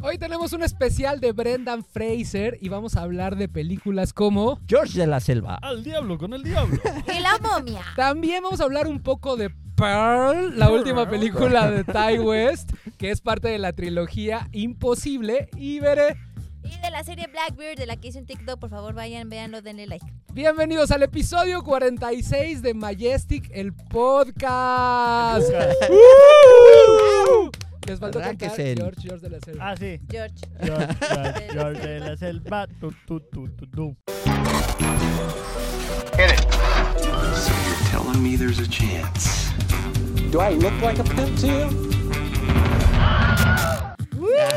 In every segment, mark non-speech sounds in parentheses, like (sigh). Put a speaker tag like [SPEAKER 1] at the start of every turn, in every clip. [SPEAKER 1] Hoy tenemos un especial de Brendan Fraser y vamos a hablar de películas como...
[SPEAKER 2] George de la Selva.
[SPEAKER 3] Al diablo con el diablo.
[SPEAKER 4] Y la momia.
[SPEAKER 1] También vamos a hablar un poco de Pearl, la última película de Ty West, que es parte de la trilogía Imposible. Y veré,
[SPEAKER 4] Y de la serie Blackbeard, de la que hice un TikTok, por favor vayan, véanlo, denle like.
[SPEAKER 1] bienvenidos al episodio 46 de Majestic, el podcast.
[SPEAKER 3] Uh.
[SPEAKER 1] Les faltó cantar
[SPEAKER 2] Arránquese.
[SPEAKER 1] George, George de la Selva.
[SPEAKER 3] Ah, sí.
[SPEAKER 4] George.
[SPEAKER 3] George, George, George de la selva. Tu, tu, tu, tu, tu.
[SPEAKER 5] telling me there's a chance.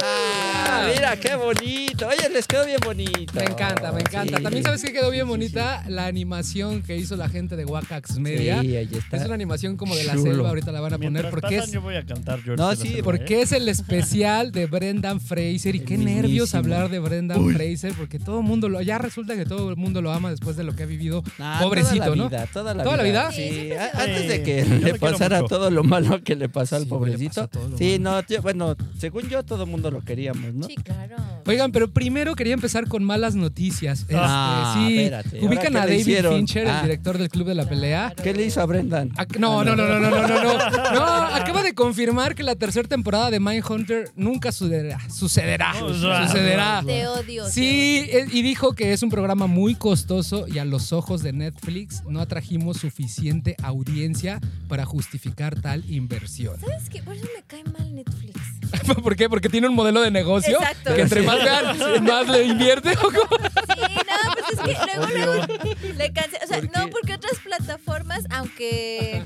[SPEAKER 2] Ah, mira, qué bonito. Oye, les quedó bien bonito.
[SPEAKER 1] Me encanta, me encanta.
[SPEAKER 2] Sí.
[SPEAKER 1] También sabes que quedó bien
[SPEAKER 2] Sí,
[SPEAKER 1] bonita la animación que hizo la gente de Wacax
[SPEAKER 2] sí, sí.
[SPEAKER 1] Media.
[SPEAKER 2] Sí, ahí está.
[SPEAKER 1] Es una animación como de la
[SPEAKER 2] Chulo.
[SPEAKER 1] selva, ahorita la van a poner
[SPEAKER 3] Mientras
[SPEAKER 1] porque
[SPEAKER 3] pasan,
[SPEAKER 1] es
[SPEAKER 3] yo voy a cantar George.
[SPEAKER 2] No,
[SPEAKER 3] de la
[SPEAKER 2] sí,
[SPEAKER 3] selva, ¿eh?
[SPEAKER 1] porque es el especial de Brendan Fraser y
[SPEAKER 2] El
[SPEAKER 1] qué nervios
[SPEAKER 2] mismísimo.
[SPEAKER 1] hablar de Brendan Fraser porque todo el mundo lo ya resulta que todo el mundo lo ama después de lo que ha vivido.
[SPEAKER 2] Ah,
[SPEAKER 1] Pobrecito,
[SPEAKER 2] toda la
[SPEAKER 1] ¿no?
[SPEAKER 2] vida, Toda la
[SPEAKER 1] ¿Toda la
[SPEAKER 2] vida.
[SPEAKER 1] vida?
[SPEAKER 4] Sí,
[SPEAKER 2] Sí,
[SPEAKER 4] siempre
[SPEAKER 2] a-
[SPEAKER 4] se va.
[SPEAKER 2] antes de
[SPEAKER 3] Sí,
[SPEAKER 2] que
[SPEAKER 3] yo
[SPEAKER 2] le
[SPEAKER 3] lo quiero
[SPEAKER 2] pasara
[SPEAKER 3] mucho.
[SPEAKER 2] todo lo malo que le pasó al
[SPEAKER 1] Sí, güey, le
[SPEAKER 2] pobrecito.
[SPEAKER 1] pasó todo lo
[SPEAKER 2] sí,
[SPEAKER 1] malo.
[SPEAKER 2] no, tío, bueno, según yo todo el mundo lo queríamos, ¿no?
[SPEAKER 4] Sí, claro.
[SPEAKER 1] Oigan, pero primero quería empezar con malas noticias. Este,
[SPEAKER 2] Ah,
[SPEAKER 1] sí,
[SPEAKER 2] espérate. ¿Ahora
[SPEAKER 1] ubican
[SPEAKER 2] qué
[SPEAKER 1] a
[SPEAKER 2] le
[SPEAKER 1] David
[SPEAKER 2] hicieron?
[SPEAKER 1] Fincher,
[SPEAKER 2] Ah.
[SPEAKER 1] el director del Club de la Pelea.
[SPEAKER 2] ¿Qué le hizo a Brendan?
[SPEAKER 1] Ac- Ah,
[SPEAKER 3] Ah,
[SPEAKER 1] No, no, no, no, no, no, no, no. No, acaba de confirmar que la tercera temporada de Mindhunter nunca sucederá. Sucederá.
[SPEAKER 3] No, o sea,
[SPEAKER 1] Sucederá.
[SPEAKER 4] Te odio.
[SPEAKER 1] ah. Sí, eh, y dijo que es un programa muy costoso y a los ojos de Netflix no atrajimos suficiente audiencia para justificar tal inversión.
[SPEAKER 4] te odio. ¿Sabes qué? Por eso me cae mal Netflix.
[SPEAKER 1] (laughs) ¿Por qué? Porque tiene un modelo de negocio
[SPEAKER 4] Exacto.
[SPEAKER 1] que entre más vean, más le invierte. ¿o cómo?
[SPEAKER 4] Sí, no, pues es que luego, luego le cansé. O sea,
[SPEAKER 2] ¿Por
[SPEAKER 4] no,
[SPEAKER 2] qué?
[SPEAKER 4] porque otras plataformas, aunque.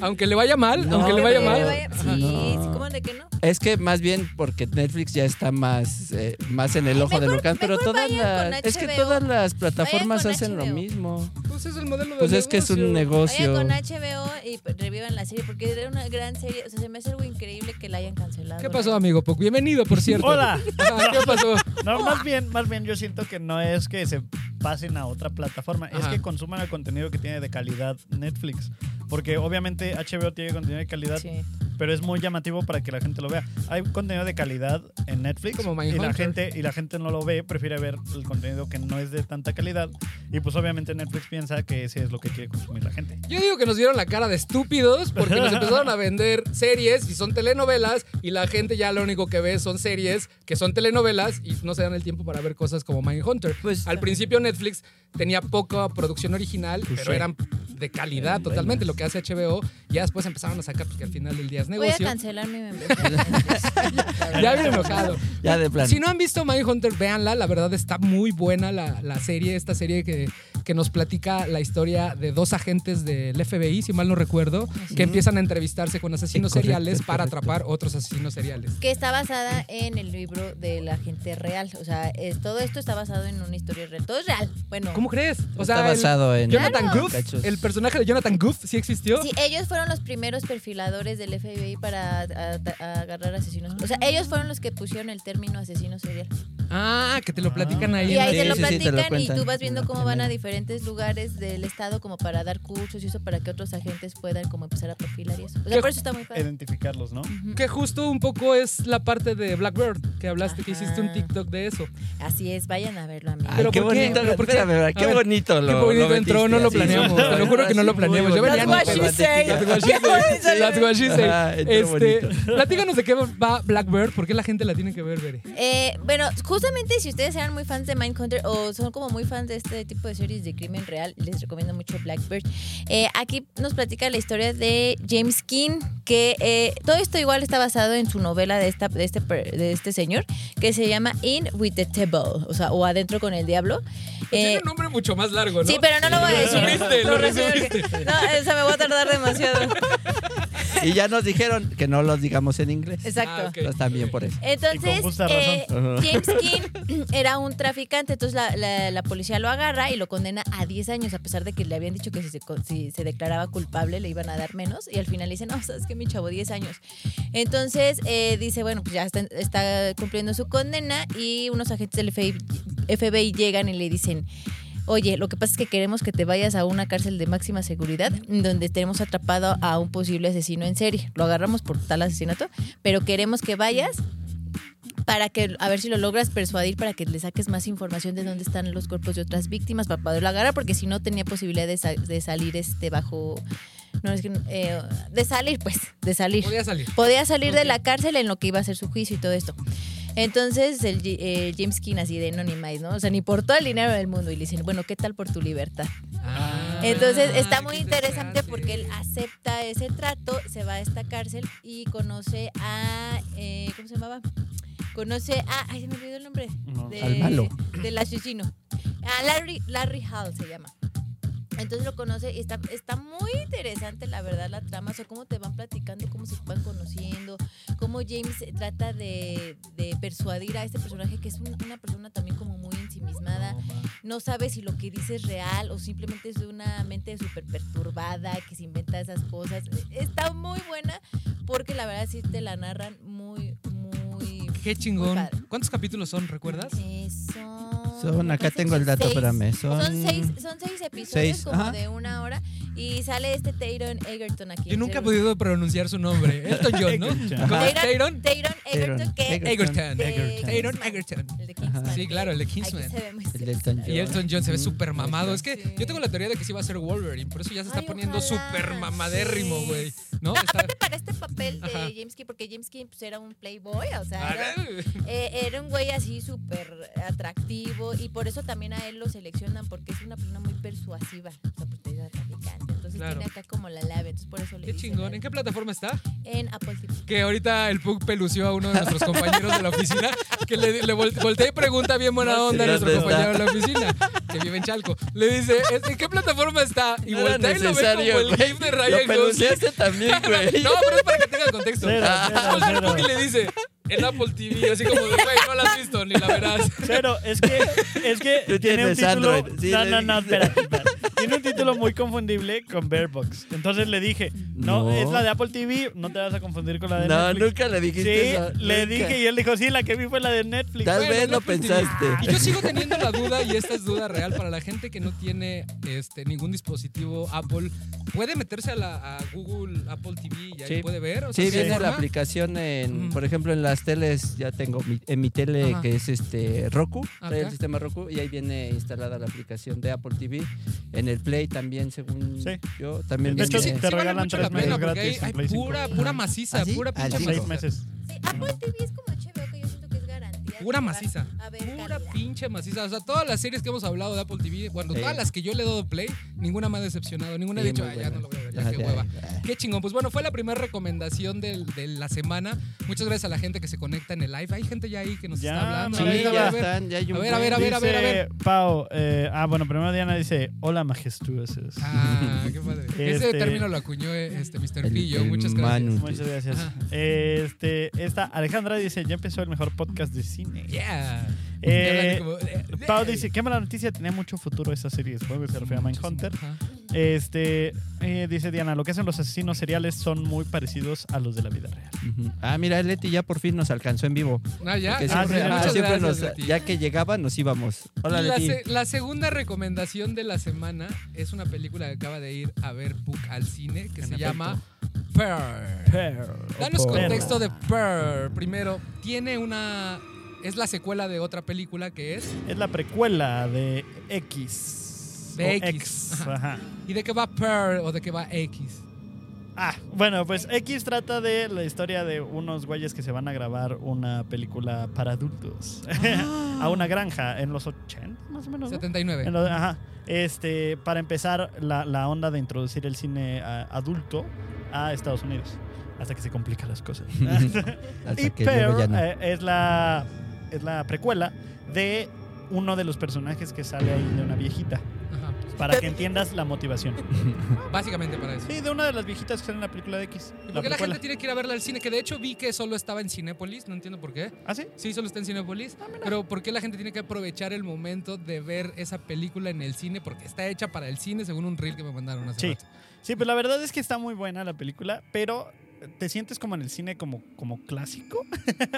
[SPEAKER 1] Aunque le vaya mal,
[SPEAKER 2] No,
[SPEAKER 1] aunque le vaya
[SPEAKER 2] que
[SPEAKER 1] mal.
[SPEAKER 2] le
[SPEAKER 4] Sí,
[SPEAKER 2] Ajá.
[SPEAKER 4] sí, ¿cómo de que no?
[SPEAKER 2] Es que más bien porque Netflix ya está más, eh, más en el ojo del
[SPEAKER 4] Mejor-
[SPEAKER 2] huracán, pero
[SPEAKER 4] mejor
[SPEAKER 2] todas
[SPEAKER 4] vayan
[SPEAKER 2] las,
[SPEAKER 4] con
[SPEAKER 2] es que
[SPEAKER 4] HBO.
[SPEAKER 2] todas las plataformas
[SPEAKER 4] con
[SPEAKER 2] hacen lo
[SPEAKER 4] HBO.
[SPEAKER 2] mismo.
[SPEAKER 1] Pues es el modelo de
[SPEAKER 2] Pues es que es un
[SPEAKER 1] negocio.
[SPEAKER 2] negocio.
[SPEAKER 4] Vayan con HBO y revivan la serie, porque era una gran serie. O sea, se me hace algo increíble que la hayan cancelado.
[SPEAKER 1] ¿Qué pasó, amigo? Poco? Bienvenido, por cierto.
[SPEAKER 3] Hola.
[SPEAKER 1] (laughs) Ah, ¿Qué pasó?
[SPEAKER 3] No, más bien, más bien yo siento que no es que se pasen a otra plataforma, es
[SPEAKER 1] Ajá.
[SPEAKER 3] que consuman el contenido que tiene de calidad Netflix. Porque obviamente HBO tiene contenido de calidad,
[SPEAKER 4] Sí.
[SPEAKER 3] pero es muy llamativo para que la gente lo vea. Hay contenido de calidad en Netflix
[SPEAKER 1] Como
[SPEAKER 3] y la
[SPEAKER 1] Mindhunter.
[SPEAKER 3] gente y la gente no lo ve, prefiere ver el contenido que no es de tanta calidad y pues obviamente Netflix piensa que ese es lo que quiere consumir la gente.
[SPEAKER 1] Yo digo que nos vieron la cara de estúpidos porque nos empezaron a vender series y son telenovelas y la gente ya lo único que ve son series que son telenovelas y no se dan el tiempo para ver cosas como Mindhunter.
[SPEAKER 2] Pues-
[SPEAKER 1] Al principio Netflix tenía poca producción original,
[SPEAKER 3] Pues
[SPEAKER 1] pero
[SPEAKER 3] sí.
[SPEAKER 1] eran de calidad
[SPEAKER 2] Buenas.
[SPEAKER 1] totalmente lo que hace HBO. Ya después empezaron a sacar porque al final del día es
[SPEAKER 4] Voy a
[SPEAKER 1] negocio.
[SPEAKER 4] cancelar mi membresía.
[SPEAKER 1] Ya bien enojado.
[SPEAKER 2] Ya de plano.
[SPEAKER 1] Si no han visto Mindhunter, véanla. La verdad está muy buena la, la serie, esta serie que, que nos platica la historia de dos agentes del FBI, si mal no recuerdo, que empiezan a entrevistarse con asesinos
[SPEAKER 2] Sí, correcto,
[SPEAKER 1] seriales para
[SPEAKER 2] correcto.
[SPEAKER 1] atrapar otros asesinos seriales.
[SPEAKER 4] que está basada en el libro de la gente real. O sea, es- todo esto está basado en una historia real. Todo es real. Bueno,
[SPEAKER 1] ¿Cómo crees? O
[SPEAKER 2] está
[SPEAKER 1] el-
[SPEAKER 2] basado en
[SPEAKER 1] Jonathan
[SPEAKER 4] Claro.
[SPEAKER 1] Goof,
[SPEAKER 2] Cachos.
[SPEAKER 1] el personaje de Jonathan Goof, sí existió.
[SPEAKER 4] sí, ellos fueron los primeros perfiladores del FBI para a- a- agarrar asesinos. O sea, ellos fueron los que pusieron el término asesino serial.
[SPEAKER 1] Ah, que te lo platican ahí.
[SPEAKER 4] Y
[SPEAKER 1] en
[SPEAKER 4] ahí
[SPEAKER 1] la-
[SPEAKER 4] te lo
[SPEAKER 2] Sí, sí, sí, te lo
[SPEAKER 4] platican y
[SPEAKER 2] cuentan.
[SPEAKER 4] tú vas viendo cómo van a
[SPEAKER 2] Ajá.
[SPEAKER 4] diferentes lugares del estado como para dar cursos y eso para que otros agentes puedan como empezar a perfilar y eso. O
[SPEAKER 1] ¿Qué-
[SPEAKER 4] sea, por eso está muy padre.
[SPEAKER 3] Identificarlos, ¿no?
[SPEAKER 1] Que justo un poco es la parte de Blackbird, que hablaste, que hiciste un
[SPEAKER 4] Ajá.
[SPEAKER 1] TikTok de eso.
[SPEAKER 4] Así es, vayan a verlo, amigos.
[SPEAKER 2] Ay,
[SPEAKER 1] ¿Pero
[SPEAKER 2] qué
[SPEAKER 1] por qué?
[SPEAKER 2] bonito,
[SPEAKER 1] ¿Pero por qué?
[SPEAKER 2] espérame,
[SPEAKER 1] A
[SPEAKER 2] qué
[SPEAKER 1] ver,
[SPEAKER 2] bonito lo
[SPEAKER 1] qué bonito
[SPEAKER 2] lo
[SPEAKER 1] entró,
[SPEAKER 2] metiste,
[SPEAKER 1] no lo
[SPEAKER 2] así,
[SPEAKER 1] planeamos,
[SPEAKER 2] sí,
[SPEAKER 1] te lo juro que no lo
[SPEAKER 2] así,
[SPEAKER 1] planeamos,
[SPEAKER 2] muy
[SPEAKER 1] yo venía
[SPEAKER 2] bonito.
[SPEAKER 4] That's what she said.
[SPEAKER 1] Las
[SPEAKER 2] Las guachis-
[SPEAKER 4] (laughs)
[SPEAKER 1] guachis de- las guachis de-
[SPEAKER 2] Ajá, entró
[SPEAKER 1] Este,
[SPEAKER 2] bonito. (laughs)
[SPEAKER 1] platícanos de qué va Blackbird, por qué la gente la tiene que ver, Bere.
[SPEAKER 4] Eh, bueno, justamente si ustedes eran muy fans de Mindhunter o son como muy fans de este tipo de series de crimen real, les recomiendo mucho Blackbird. Eh, aquí nos platica la historia de James King, que eh, todo esto igual está basado en su novela de, esta, de, este, per- de este señor, que se llama In with the Devil, o sea, o Adentro con el Diablo. Eh,
[SPEAKER 1] Tiene un nombre mucho más largo, ¿no?
[SPEAKER 4] Sí, pero no lo voy a decir.
[SPEAKER 1] resumiste, lo resumiste.
[SPEAKER 4] porque- (laughs) No, o sea, me voy a tardar demasiado.
[SPEAKER 2] Y ya nos dijeron que no los digamos en inglés.
[SPEAKER 4] Exacto.
[SPEAKER 1] Ah, ok.
[SPEAKER 2] Entonces, también por eso.
[SPEAKER 3] Y con
[SPEAKER 4] Entonces,
[SPEAKER 3] justa
[SPEAKER 4] eh,
[SPEAKER 2] razón.
[SPEAKER 3] (laughs)
[SPEAKER 4] James King era un traficante, entonces la, la- la policía lo agarra y lo condena a 10 años, a pesar de que le habían dicho que si se, co- si se declaraba culpable le iban a dar menos, y al final dicen, no, sabes que mi chavo, 10 años. Entonces eh, dice, bueno, pues ya está, está cumpliendo su condena y unos agentes del FBI, FBI llegan y le dicen... Oye, lo que pasa es que queremos que te vayas a una cárcel de máxima seguridad donde tenemos atrapado a un posible asesino en serie. Lo agarramos por tal asesinato, pero queremos que vayas para que a ver si lo logras persuadir para que le saques más información de dónde están los cuerpos de otras víctimas para poderlo agarrar, porque si no tenía posibilidad de, sa- de salir este bajo no es que eh, de salir pues, de salir.
[SPEAKER 1] Podía salir.
[SPEAKER 4] Podía salir de
[SPEAKER 1] Ok.
[SPEAKER 4] la cárcel en lo que iba a ser su juicio y todo esto. Entonces el, G- eh, James King así de no ni más, ¿no? O sea, ni por todo el dinero del mundo y le dicen, bueno, ¿qué tal por tu libertad?
[SPEAKER 1] Ah,
[SPEAKER 4] Entonces está muy
[SPEAKER 1] qué
[SPEAKER 4] interesante porque él acepta ese trato, se va a esta cárcel y conoce a. eh, ¿Cómo se llamaba? Conoce a. Ay, se me olvidó el nombre.
[SPEAKER 3] No.
[SPEAKER 4] de-
[SPEAKER 2] Al malo.
[SPEAKER 4] Del asesino. A Larry, Larry Hall se llama. Entonces lo conoce y está, está muy interesante, la verdad, la trama. O sea, cómo te van platicando, cómo se van conociendo, cómo James trata de, de persuadir a este personaje que es un- una persona también como muy ensimismada no sabe si lo que dice es real o simplemente es de una mente súper perturbada que se inventa esas cosas. E, Está muy buena porque la verdad sí te la narran muy, muy...
[SPEAKER 1] Qué chingón.
[SPEAKER 4] Muy padre.
[SPEAKER 1] ¿Cuántos capítulos son, recuerdas?
[SPEAKER 4] Eh, son...
[SPEAKER 2] Son, acá
[SPEAKER 4] ¿cuántos
[SPEAKER 2] tengo el dato,
[SPEAKER 4] Seis.
[SPEAKER 2] espérame.
[SPEAKER 4] Son,
[SPEAKER 2] Son,
[SPEAKER 4] seis, son seis episodios
[SPEAKER 2] Seis,
[SPEAKER 4] como
[SPEAKER 2] ajá.
[SPEAKER 4] de una hora y sale este Tayron Egerton aquí.
[SPEAKER 1] Yo nunca he podido pronunciar su nombre. Elton John, ¿no?
[SPEAKER 3] Egerton.
[SPEAKER 1] ¿Cómo es?
[SPEAKER 4] Ajá.
[SPEAKER 1] Tayron
[SPEAKER 4] Tayron Egerton que...
[SPEAKER 2] Egerton.
[SPEAKER 1] Egerton.
[SPEAKER 4] de
[SPEAKER 3] Egerton.
[SPEAKER 1] Tayron
[SPEAKER 4] Kingsman,
[SPEAKER 1] Egerton.
[SPEAKER 4] El de Kingsman.
[SPEAKER 1] Sí, claro, el de Kingsman.
[SPEAKER 4] Aquí se ve muy
[SPEAKER 2] El de Elton John.
[SPEAKER 1] Y Elton John se ve súper mamado. Es que
[SPEAKER 4] Sí.
[SPEAKER 1] yo tengo la teoría de que sí va a ser Wolverine, por eso ya se está
[SPEAKER 4] Ay,
[SPEAKER 1] poniendo
[SPEAKER 4] ojalá.
[SPEAKER 1] súper mamadérrimo,
[SPEAKER 4] Sí.
[SPEAKER 1] güey. ¿No?
[SPEAKER 4] No,
[SPEAKER 1] Está-
[SPEAKER 4] aparte para este papel de
[SPEAKER 1] Ajá.
[SPEAKER 4] James King, porque James King pues, era un playboy, o sea,
[SPEAKER 1] Ah,
[SPEAKER 4] era, eh, era un güey así súper atractivo y por eso también a él lo seleccionan, porque es una persona muy persuasiva, o sea, porque era traficante, entonces
[SPEAKER 1] Claro.
[SPEAKER 4] tiene acá como la lave, entonces por eso le
[SPEAKER 1] Qué
[SPEAKER 4] dicen
[SPEAKER 1] chingón.
[SPEAKER 4] la-
[SPEAKER 1] ¿En qué plataforma está?
[SPEAKER 4] En Apple TV.
[SPEAKER 1] Que ahorita el Pug pelució a uno de
[SPEAKER 2] (laughs)
[SPEAKER 1] nuestros compañeros de la oficina, que le, le vol- voltea y pregunta bien buena
[SPEAKER 2] No sé
[SPEAKER 1] onda a nuestro
[SPEAKER 2] dónde
[SPEAKER 1] compañero de la oficina, que vive en Chalco. Le dice, "¿Es- ¿en qué plataforma está? Y
[SPEAKER 2] No era
[SPEAKER 1] voltea y lo ve como el
[SPEAKER 2] güey.
[SPEAKER 1] gif de
[SPEAKER 2] Lo
[SPEAKER 1] Ryan Gosling.
[SPEAKER 2] peluciaste también,
[SPEAKER 1] (laughs)
[SPEAKER 2] güey.
[SPEAKER 1] No, pero es para que tenga contexto.
[SPEAKER 3] Cero,
[SPEAKER 1] Ah,
[SPEAKER 3] cero,
[SPEAKER 1] voltea el
[SPEAKER 3] cero.
[SPEAKER 1] Pug y le dice, en Apple TV, así como de, güey, no la has visto, ni la
[SPEAKER 2] (laughs)
[SPEAKER 1] verás.
[SPEAKER 3] Pero es que, es que
[SPEAKER 2] Tú
[SPEAKER 3] tiene un
[SPEAKER 2] tienes
[SPEAKER 3] título.
[SPEAKER 2] Android. Sí,
[SPEAKER 3] no,
[SPEAKER 2] le
[SPEAKER 3] no, no,
[SPEAKER 2] dijiste.
[SPEAKER 3] espérate, espérate. Tiene un título muy confundible con Bear Box. Entonces le dije, no,
[SPEAKER 2] No.
[SPEAKER 3] es la de Apple TV, no te vas a confundir con la de
[SPEAKER 2] No,
[SPEAKER 3] Netflix.
[SPEAKER 2] nunca le dijiste
[SPEAKER 3] Sí,
[SPEAKER 2] eso.
[SPEAKER 3] le
[SPEAKER 2] nunca.
[SPEAKER 3] dije y él dijo, sí, la que vi fue la de Netflix.
[SPEAKER 2] Tal vez lo
[SPEAKER 1] Apple TV.
[SPEAKER 3] (laughs)
[SPEAKER 2] pensaste.
[SPEAKER 1] Y yo sigo teniendo la duda, y esta es duda real para la gente que no tiene este, ningún dispositivo Apple. ¿Puede meterse a, la, a Google Apple TV y ahí
[SPEAKER 2] Sí.
[SPEAKER 1] puede ver? O sea,
[SPEAKER 2] Sí,
[SPEAKER 1] hay
[SPEAKER 2] viene la
[SPEAKER 1] forma?
[SPEAKER 2] aplicación en,
[SPEAKER 1] Mm.
[SPEAKER 2] por ejemplo, en las teles, ya tengo mi- en mi tele
[SPEAKER 1] Ajá.
[SPEAKER 2] que es este Roku, trae
[SPEAKER 1] Ajá.
[SPEAKER 2] el sistema Roku y ahí viene instalada la aplicación de Apple TV, en el Play también, según
[SPEAKER 3] Sí.
[SPEAKER 2] yo, también
[SPEAKER 3] De
[SPEAKER 1] Es
[SPEAKER 2] viene.
[SPEAKER 1] que sí,
[SPEAKER 3] Te
[SPEAKER 1] sí vale
[SPEAKER 3] regalan
[SPEAKER 1] mucho
[SPEAKER 3] tres
[SPEAKER 1] la pena
[SPEAKER 3] meses
[SPEAKER 1] porque hay,
[SPEAKER 3] gratis en
[SPEAKER 1] hay
[SPEAKER 3] Play cinco.
[SPEAKER 1] pura, pura maciza,
[SPEAKER 2] ¿Ah, sí?
[SPEAKER 1] pura
[SPEAKER 2] Al
[SPEAKER 1] pinche
[SPEAKER 2] cinco.
[SPEAKER 3] Seis
[SPEAKER 1] maciza.
[SPEAKER 3] meses.
[SPEAKER 4] Sí, Eh, Apple TV es como HBO, que yo siento que es garantía.
[SPEAKER 1] Pura
[SPEAKER 4] de que va
[SPEAKER 1] maciza.
[SPEAKER 4] A ver,
[SPEAKER 1] Pura
[SPEAKER 4] calidad.
[SPEAKER 1] pinche maciza. O sea, todas las series que hemos hablado de Apple TV, cuando
[SPEAKER 2] Sí.
[SPEAKER 1] todas las que yo le he dado play, ninguna me ha decepcionado, ninguna ha
[SPEAKER 2] Sí,
[SPEAKER 1] dicho,
[SPEAKER 2] muy
[SPEAKER 1] "Ay, ya
[SPEAKER 2] buena.
[SPEAKER 1] no lo voy a ver, ya
[SPEAKER 2] Ajá,
[SPEAKER 1] qué
[SPEAKER 2] ya,
[SPEAKER 1] hueva.
[SPEAKER 2] ya.
[SPEAKER 1] Qué chingón. Pues bueno, fue la primera recomendación del- de la semana. Muchas gracias a la gente que se conecta en el live. Hay gente ya ahí que nos
[SPEAKER 3] Ya,
[SPEAKER 1] está hablando.
[SPEAKER 2] Sí,
[SPEAKER 1] a ver, a ver,
[SPEAKER 2] ya
[SPEAKER 1] a ver.
[SPEAKER 2] están, ya hay un
[SPEAKER 1] A ver, a
[SPEAKER 2] buen.
[SPEAKER 1] ver, a ver, a ver, a ver.
[SPEAKER 3] Dice Pau, eh, ah, bueno, primero Diana dice, hola majestuosos.
[SPEAKER 1] Ah, qué
[SPEAKER 3] (laughs)
[SPEAKER 1] padre. Ese
[SPEAKER 3] Este-
[SPEAKER 1] término lo acuñó eh, este Mr.
[SPEAKER 2] El-
[SPEAKER 1] Pillo.
[SPEAKER 2] el
[SPEAKER 1] Muchas gracias.
[SPEAKER 2] Manu.
[SPEAKER 3] Muchas gracias.
[SPEAKER 1] Ajá.
[SPEAKER 3] Este, esta Alejandra dice, ya empezó el mejor podcast de cine.
[SPEAKER 1] Yeah.
[SPEAKER 3] Eh,
[SPEAKER 1] Y hablan como, eh,
[SPEAKER 3] Pau
[SPEAKER 1] eh.
[SPEAKER 3] dice, qué mala noticia, tenía mucho futuro esa serie, supongo que se refiere a
[SPEAKER 1] Muchísimo.
[SPEAKER 3] Mindhunter.
[SPEAKER 1] Ajá.
[SPEAKER 3] Este, eh, dice Diana, lo que hacen los asesinos seriales son muy parecidos a los de la vida real.
[SPEAKER 2] Ujú. Ah, mira, Leti ya por fin nos alcanzó en vivo.
[SPEAKER 1] Ah, ya.
[SPEAKER 2] Porque
[SPEAKER 3] Ah,
[SPEAKER 2] siempre-
[SPEAKER 3] sí,
[SPEAKER 2] ah,
[SPEAKER 1] muchas
[SPEAKER 2] siempre
[SPEAKER 1] gracias,
[SPEAKER 2] nos-
[SPEAKER 1] Leti.
[SPEAKER 2] ya que llegaba nos íbamos. Hola,
[SPEAKER 1] la,
[SPEAKER 2] Leti.
[SPEAKER 1] se- la segunda recomendación de la semana es una película que acaba de ir a ver Puck al cine que
[SPEAKER 3] En
[SPEAKER 1] se
[SPEAKER 3] efecto.
[SPEAKER 1] llama Pearl. Danos
[SPEAKER 2] Pearl.
[SPEAKER 1] contexto de Pearl. Primero, tiene una. Es la secuela de otra película que es.
[SPEAKER 3] Es la precuela de X.
[SPEAKER 1] De
[SPEAKER 3] O
[SPEAKER 1] X.
[SPEAKER 3] Ajá.
[SPEAKER 1] ¿Y de qué va Pearl o de qué va X?
[SPEAKER 3] Ah, bueno, pues X trata de la historia de unos güeyes que se van a grabar una película para adultos (laughs) a una granja en los 80, más o menos. ¿no?
[SPEAKER 1] 79.
[SPEAKER 3] En lo- ajá. Este, para empezar, la, la onda de introducir el cine ah, adulto a Estados Unidos. Hasta que se complican las cosas.
[SPEAKER 2] Hasta
[SPEAKER 3] (laughs) y
[SPEAKER 2] que luego
[SPEAKER 3] Pearl
[SPEAKER 2] ya no.
[SPEAKER 3] eh, es, la, es la precuela de uno de los personajes que sale ahí de una viejita.
[SPEAKER 1] Ajá.
[SPEAKER 3] Para que entiendas la motivación.
[SPEAKER 1] Básicamente para eso.
[SPEAKER 3] Sí, de una de las viejitas que sale en la película de X.
[SPEAKER 1] ¿Y
[SPEAKER 3] La
[SPEAKER 1] por qué la
[SPEAKER 3] precuela.
[SPEAKER 1] gente tiene que ir a verla al cine? Que de hecho vi que solo estaba en Cinépolis, no entiendo por qué.
[SPEAKER 3] ¿Ah, sí?
[SPEAKER 1] Sí, solo está en Cinepolis.
[SPEAKER 4] Ah,
[SPEAKER 1] pero ¿por qué la gente tiene que aprovechar el momento de ver esa película en el cine? Porque está hecha para el cine, según un reel que me mandaron hace
[SPEAKER 3] Sí.
[SPEAKER 1] rato.
[SPEAKER 3] Sí, pues la verdad es que está muy buena la película, pero te sientes como en el cine como, como clásico,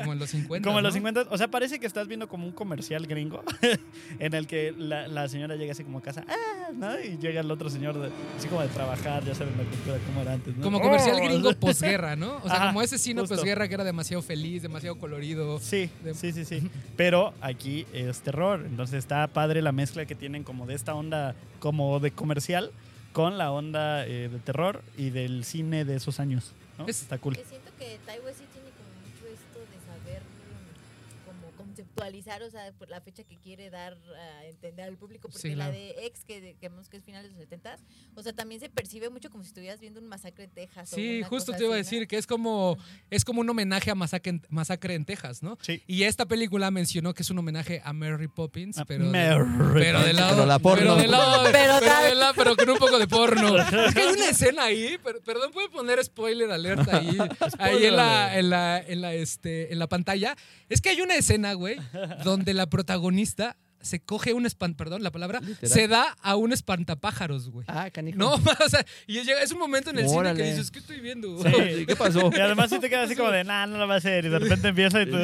[SPEAKER 1] Como en los 50.
[SPEAKER 3] como en los
[SPEAKER 1] ¿no?
[SPEAKER 3] 50. O sea, parece que estás viendo como un comercial gringo (laughs) en el que la, la señora llega así como a casa, ah, ¿no? Y llega el otro señor de- así como de trabajar, ya saben la cultura como era antes, ¿no?
[SPEAKER 1] Como comercial
[SPEAKER 3] Oh,
[SPEAKER 1] gringo posguerra, ¿no? O sea,
[SPEAKER 3] Ajá,
[SPEAKER 1] como ese cine
[SPEAKER 3] justo.
[SPEAKER 1] posguerra que era demasiado feliz, demasiado colorido.
[SPEAKER 3] (laughs) Sí, sí, sí, sí. Pero aquí es terror. Entonces está padre la mezcla que tienen como de esta onda como de comercial con la onda eh, de terror y del cine de esos años. ¿no?
[SPEAKER 1] Es-
[SPEAKER 3] está cool.
[SPEAKER 4] Que siento que Taiwán sí tiene como mucho esto de saber mm, como conceptualizar, o sea, por la fecha que quiere dar a entender al público, porque
[SPEAKER 1] Sí,
[SPEAKER 4] la
[SPEAKER 1] claro.
[SPEAKER 4] de Ex, que, de- que vemos que es final de los 70, o sea, también se percibe mucho como si estuvieras viendo un masacre en Texas. o
[SPEAKER 1] Sí,
[SPEAKER 4] una
[SPEAKER 1] justo
[SPEAKER 4] cosa
[SPEAKER 1] te iba a
[SPEAKER 4] así, ¿no?
[SPEAKER 1] decir que es como, es como un homenaje a Masacre en, Masacre en Texas, ¿no?
[SPEAKER 3] Sí.
[SPEAKER 1] Y esta película mencionó que es un homenaje a Mary Poppins, pero, de-
[SPEAKER 3] Merry
[SPEAKER 1] pero del lado.
[SPEAKER 2] Pero la porno.
[SPEAKER 1] Pero, del lado-
[SPEAKER 4] Pero
[SPEAKER 1] pero
[SPEAKER 4] tal-
[SPEAKER 1] del lado- pero con un poco de porno. Es que hay una escena ahí, per- perdón, puede poner spoiler alerta ahí, ahí en, la, en, la, en, la, este, en la pantalla. Es que hay una escena, güey, donde la protagonista se coge un espan, perdón la palabra,
[SPEAKER 2] Literal.
[SPEAKER 1] se da a un espantapájaros, güey.
[SPEAKER 2] Ah, canijo.
[SPEAKER 1] No, (laughs) o sea, y llega, es un momento en el cine
[SPEAKER 2] Órale.
[SPEAKER 1] que dices, ¿qué estoy viendo? (laughs)
[SPEAKER 3] Sí.
[SPEAKER 2] ¿Qué pasó?
[SPEAKER 3] Y además sí te quedas así como de, nah, no lo va a hacer. Y de repente empieza y tú...
[SPEAKER 2] Ah,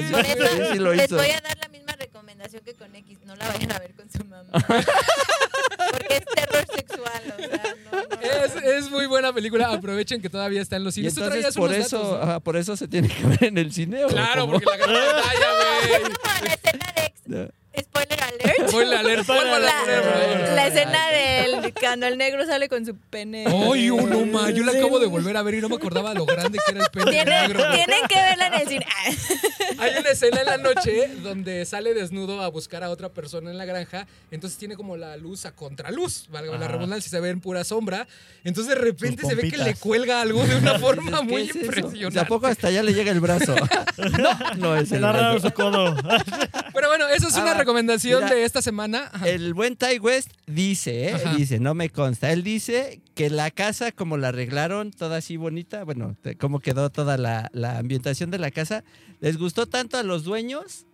[SPEAKER 3] eh,
[SPEAKER 2] sí,
[SPEAKER 4] Por eso
[SPEAKER 2] sí, sí lo
[SPEAKER 4] les
[SPEAKER 2] hizo.
[SPEAKER 4] voy a dar la misma recomendación que con X, no la vayan a ver con su
[SPEAKER 1] (laughs)
[SPEAKER 4] mamá. porque es terror sexual, o sea, no, no, no.
[SPEAKER 1] Es, es muy buena película, aprovechen que todavía está en los
[SPEAKER 2] Y
[SPEAKER 1] cines. Tú
[SPEAKER 2] entonces
[SPEAKER 1] traías
[SPEAKER 2] por
[SPEAKER 1] unos
[SPEAKER 2] eso, ah,
[SPEAKER 1] datos, ¿no?
[SPEAKER 2] ajá, por eso se tiene que (laughs) ver en el cine. ¿o
[SPEAKER 1] Claro,
[SPEAKER 2] cómo?
[SPEAKER 1] porque la gran pantalla, güey.
[SPEAKER 4] No, la escena de Ex,
[SPEAKER 2] Ya.
[SPEAKER 1] (laughs)
[SPEAKER 4] spoiler alert.
[SPEAKER 1] Ponle alerta,
[SPEAKER 3] Spoiler
[SPEAKER 1] ponle
[SPEAKER 4] la,
[SPEAKER 1] alerta.
[SPEAKER 4] la escena del cuando el negro sale con su pene.
[SPEAKER 1] Ay, uno más. Yo la acabo de volver a ver y no me acordaba lo grande que era el pene del
[SPEAKER 4] Tienen,
[SPEAKER 1] negro. güey.
[SPEAKER 4] tienen que verla en el cine. Ah,
[SPEAKER 1] Hay una escena en la noche donde sale desnudo a buscar a otra persona en la granja. Entonces tiene como la luz a contraluz, valga la
[SPEAKER 3] Ajá.
[SPEAKER 1] redundancia, se ve en pura sombra. Entonces de repente
[SPEAKER 3] Sus
[SPEAKER 1] se ve que
[SPEAKER 3] pompitas.
[SPEAKER 1] le cuelga algo de una forma
[SPEAKER 2] ¿Qué
[SPEAKER 1] muy
[SPEAKER 2] (laughs) es eso?
[SPEAKER 1] impresionante.
[SPEAKER 2] Tampoco hasta allá le llega
[SPEAKER 1] (laughs)
[SPEAKER 2] el brazo. no, no es
[SPEAKER 3] se
[SPEAKER 2] el
[SPEAKER 3] le ha dado
[SPEAKER 2] brazo.
[SPEAKER 3] su codo.
[SPEAKER 1] Pero bueno, esa es una
[SPEAKER 2] Ah,
[SPEAKER 1] recomendación
[SPEAKER 2] mira.
[SPEAKER 1] de esta semana. Ajá.
[SPEAKER 2] El buen Ty West dice, ¿eh?
[SPEAKER 1] Ajá.
[SPEAKER 2] dice, no me consta. Él dice que la casa, como la arreglaron, toda así bonita, bueno, te- cómo quedó toda la, la ambientación de la casa, les gustó tanto a los dueños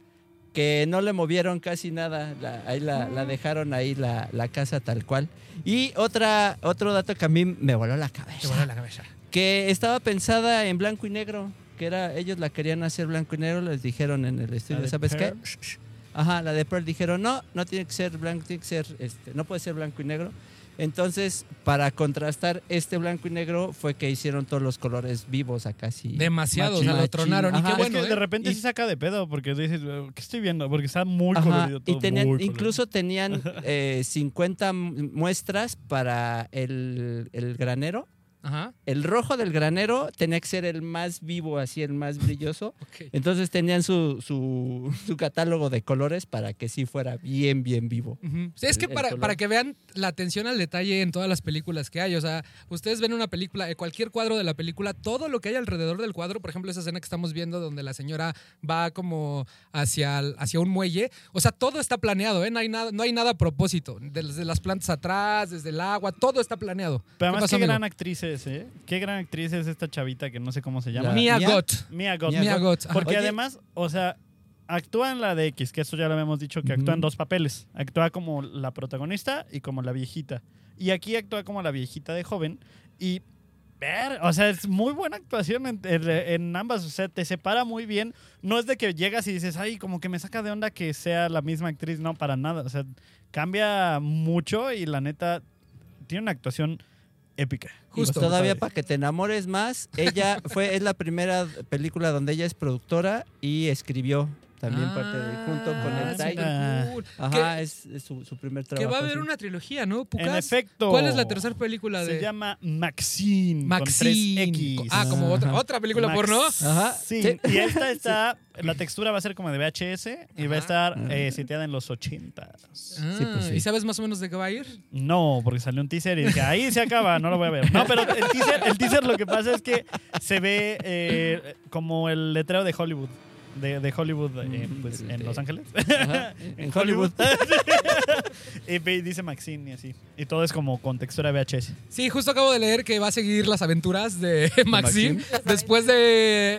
[SPEAKER 2] que no le movieron casi nada. La- ahí la,
[SPEAKER 1] Mm.
[SPEAKER 2] la dejaron ahí la, la casa tal cual. Y otra, otro dato que a mí me voló la cabeza.
[SPEAKER 1] Te voló la cabeza.
[SPEAKER 2] que estaba pensada en blanco y negro, que era ellos la querían hacer blanco y negro, les dijeron en el
[SPEAKER 3] La
[SPEAKER 2] estudio,
[SPEAKER 3] de
[SPEAKER 2] ¿sabes
[SPEAKER 3] Pearl.
[SPEAKER 2] qué? Ajá, la de Pearl dijeron, "No, no tiene que ser blanco, tiene que ser este, no puede ser blanco y negro." Entonces, para contrastar este blanco y negro fue que hicieron todos los colores vivos acá sí.
[SPEAKER 1] Demasiado, o sea,
[SPEAKER 2] Machín.
[SPEAKER 1] lo tronaron.
[SPEAKER 2] Ajá.
[SPEAKER 1] Y qué
[SPEAKER 2] Es
[SPEAKER 1] bueno,
[SPEAKER 3] es que de
[SPEAKER 1] ¿eh?
[SPEAKER 3] repente
[SPEAKER 2] Y-
[SPEAKER 3] sí saca de pedo porque dices, ¿qué estoy viendo? Porque está muy
[SPEAKER 2] Ajá,
[SPEAKER 3] colorido todo.
[SPEAKER 2] y tenían,
[SPEAKER 3] muy
[SPEAKER 2] incluso
[SPEAKER 3] (laughs)
[SPEAKER 2] tenían eh, 50 mu- muestras para el, el granero.
[SPEAKER 1] Ajá,
[SPEAKER 2] El rojo del granero tenía que ser el más vivo, así el más brilloso.
[SPEAKER 1] ok.
[SPEAKER 2] Entonces tenían su, su, (laughs) su catálogo de colores para que sí fuera bien, bien vivo.
[SPEAKER 1] Ujú. Sí, es que
[SPEAKER 2] El- el
[SPEAKER 1] para,
[SPEAKER 2] color.
[SPEAKER 1] para que vean la atención al detalle en todas las películas que hay. O sea, ustedes ven una película, eh, cualquier cuadro de la película, todo lo que hay alrededor del cuadro, por ejemplo, esa escena que estamos viendo donde la señora va como hacia, el- hacia un muelle. O sea, todo está planeado, ¿eh? No hay nada, no hay nada a propósito. Desde las plantas atrás, desde el agua, todo está planeado.
[SPEAKER 3] Pero además,
[SPEAKER 1] pasó,
[SPEAKER 3] qué
[SPEAKER 1] amigo?
[SPEAKER 3] gran actriz es, ¿eh? Qué gran actriz es esta chavita que no sé cómo se llama.
[SPEAKER 2] La-
[SPEAKER 1] Mia
[SPEAKER 2] Mia-
[SPEAKER 1] Gott.
[SPEAKER 3] Mia Goth.
[SPEAKER 2] Mia
[SPEAKER 1] Mia Gott. ajá.
[SPEAKER 3] Porque
[SPEAKER 2] Oye.
[SPEAKER 3] además, o sea, actúa en la de X, que eso ya lo habíamos dicho, que actúa en
[SPEAKER 2] Ujú.
[SPEAKER 3] dos papeles. Actúa como la protagonista y como la viejita. Y aquí actúa como la viejita de joven. Y, ver, o sea, es muy buena actuación en, en- en ambas. O sea, te separa muy bien. No es de que llegas y dices, ay, como que me saca de onda que sea la misma actriz. No, para nada. O sea, cambia mucho y la neta tiene una actuación épica.
[SPEAKER 1] Justo.
[SPEAKER 3] Bastante
[SPEAKER 2] pues Todavía
[SPEAKER 3] padre.
[SPEAKER 2] para que te enamores más, ella fue, es la primera película donde ella es productora y escribió también parte del junto con
[SPEAKER 1] Ah,
[SPEAKER 2] el
[SPEAKER 3] sí,
[SPEAKER 2] Tai.
[SPEAKER 3] claro.
[SPEAKER 1] supercool.
[SPEAKER 2] Ajá, es, es su, su primer
[SPEAKER 1] que,
[SPEAKER 2] trabajo.
[SPEAKER 1] que va a haber
[SPEAKER 2] sí.
[SPEAKER 1] una trilogía, ¿no?
[SPEAKER 3] En
[SPEAKER 1] Pucas.
[SPEAKER 3] efecto.
[SPEAKER 1] ¿Cuál es la tercera película de...?
[SPEAKER 3] Se llama Maxine.
[SPEAKER 1] Maxine.
[SPEAKER 3] Con 3X.
[SPEAKER 1] Ah, como otra,
[SPEAKER 2] Ajá.
[SPEAKER 1] otra película
[SPEAKER 3] Max-
[SPEAKER 1] porno.
[SPEAKER 2] Ajá, (laughs)
[SPEAKER 3] Sí.
[SPEAKER 2] sí.
[SPEAKER 3] Y esta está. La textura va a ser como de VHS y va a estar
[SPEAKER 2] Mm.
[SPEAKER 3] eh, seteada en los 80.
[SPEAKER 2] Sí, pues
[SPEAKER 1] Ah,
[SPEAKER 2] sí.
[SPEAKER 1] ¿Y sabes más o menos de qué va a ir?
[SPEAKER 3] No, porque salió un teaser y dije, ahí se acaba, no lo voy a ver. No, pero el teaser, el teaser lo que pasa es que se ve eh, como el letrero de Hollywood. De, de Hollywood eh,
[SPEAKER 2] Mm,
[SPEAKER 3] pues,
[SPEAKER 2] el
[SPEAKER 3] en
[SPEAKER 2] de-
[SPEAKER 3] Los Ángeles.
[SPEAKER 1] (laughs)
[SPEAKER 2] Ajá,
[SPEAKER 3] (laughs)
[SPEAKER 2] en Hollywood.
[SPEAKER 3] y ve- dice Maxine y así. Y todo es como con textura VHS.
[SPEAKER 1] Sí, justo acabo de leer que va a seguir las aventuras de (laughs) Maxim
[SPEAKER 2] Maxim.
[SPEAKER 1] después de,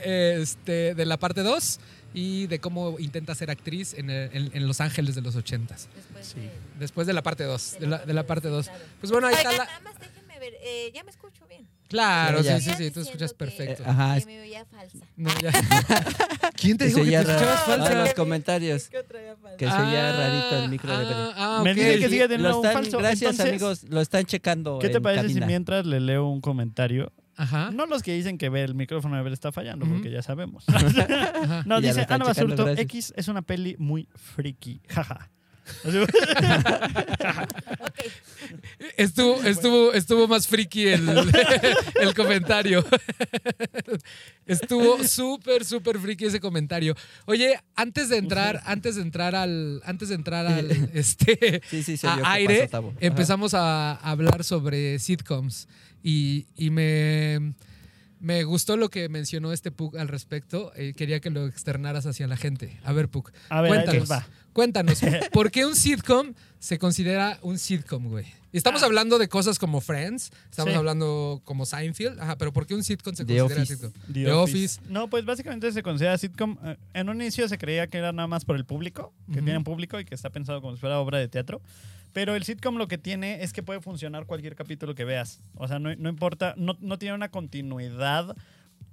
[SPEAKER 1] eh, este, de la parte 2 y de cómo intenta ser actriz en, eh, en- en Los Ángeles de los 80
[SPEAKER 4] Después
[SPEAKER 3] Sí.
[SPEAKER 4] de-
[SPEAKER 1] Después de la parte 2, de la, de la parte 2.
[SPEAKER 4] claro.
[SPEAKER 1] Pues bueno, ahí está
[SPEAKER 4] Oigan,
[SPEAKER 1] la...
[SPEAKER 4] nada más déjenme ver. eh, ya me escucho bien.
[SPEAKER 1] Claro,
[SPEAKER 2] Ya,
[SPEAKER 1] Ah, sí,
[SPEAKER 2] ya.
[SPEAKER 1] sí,
[SPEAKER 6] Sigan
[SPEAKER 1] sí, tú escuchas
[SPEAKER 6] diciendo que-
[SPEAKER 1] perfecto.
[SPEAKER 2] Eh, ajá.
[SPEAKER 6] Que me veía falsa.
[SPEAKER 1] No, ya. ¿Quién te dijo que te
[SPEAKER 2] seguía raro.
[SPEAKER 1] escuchabas
[SPEAKER 2] Ah,
[SPEAKER 1] falsa?
[SPEAKER 2] los comentarios. (laughs) Que seguía rarito el micro de
[SPEAKER 1] Ah,
[SPEAKER 2] verdad.
[SPEAKER 1] ah,
[SPEAKER 3] Me
[SPEAKER 1] ok.
[SPEAKER 3] dice que sigue
[SPEAKER 2] Lo
[SPEAKER 3] teniendo un
[SPEAKER 2] están-
[SPEAKER 3] falso.
[SPEAKER 2] Gracias,
[SPEAKER 3] Entonces,
[SPEAKER 2] amigos. Lo están checando.
[SPEAKER 3] ¿Qué te
[SPEAKER 2] en
[SPEAKER 3] parece
[SPEAKER 2] cabina.
[SPEAKER 3] si mientras le leo un comentario?
[SPEAKER 1] Ajá.
[SPEAKER 3] No los que dicen que ve el micrófono de ver está fallando,
[SPEAKER 1] Ujú.
[SPEAKER 3] porque ya sabemos.
[SPEAKER 1] ajá.
[SPEAKER 3] (laughs) No,
[SPEAKER 2] Y ya lo
[SPEAKER 3] dice
[SPEAKER 2] están checando,
[SPEAKER 3] Ana Basurto,
[SPEAKER 2] gracias.
[SPEAKER 3] X es una peli muy friki,
[SPEAKER 1] (laughs)
[SPEAKER 3] jaja.
[SPEAKER 6] Ok,
[SPEAKER 1] Estuvo, estuvo, estuvo más friki el, (laughs) el comentario. (laughs) Estuvo súper, súper friki ese comentario. Oye, antes de entrar, antes de entrar al, antes de entrar al, este,
[SPEAKER 2] Sí, sí, se
[SPEAKER 1] a
[SPEAKER 2] vio que
[SPEAKER 1] aire,
[SPEAKER 2] pasó, Tavo. Ajá.
[SPEAKER 1] empezamos a hablar sobre sitcoms y, y me, me gustó lo que mencionó este Puck al respecto. Eh, quería que lo externaras hacia la gente. A ver, Puck,
[SPEAKER 3] A ver, ahí les
[SPEAKER 1] cuéntanos.
[SPEAKER 3] va. (laughs)
[SPEAKER 1] Cuéntanos, ¿por qué un sitcom se considera un sitcom, güey?
[SPEAKER 2] Ah.
[SPEAKER 1] Estamos hablando de cosas como Friends, estamos
[SPEAKER 3] Sí.
[SPEAKER 1] hablando como Seinfeld, ajá, pero ¿por qué un sitcom se
[SPEAKER 2] The
[SPEAKER 1] considera
[SPEAKER 2] Office.
[SPEAKER 1] sitcom?
[SPEAKER 3] The
[SPEAKER 1] The
[SPEAKER 3] Office.
[SPEAKER 1] Office.
[SPEAKER 3] No, pues básicamente se considera sitcom. eh, En un inicio se creía que era nada más por el público, que
[SPEAKER 1] Ujú.
[SPEAKER 3] tienen público y que está pensado como si fuera obra de teatro. Pero el sitcom lo que tiene es que puede funcionar cualquier capítulo que veas. O sea, no, no importa, no, no tiene una continuidad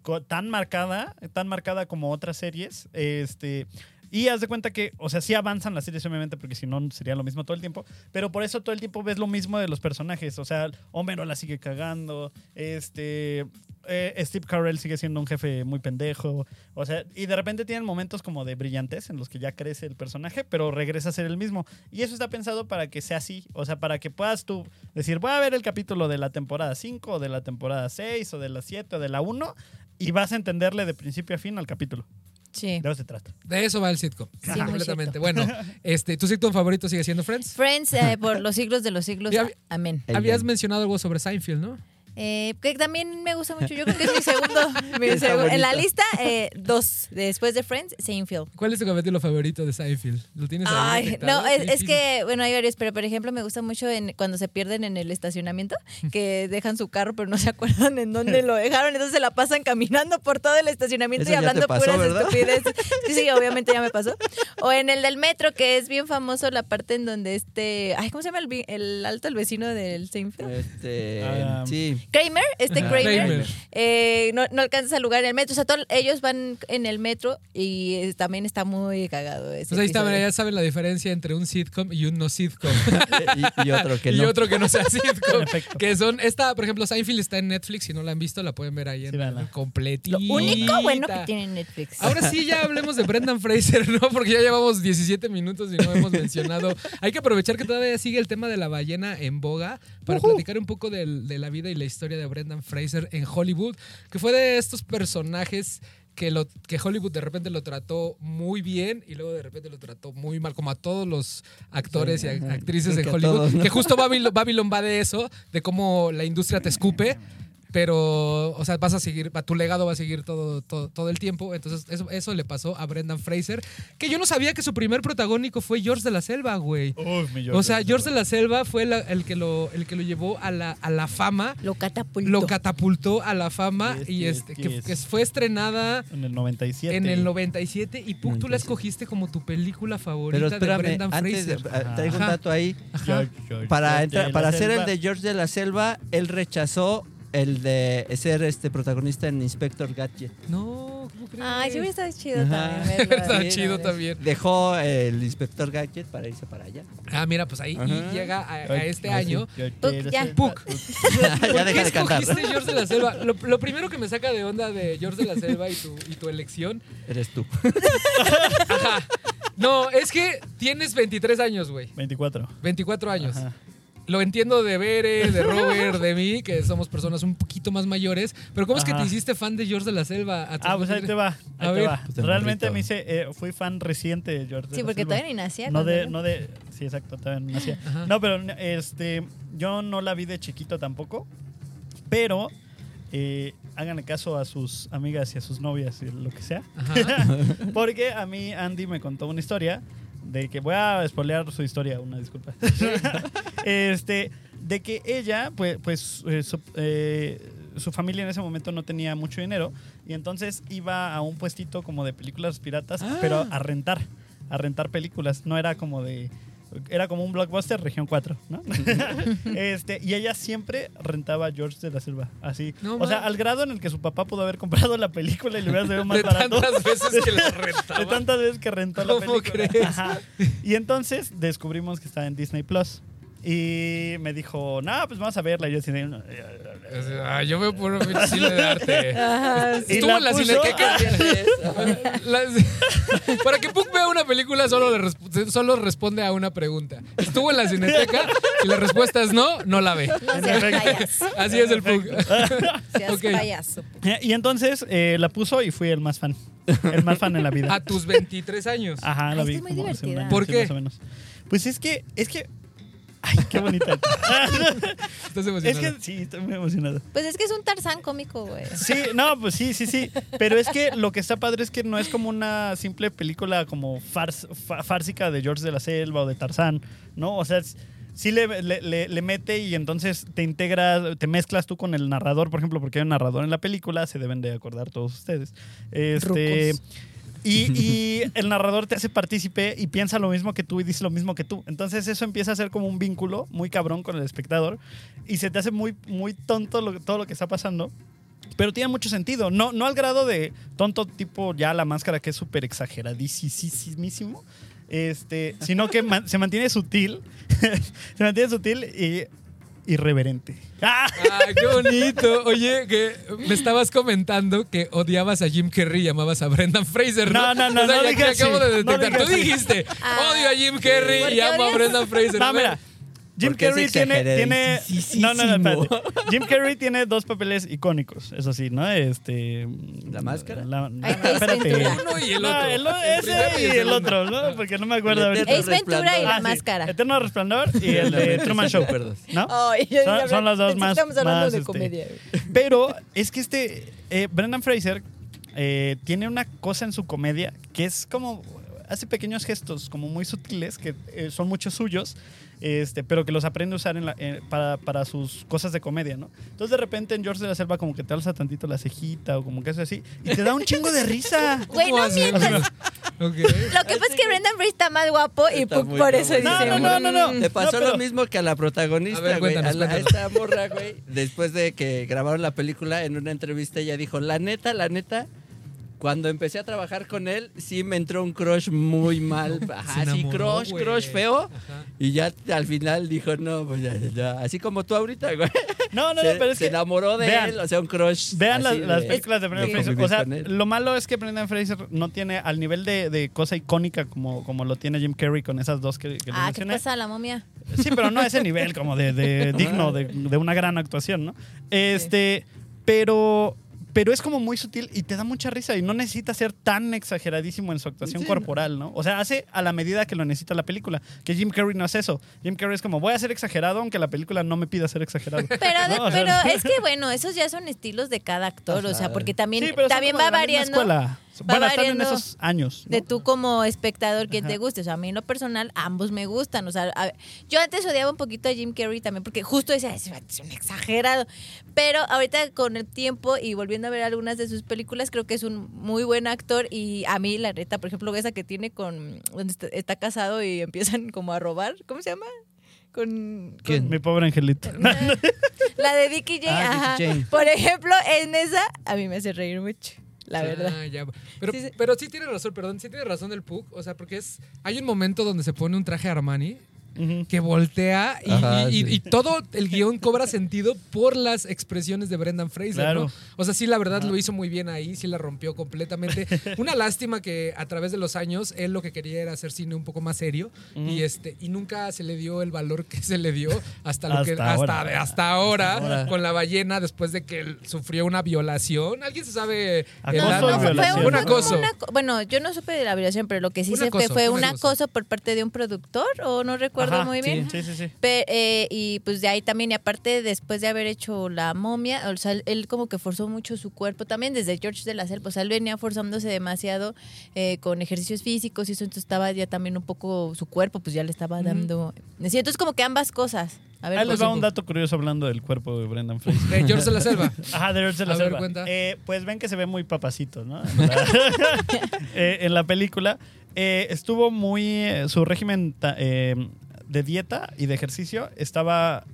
[SPEAKER 3] co- tan marcada, tan marcada como otras series. Este. Y haz de cuenta que, o sea, sí avanzan las series, obviamente, porque si no sería lo mismo todo el tiempo. Pero por eso todo el tiempo ves lo mismo de los personajes. O sea, Homero la sigue cagando. Este. eh, Steve Carell sigue siendo un jefe muy pendejo. O sea, y de repente tienen momentos como de brillantez en los que ya crece el personaje, pero regresa a ser el mismo. Y eso está pensado para que sea así. O sea, para que puedas tú decir, voy a ver el capítulo de la temporada 5, o de la temporada 6, o de la 7, o de la 1, y vas a entenderle de principio a fin al capítulo.
[SPEAKER 4] Sí.
[SPEAKER 3] De eso se trata.
[SPEAKER 1] De eso va el sitcom.
[SPEAKER 4] Sí, muy
[SPEAKER 1] completamente.
[SPEAKER 2] (laughs)
[SPEAKER 1] Bueno, este, ¿tu sitcom favorito sigue siendo Friends?
[SPEAKER 4] Friends eh, por los siglos de los siglos.
[SPEAKER 1] Ya-
[SPEAKER 4] Amén.
[SPEAKER 2] El
[SPEAKER 1] Habías
[SPEAKER 2] bien.
[SPEAKER 1] mencionado algo sobre Seinfeld, ¿no?
[SPEAKER 4] Eh, que también me gusta mucho. Yo creo que es
[SPEAKER 2] (laughs)
[SPEAKER 4] mi segundo. mi
[SPEAKER 2] Está
[SPEAKER 4] segu- en la
[SPEAKER 2] bonito.
[SPEAKER 4] lista, eh, dos. Después de Friends, Seinfeld.
[SPEAKER 1] ¿Cuál es tu capítulo favorito de Seinfeld? ¿Lo tienes ahí
[SPEAKER 4] Ay,
[SPEAKER 1] detectado?
[SPEAKER 4] no, es,
[SPEAKER 1] Sí,
[SPEAKER 4] es
[SPEAKER 1] sí.
[SPEAKER 4] que, bueno, hay varios, pero por ejemplo me gusta mucho en, cuando se pierden en el estacionamiento,
[SPEAKER 1] (laughs)
[SPEAKER 4] que dejan su carro pero no se acuerdan en dónde lo dejaron, entonces se la pasan caminando por todo el estacionamiento
[SPEAKER 2] Eso
[SPEAKER 4] y
[SPEAKER 2] ya te
[SPEAKER 4] hablando
[SPEAKER 2] pasó,
[SPEAKER 4] puras
[SPEAKER 1] (laughs)
[SPEAKER 2] ¿verdad?
[SPEAKER 4] estupideces. Sí, sí, obviamente ya me pasó. O en el del metro, que es bien famoso la parte en donde este, ay, ¿cómo se llama el, vi- el alto, el vecino del Seinfeld?
[SPEAKER 2] Este,
[SPEAKER 3] Ah,
[SPEAKER 2] sí.
[SPEAKER 4] Kramer, este
[SPEAKER 1] Eh, Ajá.
[SPEAKER 4] Kramer,
[SPEAKER 1] Kramer.
[SPEAKER 4] eh, no, no alcanza lugar en el metro. O sea, todo- ellos van en el metro y eh, también está muy cagado. ese
[SPEAKER 1] Pues ahí está, mira,
[SPEAKER 4] episodio.
[SPEAKER 1] ya saben la diferencia entre un sitcom y un no sitcom.
[SPEAKER 2] Y, y (laughs) otro
[SPEAKER 1] (laughs)
[SPEAKER 2] que
[SPEAKER 1] y
[SPEAKER 2] no.
[SPEAKER 1] otro que no
[SPEAKER 2] (laughs)
[SPEAKER 1] sea sitcom.
[SPEAKER 3] Perfecto.
[SPEAKER 1] que son, esta, por ejemplo, Seinfeld está en Netflix, si no la han visto, la pueden ver ahí en
[SPEAKER 3] Sí, véanla.
[SPEAKER 1] completita.
[SPEAKER 4] Lo único bueno que tiene Netflix.
[SPEAKER 1] Ahora sí, ya hablemos de Brendan Fraser, ¿no? Porque ya llevamos 17 minutos y no hemos mencionado. Hay que aprovechar que todavía sigue el tema de la ballena en boga para platicar un poco del- de la vida y la historia de Brendan Fraser en Hollywood, que fue de estos personajes que, lo, que Hollywood de repente lo trató muy bien y luego de repente lo trató muy mal, como a todos los actores
[SPEAKER 2] Sí,
[SPEAKER 1] y a-
[SPEAKER 2] ajá.
[SPEAKER 1] actrices
[SPEAKER 2] Creo
[SPEAKER 1] de
[SPEAKER 2] que a
[SPEAKER 1] Hollywood.
[SPEAKER 2] todos, ¿no?
[SPEAKER 1] Que justo Babylon, Babylon va de eso, de cómo la industria te escupe. Pero, o sea, vas a seguir, va- tu legado va a seguir todo, todo, todo el tiempo. Entonces, eso, eso le pasó a Brendan Fraser. Que yo no sabía que su primer protagónico fue George de la Selva, güey.
[SPEAKER 3] Uf, mi
[SPEAKER 1] O sea, Oh, George de la Selva fue la- el, que lo, el que lo llevó a la, a la fama.
[SPEAKER 4] Lo catapultó.
[SPEAKER 1] Lo catapultó a la fama
[SPEAKER 3] Yes,
[SPEAKER 1] y
[SPEAKER 3] yes,
[SPEAKER 1] este, que-
[SPEAKER 3] yes.
[SPEAKER 1] que fue estrenada
[SPEAKER 3] En el 97.
[SPEAKER 1] en el 97 y Puck, tú la
[SPEAKER 2] 97.
[SPEAKER 1] escogiste como tu película favorita
[SPEAKER 2] Pero
[SPEAKER 1] de
[SPEAKER 2] espérame,
[SPEAKER 1] Brendan
[SPEAKER 2] antes de-
[SPEAKER 1] Fraser.
[SPEAKER 2] ah, traigo un
[SPEAKER 1] Ajá.
[SPEAKER 2] dato ahí.
[SPEAKER 1] Ajá.
[SPEAKER 2] Para, entrar- para
[SPEAKER 3] hacer
[SPEAKER 2] ser el de George de la Selva, él rechazó el de ser este protagonista en Inspector Gadget.
[SPEAKER 1] No, ¿cómo crees?
[SPEAKER 4] Ay, sí hubiera estado chido
[SPEAKER 2] Ajá.
[SPEAKER 4] también. verlo.
[SPEAKER 1] Está
[SPEAKER 4] Sí,
[SPEAKER 1] chido
[SPEAKER 4] no,
[SPEAKER 1] también.
[SPEAKER 2] Dejó el Inspector Gadget para irse para allá.
[SPEAKER 1] Ah, mira, pues ahí y
[SPEAKER 2] Ajá.
[SPEAKER 1] llega a, a este año.
[SPEAKER 4] ya.
[SPEAKER 1] Puck.
[SPEAKER 2] (laughs) ya
[SPEAKER 1] ¿Por ¿Qué
[SPEAKER 2] deja de cantar.
[SPEAKER 1] escogiste George de la Selva? Lo, lo primero que me saca de onda de George de la Selva y tu, y tu elección.
[SPEAKER 2] Eres tú.
[SPEAKER 1] Ajá. No, es que tienes 23 años, güey.
[SPEAKER 3] 24.
[SPEAKER 1] 24 años.
[SPEAKER 3] Ajá.
[SPEAKER 1] Lo entiendo de Bere, de Robert, de mí, que somos personas un poquito más mayores. Pero ¿cómo es que
[SPEAKER 3] Ajá.
[SPEAKER 1] te hiciste fan de George de la Selva? A tus
[SPEAKER 3] Ah, pues ahí
[SPEAKER 1] 23?
[SPEAKER 3] te va.
[SPEAKER 1] A
[SPEAKER 3] Ahí te
[SPEAKER 1] ver.
[SPEAKER 3] va.
[SPEAKER 2] Pues de
[SPEAKER 3] Realmente
[SPEAKER 2] morrito.
[SPEAKER 3] me hice, eh, fui fan reciente de George. de
[SPEAKER 4] Sí,
[SPEAKER 3] la
[SPEAKER 4] porque
[SPEAKER 3] Selva.
[SPEAKER 4] todavía ni nacía.
[SPEAKER 3] No de, no de, sí, exacto, todavía no nacía.
[SPEAKER 1] Ajá.
[SPEAKER 3] No, pero este, yo no la vi de chiquito tampoco, pero eh, háganle caso a sus amigas y a sus novias y lo que sea,
[SPEAKER 1] Ajá. (laughs)
[SPEAKER 3] porque a mí Andy me contó una historia de que voy a spoilear su historia,
[SPEAKER 1] (laughs)
[SPEAKER 3] una disculpa. este, de que ella, pues, pues eh, su, eh, su familia en ese momento no tenía mucho dinero y entonces iba a un
[SPEAKER 1] Ah.
[SPEAKER 3] puestito como de películas piratas, pero a rentar, a rentar películas. No era como de era como un blockbuster región 4,
[SPEAKER 1] (laughs)
[SPEAKER 3] ¿no? este, y ella siempre rentaba a George de la Selva, así.
[SPEAKER 1] No
[SPEAKER 3] o sea,
[SPEAKER 1] mames.
[SPEAKER 3] al grado en el que su papá pudo haber comprado la película y le hubiera salido (laughs) más
[SPEAKER 1] De
[SPEAKER 3] barato.
[SPEAKER 1] tantas veces que
[SPEAKER 3] (laughs)
[SPEAKER 1] la
[SPEAKER 3] De
[SPEAKER 1] rentaba.
[SPEAKER 3] tantas veces que rentó la
[SPEAKER 1] ¿Cómo
[SPEAKER 3] película.
[SPEAKER 1] crees?
[SPEAKER 3] Ajá. Y entonces descubrimos que estaba en Disney Plus. Y me dijo, no, pues vamos a verla. Y yo así de, "No, ya, ya, ya".
[SPEAKER 1] Así, ah, yo veo por un cine de arte.
[SPEAKER 4] (laughs) Ajá,
[SPEAKER 3] Y
[SPEAKER 1] Estuvo en la
[SPEAKER 3] la puso- Ah,
[SPEAKER 1] cineteca. (laughs) Las- (laughs) para que Puck vea una película solo, le resp- solo responde a una pregunta. Estuvo en la cineteca, si la respuesta es no, no la ve.
[SPEAKER 4] No (laughs) seas payaso.
[SPEAKER 1] Así es el Puck.
[SPEAKER 4] Seas
[SPEAKER 1] Ok.
[SPEAKER 4] payaso.
[SPEAKER 3] Y entonces eh, la puso y fui el más fan. El más fan en
[SPEAKER 1] (laughs)
[SPEAKER 3] la
[SPEAKER 1] (laughs)
[SPEAKER 3] vida.
[SPEAKER 1] A tus 23 años.
[SPEAKER 3] Ajá, la
[SPEAKER 4] Ay,
[SPEAKER 3] vi.
[SPEAKER 4] está muy
[SPEAKER 3] como hace un
[SPEAKER 4] divertida.
[SPEAKER 3] año,
[SPEAKER 1] Ah, ¿Por
[SPEAKER 3] sí,
[SPEAKER 1] qué?
[SPEAKER 3] más o menos. Pues es que, es que. Ay,
[SPEAKER 1] (laughs)
[SPEAKER 3] qué bonita.
[SPEAKER 1] Pues Estás
[SPEAKER 3] es
[SPEAKER 1] emocionado.
[SPEAKER 3] que sí, estoy muy emocionado.
[SPEAKER 4] Pues es que es un Tarzán cómico, güey.
[SPEAKER 3] Sí, no, pues sí, sí, sí. Pero es que lo que está padre es que no es como una simple película como fars- fa- fársica de George de la Selva o de Tarzán, ¿no? O sea, es- sí le, le- le- le mete y entonces te integras, te mezclas tú con el narrador, por ejemplo, porque hay un narrador en la película, se deben de acordar todos ustedes. Este.
[SPEAKER 4] Rucos.
[SPEAKER 3] Y, y el narrador te hace partícipe y piensa lo mismo que tú y dice lo mismo que tú. Entonces eso empieza a ser como un vínculo muy cabrón con el espectador y se te hace muy, muy tonto lo- todo lo que está pasando. Pero tiene mucho sentido. No, no al grado de tonto tipo ya la máscara que es súper exageradísimo. Este, sino que man- se mantiene sutil. (laughs) se mantiene sutil y irreverente. ¡Ah!
[SPEAKER 1] Ah, qué bonito. Oye, que me estabas comentando que odiabas a Jim Carrey y llamabas a Brendan Fraser. No,
[SPEAKER 3] No, no, no,
[SPEAKER 1] O sea,
[SPEAKER 3] no
[SPEAKER 1] ya
[SPEAKER 3] dije
[SPEAKER 1] que acabo
[SPEAKER 3] así,
[SPEAKER 1] de
[SPEAKER 3] no
[SPEAKER 1] detectar.
[SPEAKER 3] dije
[SPEAKER 1] Tú
[SPEAKER 3] así.
[SPEAKER 1] dijiste,
[SPEAKER 4] Ah,
[SPEAKER 1] odio a Jim Carrey y
[SPEAKER 4] porque
[SPEAKER 1] amo a
[SPEAKER 4] odias-
[SPEAKER 1] Brendan Fraser.
[SPEAKER 3] No,
[SPEAKER 1] A ver,
[SPEAKER 3] mira. Jim
[SPEAKER 2] Porque es
[SPEAKER 3] Carrey tiene, tiene
[SPEAKER 2] exageradísimo.
[SPEAKER 3] no, no, no, espérate. Jim Carrey tiene dos papeles icónicos, eso sí, ¿no? Este
[SPEAKER 2] ¿La máscara?
[SPEAKER 3] la-
[SPEAKER 4] Ay, qué cintura.
[SPEAKER 1] Uno y el
[SPEAKER 3] No,
[SPEAKER 1] otro.
[SPEAKER 3] el o-
[SPEAKER 1] El primero y
[SPEAKER 3] ese y
[SPEAKER 1] el
[SPEAKER 3] el
[SPEAKER 1] segundo.
[SPEAKER 3] otro, ¿no? Porque no me acuerdo
[SPEAKER 2] El
[SPEAKER 3] ahorita.
[SPEAKER 2] eterno
[SPEAKER 4] Ace Ventura y la
[SPEAKER 3] Ah, sí.
[SPEAKER 1] Ah,
[SPEAKER 4] máscara. Oh.
[SPEAKER 3] Eterno Resplandor y el
[SPEAKER 2] (laughs)
[SPEAKER 3] de Truman Show, ¿no?
[SPEAKER 4] Ay, yo
[SPEAKER 3] Son-
[SPEAKER 4] ya
[SPEAKER 3] son las dos
[SPEAKER 4] pensé que
[SPEAKER 3] más-
[SPEAKER 4] Estamos hablando
[SPEAKER 3] más,
[SPEAKER 4] de
[SPEAKER 3] este, (laughs)
[SPEAKER 4] comedia. güey.
[SPEAKER 3] Pero es que este eh, Brendan Fraser eh, tiene una cosa en su comedia que es como hace pequeños gestos como muy sutiles que eh, son muchos suyos. Este, pero que los aprende a usar en la- eh, para, para sus cosas de comedia, ¿no? Entonces de repente en George de la Selva como que te alza tantito la cejita o como que hace así y te da un chingo de risa.
[SPEAKER 4] (laughs)
[SPEAKER 1] ¿Cómo
[SPEAKER 4] Güey, no
[SPEAKER 1] haces?
[SPEAKER 4] mientas.
[SPEAKER 1] (laughs) Ok.
[SPEAKER 4] Lo que pasa es que Brendan Fraser está más guapo y
[SPEAKER 2] Está
[SPEAKER 4] Puck
[SPEAKER 2] muy
[SPEAKER 4] por eso dice.
[SPEAKER 2] guapo. No, no,
[SPEAKER 3] no, no, no.
[SPEAKER 4] "Mm".
[SPEAKER 2] Le pasó
[SPEAKER 3] No, pero-
[SPEAKER 2] lo mismo que a la protagonista,
[SPEAKER 1] A ver,
[SPEAKER 2] güey.
[SPEAKER 1] cuéntanos,
[SPEAKER 2] A, la- a
[SPEAKER 1] cuéntanos.
[SPEAKER 2] esta morra, güey. Después de que grabaron la película, en una entrevista ella dijo, la neta, la neta, cuando empecé a trabajar con él, sí me entró un crush muy
[SPEAKER 3] (laughs)
[SPEAKER 2] mal. Ajá,
[SPEAKER 1] Se
[SPEAKER 2] sí,
[SPEAKER 1] enamoró,
[SPEAKER 2] crush,
[SPEAKER 1] güey.
[SPEAKER 2] crush feo.
[SPEAKER 1] Ajá.
[SPEAKER 2] Y ya al final dijo, no, pues ya, ya, ya". Así como tú ahorita, güey.
[SPEAKER 3] No, no, no,
[SPEAKER 2] se,
[SPEAKER 3] pero es
[SPEAKER 2] se
[SPEAKER 3] que
[SPEAKER 2] enamoró de
[SPEAKER 3] vean,
[SPEAKER 2] él, o sea, un crush.
[SPEAKER 3] Vean las,
[SPEAKER 2] así
[SPEAKER 3] las
[SPEAKER 2] de-
[SPEAKER 3] películas de Brendan
[SPEAKER 2] de
[SPEAKER 3] Fraser. O
[SPEAKER 2] convivir
[SPEAKER 3] sea,
[SPEAKER 2] con él.
[SPEAKER 3] lo malo es que Brendan Fraser no tiene al nivel de, de cosa icónica como, como lo tiene Jim Carrey con esas dos que, que les
[SPEAKER 4] Ah, ¿qué
[SPEAKER 3] mencioné.
[SPEAKER 4] pasa
[SPEAKER 3] (laughs)
[SPEAKER 4] la momia?
[SPEAKER 3] Sí, pero no a ese nivel como
[SPEAKER 2] (laughs)
[SPEAKER 3] de, de
[SPEAKER 2] Ah.
[SPEAKER 3] digno de, de una gran actuación, ¿no? Este, pero pero es como muy sutil y te da mucha risa y no necesita ser tan exageradísimo en su actuación
[SPEAKER 2] Sí,
[SPEAKER 3] corporal, ¿no? O sea, hace a la medida que lo necesita la película, que Jim Carrey no hace eso. Jim Carrey es como, voy a ser exagerado aunque la película no me pida ser
[SPEAKER 4] (laughs)
[SPEAKER 3] exagerado.
[SPEAKER 4] Pero, de-
[SPEAKER 3] No, o sea,
[SPEAKER 4] pero es que bueno, esos ya son estilos de cada actor, o sea,
[SPEAKER 2] Ajá.
[SPEAKER 4] porque también,
[SPEAKER 3] Sí, pero son
[SPEAKER 4] también
[SPEAKER 3] como
[SPEAKER 4] va
[SPEAKER 3] de la misma
[SPEAKER 4] variando
[SPEAKER 3] escuela. bueno,
[SPEAKER 4] variando
[SPEAKER 3] están en esos años. ¿no?
[SPEAKER 4] de tú como espectador que
[SPEAKER 3] Ajá.
[SPEAKER 4] te guste. O sea, a mí en lo personal ambos me gustan. O sea, a- yo antes odiaba un poquito a Jim Carrey también porque justo decía, es es un exagerado. Pero ahorita con el tiempo y volviendo a ver algunas de sus películas, creo que es un muy buen actor y a mí la neta, por ejemplo, esa que tiene con, donde está, está casado y empiezan como a robar, ¿cómo se llama? Con,
[SPEAKER 2] ¿Quién?
[SPEAKER 3] Mi pobre angelito.
[SPEAKER 4] la de Dicky Jane,
[SPEAKER 2] Ah, Dicky
[SPEAKER 4] ajá.
[SPEAKER 2] Jane.
[SPEAKER 4] Por ejemplo, en esa a mí me hace reír mucho, la verdad.
[SPEAKER 1] Ah, ya. Pero,
[SPEAKER 4] Sí, sí.
[SPEAKER 1] pero sí tiene razón, perdón, sí tiene razón el Puck. O sea, porque es. Hay un momento donde se pone un traje Armani
[SPEAKER 3] Ujú.
[SPEAKER 1] que voltea y,
[SPEAKER 2] Ajá,
[SPEAKER 1] y- y-
[SPEAKER 2] sí.
[SPEAKER 1] y todo el guión cobra sentido por las expresiones de Brendan Fraser.
[SPEAKER 3] Claro.
[SPEAKER 1] ¿no? O sea, sí, la verdad
[SPEAKER 3] Ajá.
[SPEAKER 1] lo hizo muy bien ahí, sí la rompió
[SPEAKER 2] (laughs)
[SPEAKER 1] completamente. Una lástima que a través de los años él lo que quería era hacer cine un poco más serio y este y nunca se le dio el valor que se le dio hasta lo que
[SPEAKER 3] Hasta ahora.
[SPEAKER 1] hasta, hasta ahora,
[SPEAKER 2] Hasta ahora.
[SPEAKER 1] con la ballena después de que él sufrió una violación. ¿Alguien se sabe? el
[SPEAKER 3] Acoso
[SPEAKER 1] dato?
[SPEAKER 3] o violación.
[SPEAKER 1] Un
[SPEAKER 3] fue como
[SPEAKER 1] acoso.
[SPEAKER 4] una co- bueno, yo no supe de la violación, pero lo que sí
[SPEAKER 1] Un
[SPEAKER 4] se
[SPEAKER 1] acoso,
[SPEAKER 4] fue
[SPEAKER 1] un
[SPEAKER 4] un
[SPEAKER 1] acoso.
[SPEAKER 4] acoso por parte de un productor, o no recuerdo
[SPEAKER 3] Ajá,
[SPEAKER 4] muy
[SPEAKER 3] sí,
[SPEAKER 4] bien.
[SPEAKER 3] Sí, sí, sí.
[SPEAKER 4] Pe- eh, y pues de ahí también, y aparte después de haber hecho la momia, o sea, él- él como que forzó mucho su cuerpo también desde George de la Selva, o sea, él venía forzándose demasiado eh, con ejercicios físicos y eso, entonces estaba ya también un poco su cuerpo, pues ya le estaba dando... Sí, entonces como que ambas cosas. A ver,
[SPEAKER 3] Ahí les
[SPEAKER 4] pues,
[SPEAKER 3] va un dato curioso hablando del cuerpo de Brendan
[SPEAKER 4] (laughs)
[SPEAKER 3] Fraser.
[SPEAKER 1] De George de la Selva.
[SPEAKER 3] Ajá, de George de la
[SPEAKER 1] A ver,
[SPEAKER 3] Selva.
[SPEAKER 1] cuenta.
[SPEAKER 3] Eh, pues ven que se ve muy papacito, ¿no? En la, (laughs) Eh, en la película. Eh, estuvo muy. eh, su régimen ta- eh, de dieta y de ejercicio estaba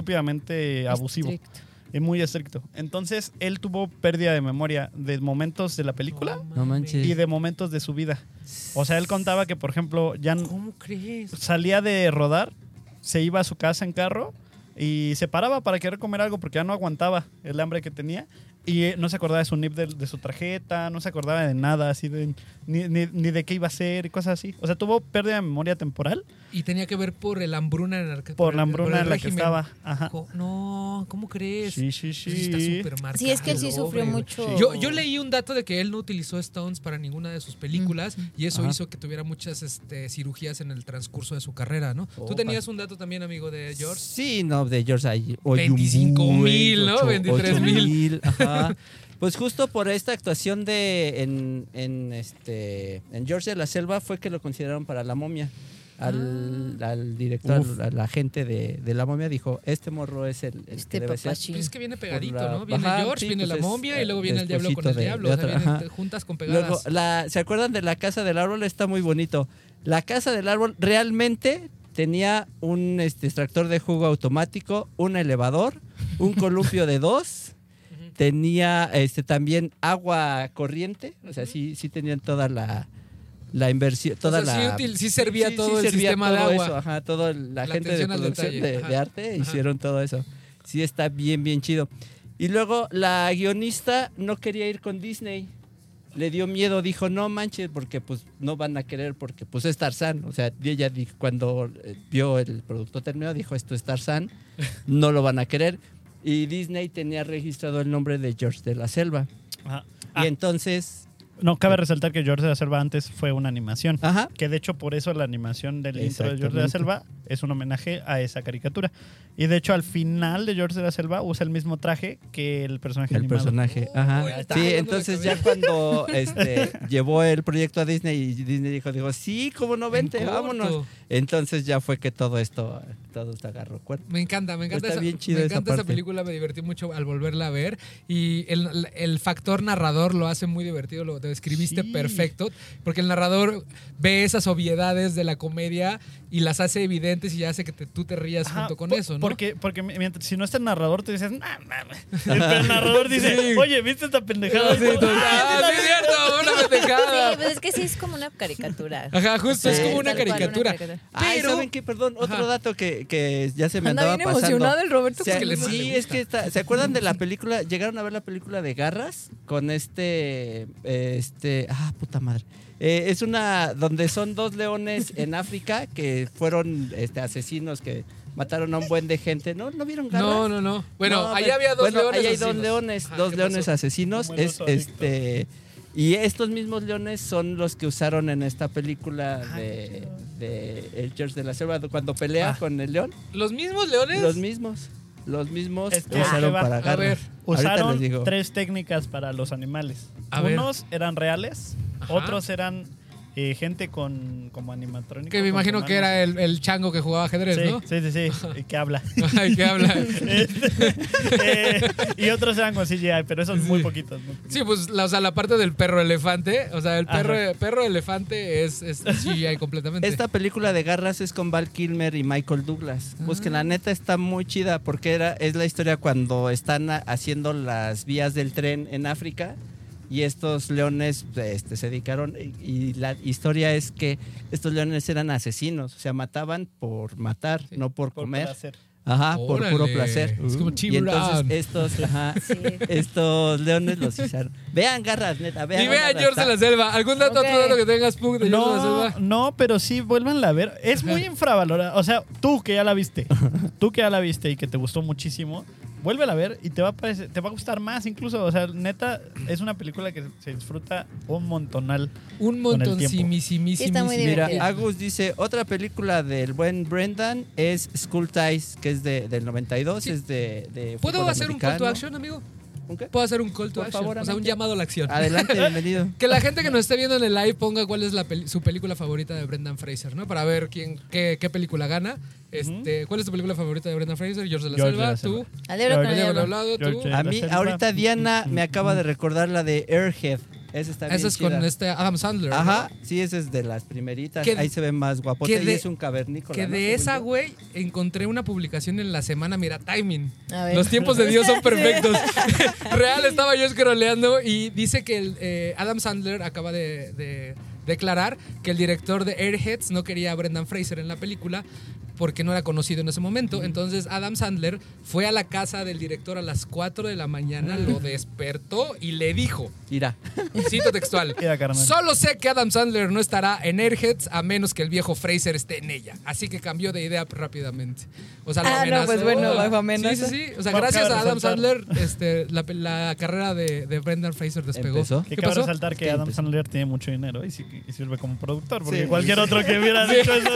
[SPEAKER 3] estúpidamente abusivo
[SPEAKER 4] Estricto.
[SPEAKER 3] y muy estricto. Entonces él tuvo pérdida de memoria de momentos de la película
[SPEAKER 2] No manches.
[SPEAKER 3] y de momentos de su vida. O sea, él contaba que, por ejemplo, ya n-
[SPEAKER 1] ¿Cómo crees?
[SPEAKER 3] salía de rodar, se iba a su casa en carro y se paraba para querer comer algo porque ya no aguantaba el hambre que tenía. Y eh, no se acordaba de su nip de, de su tarjeta, no se acordaba de nada, así de, ni, ni- ni de qué iba a ser y cosas así. O sea, tuvo pérdida de memoria temporal
[SPEAKER 1] Y tenía que ver por el hambruna en la que,
[SPEAKER 3] por la
[SPEAKER 1] el-
[SPEAKER 3] hambruna
[SPEAKER 1] el
[SPEAKER 3] en la que
[SPEAKER 1] régimen.
[SPEAKER 3] estaba. Ajá.
[SPEAKER 1] Co- No, ¿cómo crees?
[SPEAKER 3] Sí, sí,
[SPEAKER 1] Pues sí está
[SPEAKER 3] sí.
[SPEAKER 1] súper marcado,
[SPEAKER 4] Sí, es que él sí sufrió
[SPEAKER 1] pobre, güey.
[SPEAKER 4] mucho.
[SPEAKER 1] Yo, yo leí un dato de que él no utilizó Stones para ninguna de sus películas y eso
[SPEAKER 2] Ajá.
[SPEAKER 1] hizo que tuviera muchas este, cirugías en el transcurso de su carrera, ¿no? Tú
[SPEAKER 2] Opa.
[SPEAKER 1] tenías un dato también, amigo de George.
[SPEAKER 2] Sí, no, de George hay
[SPEAKER 1] 25,000, ¿no? 23,000. (laughs)
[SPEAKER 2] Ajá. Pues justo por esta actuación de en, en este en George de la Selva fue que lo consideraron para la momia. Al,
[SPEAKER 1] Ah.
[SPEAKER 2] al director,
[SPEAKER 3] Uf.
[SPEAKER 2] al, al agente de, de la momia dijo, este morro es el, el
[SPEAKER 4] Este
[SPEAKER 2] que debe ser.
[SPEAKER 4] papachín.
[SPEAKER 1] Pues es que viene pegadito,
[SPEAKER 2] Por la-
[SPEAKER 1] ¿no? Viene
[SPEAKER 2] Ajá,
[SPEAKER 1] George,
[SPEAKER 2] sí,
[SPEAKER 1] viene
[SPEAKER 2] pues
[SPEAKER 1] la
[SPEAKER 2] es,
[SPEAKER 1] momia y luego
[SPEAKER 2] eh,
[SPEAKER 1] viene el diablo con el
[SPEAKER 2] despuesito de-
[SPEAKER 1] diablo.
[SPEAKER 2] de
[SPEAKER 1] o sea,
[SPEAKER 2] otra,
[SPEAKER 1] vienen
[SPEAKER 2] ajá.
[SPEAKER 1] te- juntas con pegadas.
[SPEAKER 2] Luego, la, ¿se acuerdan de la casa del árbol? Está muy bonito. La casa del árbol realmente tenía un este, extractor de jugo automático, un elevador, un columpio de dos,
[SPEAKER 1] Ujú.
[SPEAKER 2] tenía este, también agua corriente, o sea, sí, sí tenían toda la, la inversión,
[SPEAKER 1] O sea,
[SPEAKER 2] toda la...
[SPEAKER 1] sí, util- sí servía
[SPEAKER 2] sí, sí
[SPEAKER 1] todo el
[SPEAKER 2] servía
[SPEAKER 1] sistema de
[SPEAKER 2] todo
[SPEAKER 1] agua.
[SPEAKER 2] eso, ajá, todo el- la,
[SPEAKER 1] La
[SPEAKER 2] gente de
[SPEAKER 1] atención al
[SPEAKER 2] producción
[SPEAKER 1] detalle,
[SPEAKER 2] de,
[SPEAKER 1] ajá.
[SPEAKER 2] de arte
[SPEAKER 1] Ajá.
[SPEAKER 2] hicieron todo eso. Sí, está bien, bien chido. Y luego la guionista no quería ir con Disney. Le dio miedo, dijo, no manches, porque pues no van a querer, porque pues es Tarzán. O sea, y ella dijo, cuando eh, vio el producto terminado, dijo, esto es
[SPEAKER 1] (laughs)
[SPEAKER 2] Tarzán, no lo van a querer. Y Disney tenía registrado el nombre de George de la Selva.
[SPEAKER 3] Ajá.
[SPEAKER 2] Y
[SPEAKER 3] Ah,
[SPEAKER 2] entonces,
[SPEAKER 3] no, cabe resaltar que George de la Selva antes fue una animación.
[SPEAKER 2] ajá,
[SPEAKER 3] Que de hecho por eso la animación del intro de George de la Selva es un homenaje a esa caricatura. Y de hecho al final de George de la Selva usa el mismo traje que el personaje
[SPEAKER 2] el
[SPEAKER 3] animado.
[SPEAKER 2] personaje.
[SPEAKER 1] Oh,
[SPEAKER 2] Ajá.
[SPEAKER 1] güey, está
[SPEAKER 2] Sí,
[SPEAKER 1] jalando la
[SPEAKER 2] entonces
[SPEAKER 1] cabeza. (laughs)
[SPEAKER 2] ya cuando este, llevó el proyecto a Disney y Disney dijo, dijo, sí, cómo no,
[SPEAKER 1] En
[SPEAKER 2] vente,
[SPEAKER 1] corto.
[SPEAKER 2] vámonos. Entonces ya fue que todo esto, todo esto agarró cuerpo.
[SPEAKER 1] Me encanta, me encanta,
[SPEAKER 2] Está
[SPEAKER 1] esa,
[SPEAKER 2] bien chida
[SPEAKER 1] me
[SPEAKER 2] esa
[SPEAKER 1] encanta esa
[SPEAKER 2] parte.
[SPEAKER 1] película, me divertí mucho al volverla a ver y el, el factor narrador lo hace muy divertido, lo describiste
[SPEAKER 3] Sí.
[SPEAKER 1] perfecto, porque el narrador ve esas obviedades de la comedia y las hace evidentes y hace que te- tú te rías
[SPEAKER 3] Ajá,
[SPEAKER 1] junto con
[SPEAKER 3] po-
[SPEAKER 1] eso, ¿no? (laughs)
[SPEAKER 3] Porque, porque mi- mientras, si no está el narrador, tú dices, nah, mames". Pero el narrador dice,
[SPEAKER 1] Sí.
[SPEAKER 3] oye, ¿viste esta pendejada?
[SPEAKER 1] Sí, entonces, ah, sí, es cierto, una
[SPEAKER 4] (laughs) Sí,
[SPEAKER 1] pendejada.
[SPEAKER 4] pues es que sí es como una caricatura.
[SPEAKER 1] Ajá, justo, es
[SPEAKER 2] Sí,
[SPEAKER 1] como una
[SPEAKER 4] tal cual, una
[SPEAKER 1] caricatura.
[SPEAKER 4] caricatura.
[SPEAKER 2] Ay,
[SPEAKER 1] Pero,
[SPEAKER 2] ¿saben qué? Perdón, otro
[SPEAKER 1] Ajá.
[SPEAKER 2] dato que, que ya se me
[SPEAKER 4] Anda
[SPEAKER 2] andaba
[SPEAKER 4] bien
[SPEAKER 2] pasando.
[SPEAKER 4] emocionado el Roberto.
[SPEAKER 2] Se-
[SPEAKER 1] que le- le
[SPEAKER 2] sí,
[SPEAKER 1] gusta.
[SPEAKER 2] es que está- ¿se acuerdan de la película? Llegaron a ver la película de Garras con este, eh, este, ah, puta madre. Eh, es una donde son dos
[SPEAKER 1] (laughs)
[SPEAKER 2] leones en África que fueron este, asesinos que mataron a un buen de gente. ¿No, ¿No vieron Garras?
[SPEAKER 1] no, no, no. Bueno,
[SPEAKER 2] No, a
[SPEAKER 1] ahí
[SPEAKER 2] ver,
[SPEAKER 1] había dos
[SPEAKER 2] bueno,
[SPEAKER 1] leones.
[SPEAKER 2] ahí hay dos
[SPEAKER 1] asesinos.
[SPEAKER 2] leones,
[SPEAKER 1] Ajá,
[SPEAKER 2] dos
[SPEAKER 1] ¿qué
[SPEAKER 2] leones
[SPEAKER 1] pasó?
[SPEAKER 2] asesinos.
[SPEAKER 3] Un buen
[SPEAKER 2] Es,
[SPEAKER 3] oso adicto.
[SPEAKER 2] este, y estos mismos leones son los que usaron en esta película
[SPEAKER 1] Ah,
[SPEAKER 2] de, de El George de la Selva, cuando pelea
[SPEAKER 3] Ah.
[SPEAKER 2] con el león.
[SPEAKER 1] ¿Los mismos leones?
[SPEAKER 2] Los mismos. Los mismos
[SPEAKER 3] Es que
[SPEAKER 2] que
[SPEAKER 3] ahí
[SPEAKER 2] usaron
[SPEAKER 3] va.
[SPEAKER 2] para
[SPEAKER 1] A ver.
[SPEAKER 2] agarrar.
[SPEAKER 3] Usaron tres técnicas para los animales.
[SPEAKER 1] A ver.
[SPEAKER 3] Unos eran reales,
[SPEAKER 1] Ajá.
[SPEAKER 3] otros eran eh, gente con como animatrónico.
[SPEAKER 1] Que me
[SPEAKER 3] con
[SPEAKER 1] imagino que
[SPEAKER 3] humanos.
[SPEAKER 1] era el, el chango que jugaba ajedrez,
[SPEAKER 3] Sí,
[SPEAKER 1] ¿no? (laughs)
[SPEAKER 3] sí, sí, sí, y que habla.
[SPEAKER 1] Ay, que habla.
[SPEAKER 3] (laughs) Eh, y otros eran con CGI, pero esos muy poquitos. ¿no?
[SPEAKER 1] Sí, pues la, o sea, la parte del perro elefante. O sea, el perro, perro elefante es, es CGI completamente.
[SPEAKER 2] Esta película de garras es con Val Kilmer y Michael Douglas.
[SPEAKER 3] Ah.
[SPEAKER 2] Busquen, la neta está muy chida porque era, es la historia cuando están a- haciendo las vías del tren en África y estos leones este, se dedicaron y, y la historia es que estos leones eran asesinos, o sea, mataban por matar, no por,
[SPEAKER 3] Por
[SPEAKER 2] comer.
[SPEAKER 3] placer.
[SPEAKER 2] Ajá, por puro
[SPEAKER 1] Órale.
[SPEAKER 2] placer.
[SPEAKER 1] Es como
[SPEAKER 2] y entonces
[SPEAKER 1] Chimran.
[SPEAKER 2] estos,
[SPEAKER 4] (laughs)
[SPEAKER 2] ajá, estos leones los hicieron. Vean garras, neta, vean.
[SPEAKER 1] y vean
[SPEAKER 2] Garras,
[SPEAKER 1] George de la
[SPEAKER 2] está-
[SPEAKER 1] Selva. ¿Algún dato,
[SPEAKER 4] Ok.
[SPEAKER 1] otro dato que tengas, Pug, de George de la
[SPEAKER 3] No,
[SPEAKER 1] Selva?
[SPEAKER 3] no, pero sí, vuélvanla a ver. Es muy infravalorada. O sea, tú que ya la viste, tú que ya la viste y que te gustó muchísimo, vuélvela a ver y te va a, parecer- te va a gustar más incluso. O sea, neta, es una película que se disfruta un montonal.
[SPEAKER 1] Un
[SPEAKER 3] Con el tiempo.
[SPEAKER 4] Sí, está muy
[SPEAKER 1] montoncimisimísimo.
[SPEAKER 4] divertido.
[SPEAKER 2] Mira,
[SPEAKER 4] Divertido.
[SPEAKER 2] Agus dice, otra película del buen Brendan es School Ties, que es de, del 92,
[SPEAKER 1] Sí.
[SPEAKER 2] es de, de
[SPEAKER 1] ¿Puedo
[SPEAKER 2] fútbol
[SPEAKER 1] hacer un call to
[SPEAKER 2] americano.
[SPEAKER 1] action, amigo?
[SPEAKER 2] ¿Un qué? Ah.
[SPEAKER 1] ¿Puedo hacer un call to
[SPEAKER 2] Por
[SPEAKER 1] action?
[SPEAKER 2] favor,
[SPEAKER 1] o sea, un
[SPEAKER 2] adelante.
[SPEAKER 1] llamado a la acción.
[SPEAKER 2] Adelante, bienvenido.
[SPEAKER 1] Que la gente que nos esté viendo en el live ponga cuál es la peli- su película favorita de Brendan Fraser, ¿no? Para ver quién, qué, qué película gana. Este, ¿Cuál es tu película favorita de Brendan Fraser? George de la
[SPEAKER 3] George de
[SPEAKER 1] Selva,
[SPEAKER 3] la Selva.
[SPEAKER 1] tú.
[SPEAKER 4] Al diablo con el
[SPEAKER 1] Al diablo
[SPEAKER 4] diablo.
[SPEAKER 1] hablado, tú.
[SPEAKER 3] George de
[SPEAKER 2] A
[SPEAKER 3] la
[SPEAKER 2] mí,
[SPEAKER 3] Selva.
[SPEAKER 2] ahorita Diana me acaba de recordar la de Airhead, Esa está bien
[SPEAKER 1] Ese es
[SPEAKER 2] chida.
[SPEAKER 1] con este Adam Sandler. ¿no?
[SPEAKER 2] Ajá, sí, ese es de las primeritas.
[SPEAKER 1] Que-
[SPEAKER 2] Ahí se ve más guapote
[SPEAKER 1] que de-
[SPEAKER 2] y es un cavernícola.
[SPEAKER 1] Que
[SPEAKER 2] ¿no?
[SPEAKER 1] de
[SPEAKER 2] Según
[SPEAKER 1] esa,
[SPEAKER 2] yo.
[SPEAKER 1] güey, encontré una publicación en la semana. Mira, timing.
[SPEAKER 4] A ver.
[SPEAKER 1] Los tiempos de Dios
[SPEAKER 2] (laughs)
[SPEAKER 1] son perfectos. (laughs) Real, estaba yo escroleando y dice que el, eh, Adam Sandler acaba de, de declarar que el director de Airheads no quería a Brendan Fraser en la película porque no era conocido en ese momento. Entonces Adam Sandler fue a la casa del director a las 4 de la mañana,
[SPEAKER 2] (laughs)
[SPEAKER 1] lo despertó y le dijo, (laughs)
[SPEAKER 2] Irá.
[SPEAKER 1] cito textual,
[SPEAKER 3] (laughs) Mira, carnal.
[SPEAKER 1] Solo sé que Adam Sandler no estará en Airheads a menos que el viejo Fraser esté en ella. Así que cambió de idea rápidamente. O sea, lo
[SPEAKER 4] Ah, no,
[SPEAKER 1] amenazó.
[SPEAKER 4] pues bueno, bajo amenaza.
[SPEAKER 1] Sí, sí, sí. O sea,
[SPEAKER 3] Bueno,
[SPEAKER 1] gracias
[SPEAKER 3] cabe
[SPEAKER 1] a Adam
[SPEAKER 3] resaltar.
[SPEAKER 1] Sandler, este, la, la carrera de, de Brendan Fraser despegó.
[SPEAKER 2] Empezó.
[SPEAKER 3] Que
[SPEAKER 1] ¿Qué
[SPEAKER 3] cabe
[SPEAKER 1] pasó?
[SPEAKER 3] resaltar que
[SPEAKER 2] Sí,
[SPEAKER 3] Adam
[SPEAKER 2] pues.
[SPEAKER 3] Sandler tiene mucho dinero y, sí- y sirve como productor, porque
[SPEAKER 2] Sí,
[SPEAKER 3] cualquier
[SPEAKER 2] sí.
[SPEAKER 3] otro que hubiera dicho eso,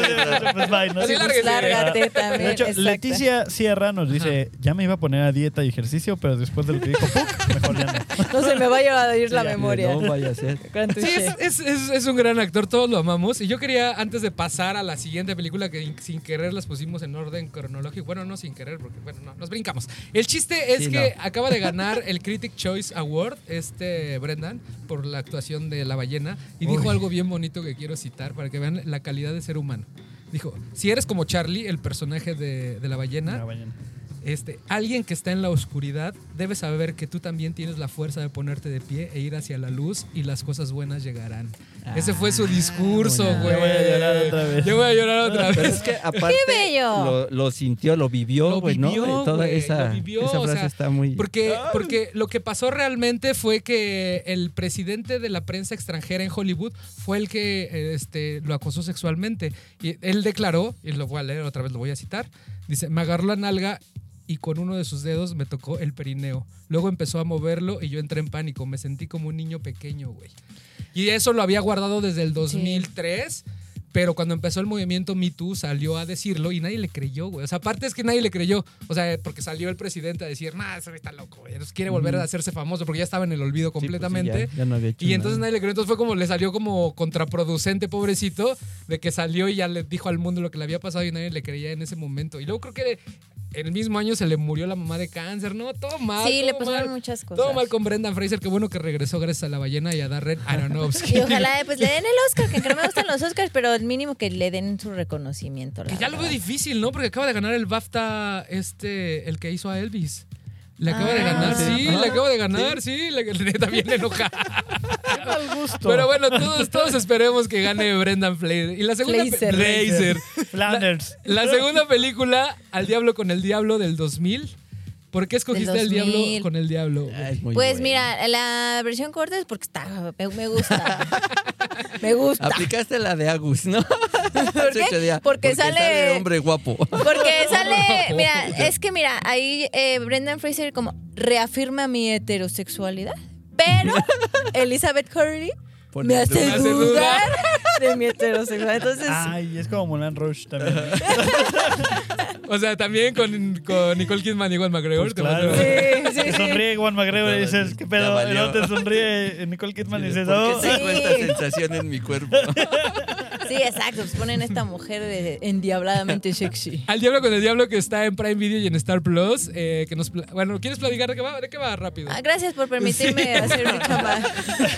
[SPEAKER 3] pues bye, ¿no?
[SPEAKER 1] Así
[SPEAKER 3] Sí,
[SPEAKER 1] lárguese.
[SPEAKER 4] Lárgate también.
[SPEAKER 3] De hecho,
[SPEAKER 4] exacto.
[SPEAKER 3] Leticia Sierra nos dice, ya me iba a poner a dieta y ejercicio, pero después de lo que dijo Puck, mejor ya no.
[SPEAKER 4] No se me vaya a ir la
[SPEAKER 3] Sí, ya.
[SPEAKER 4] memoria.
[SPEAKER 2] No vaya a ser.
[SPEAKER 4] Gran
[SPEAKER 1] Sí,
[SPEAKER 4] touché.
[SPEAKER 1] es, es- es- es un gran actor, todos lo amamos. Y yo quería, antes de pasar a la siguiente película, que in- sin querer las pusimos en orden cronológico. Bueno, no sin querer, porque bueno, no, nos brincamos. El chiste es
[SPEAKER 2] Sí,
[SPEAKER 1] que acaba de
[SPEAKER 2] (laughs)
[SPEAKER 1] ganar el Critic Choice Award, este Brendan, por la actuación de La Ballena. Y dijo
[SPEAKER 2] Uy.
[SPEAKER 1] algo bien bonito que quiero citar para que vean la calidad de ser humano. Dijo, si eres como Charlie, el personaje de, de La Ballena,
[SPEAKER 3] No, vayan.
[SPEAKER 1] este, alguien que está en la oscuridad debe saber que tú también tienes la fuerza de ponerte de pie e ir hacia la luz y las cosas buenas llegarán. Ese fue su discurso,
[SPEAKER 2] bueno.
[SPEAKER 1] güey.
[SPEAKER 3] Yo voy a llorar otra vez.
[SPEAKER 1] Yo voy a llorar otra
[SPEAKER 2] Pero
[SPEAKER 1] vez.
[SPEAKER 2] es que aparte
[SPEAKER 4] ¡Qué bello!
[SPEAKER 2] Lo, lo sintió, lo vivió,
[SPEAKER 1] Lo
[SPEAKER 2] güey, ¿no?
[SPEAKER 1] vivió,
[SPEAKER 2] Eh, Toda
[SPEAKER 1] güey,
[SPEAKER 2] esa,
[SPEAKER 1] lo vivió,
[SPEAKER 2] esa
[SPEAKER 1] o
[SPEAKER 2] frase
[SPEAKER 1] sea,
[SPEAKER 2] está muy... pues
[SPEAKER 1] Porque, porque lo que pasó realmente fue que el presidente de la prensa extranjera en Hollywood fue el que eh, este, lo acosó sexualmente. Y él declaró, y lo voy a leer otra vez, lo voy a citar, dice, me agarró la nalga y con uno de sus dedos me tocó el perineo. Luego empezó a moverlo y yo entré en pánico. Me sentí como un niño pequeño, güey. Y eso lo había guardado desde el 2003. Pero cuando empezó el movimiento Me Too salió a decirlo y nadie le creyó, güey. O sea, aparte es que nadie le creyó. O sea, porque salió el presidente a decir, nah, ese güey está loco, güey. Nos quiere volver a hacerse famoso porque ya estaba en el olvido
[SPEAKER 2] Sí, pues, sí,
[SPEAKER 1] completamente.
[SPEAKER 2] ya, ya no había hecho
[SPEAKER 1] Y entonces
[SPEAKER 2] nada.
[SPEAKER 1] nadie le creyó. Entonces fue como le salió como contraproducente, pobrecito, de que salió y ya le dijo al mundo lo que le había pasado y nadie le creía en ese momento. Y luego creo que en el mismo año se le murió la mamá de cáncer, ¿no? Todo mal.
[SPEAKER 4] Sí, le
[SPEAKER 1] todo
[SPEAKER 4] pasaron
[SPEAKER 1] mal.
[SPEAKER 4] muchas cosas.
[SPEAKER 1] Todo mal con Brendan Fraser. Qué bueno que regresó gracias a la ballena y a Darren Aronofsky.
[SPEAKER 4] Y ojalá eh, pues le den el Oscar, que no me gustan los Oscars, pero el mínimo que le den su reconocimiento. la
[SPEAKER 1] Que ya lo veo
[SPEAKER 4] verdad.
[SPEAKER 1] difícil, ¿no? Porque acaba de ganar el BAFTA este, el que hizo a Elvis. Le acaba de
[SPEAKER 4] Ah,
[SPEAKER 1] ganar,
[SPEAKER 4] sí.
[SPEAKER 1] sí, le acaba de ganar, sí, le (laughs) neta bien
[SPEAKER 4] (laughs)
[SPEAKER 1] enojada.
[SPEAKER 3] Al gusto.
[SPEAKER 1] Pero bueno, todos, todos esperemos que gane Brendan Fraser. Y la segunda pe-
[SPEAKER 4] Fraser.
[SPEAKER 1] Fraser.
[SPEAKER 3] Flanders.
[SPEAKER 1] La segunda película, Al Diablo con el Diablo del 2000. ¿Por qué escogiste
[SPEAKER 4] Del
[SPEAKER 1] Al Diablo
[SPEAKER 4] 2000.
[SPEAKER 1] con el Diablo? güey?
[SPEAKER 2] Ah, es muy
[SPEAKER 4] Pues
[SPEAKER 2] bueno.
[SPEAKER 4] mira, la versión corta es porque está, me, me gusta. (laughs) me gusta.
[SPEAKER 2] Aplicaste la de Agus, ¿no? (laughs) ¿Por
[SPEAKER 4] qué? Porque sale-
[SPEAKER 2] hombre guapo.
[SPEAKER 4] (laughs) Porque sale, mira, es que mira, ahí eh, Brendan Fraser como reafirma mi heterosexualidad, (laughs) pero Elizabeth Hurley me hace,
[SPEAKER 1] Me hace
[SPEAKER 4] dudar
[SPEAKER 1] dudar.
[SPEAKER 4] (laughs) de mi heterosexualidad. Entonces,
[SPEAKER 3] Ay, es como Mulan Rush también. ¿no? Pues,
[SPEAKER 1] O sea, también con, con Nicole Kidman y Ewan McGregor.
[SPEAKER 3] Pues
[SPEAKER 1] te vas a-
[SPEAKER 3] claro.
[SPEAKER 4] sí, sí,
[SPEAKER 3] Que
[SPEAKER 4] sí.
[SPEAKER 3] sonríe Juan McGregor y dices, ¿qué
[SPEAKER 2] Ya
[SPEAKER 3] pedo? Y
[SPEAKER 2] valió.
[SPEAKER 3] luego te sonríe Nicole Kidman y dices,
[SPEAKER 2] ¿Por
[SPEAKER 3] oh,
[SPEAKER 2] qué siento
[SPEAKER 4] Sí.
[SPEAKER 2] esta sensación en mi
[SPEAKER 4] (laughs)
[SPEAKER 2] cuerpo? (laughs)
[SPEAKER 4] Sí, exacto. Pues ponen a esta mujer eh,
[SPEAKER 1] (laughs)
[SPEAKER 4] endiabladamente sexy.
[SPEAKER 1] Al Diablo con el Diablo que está en Prime Video y en Star Plus. eh, que nos pla- bueno, ¿quieres platicar de qué va? ¿De qué va rápido?
[SPEAKER 4] Ah, gracias por permitirme hacer mi chamba.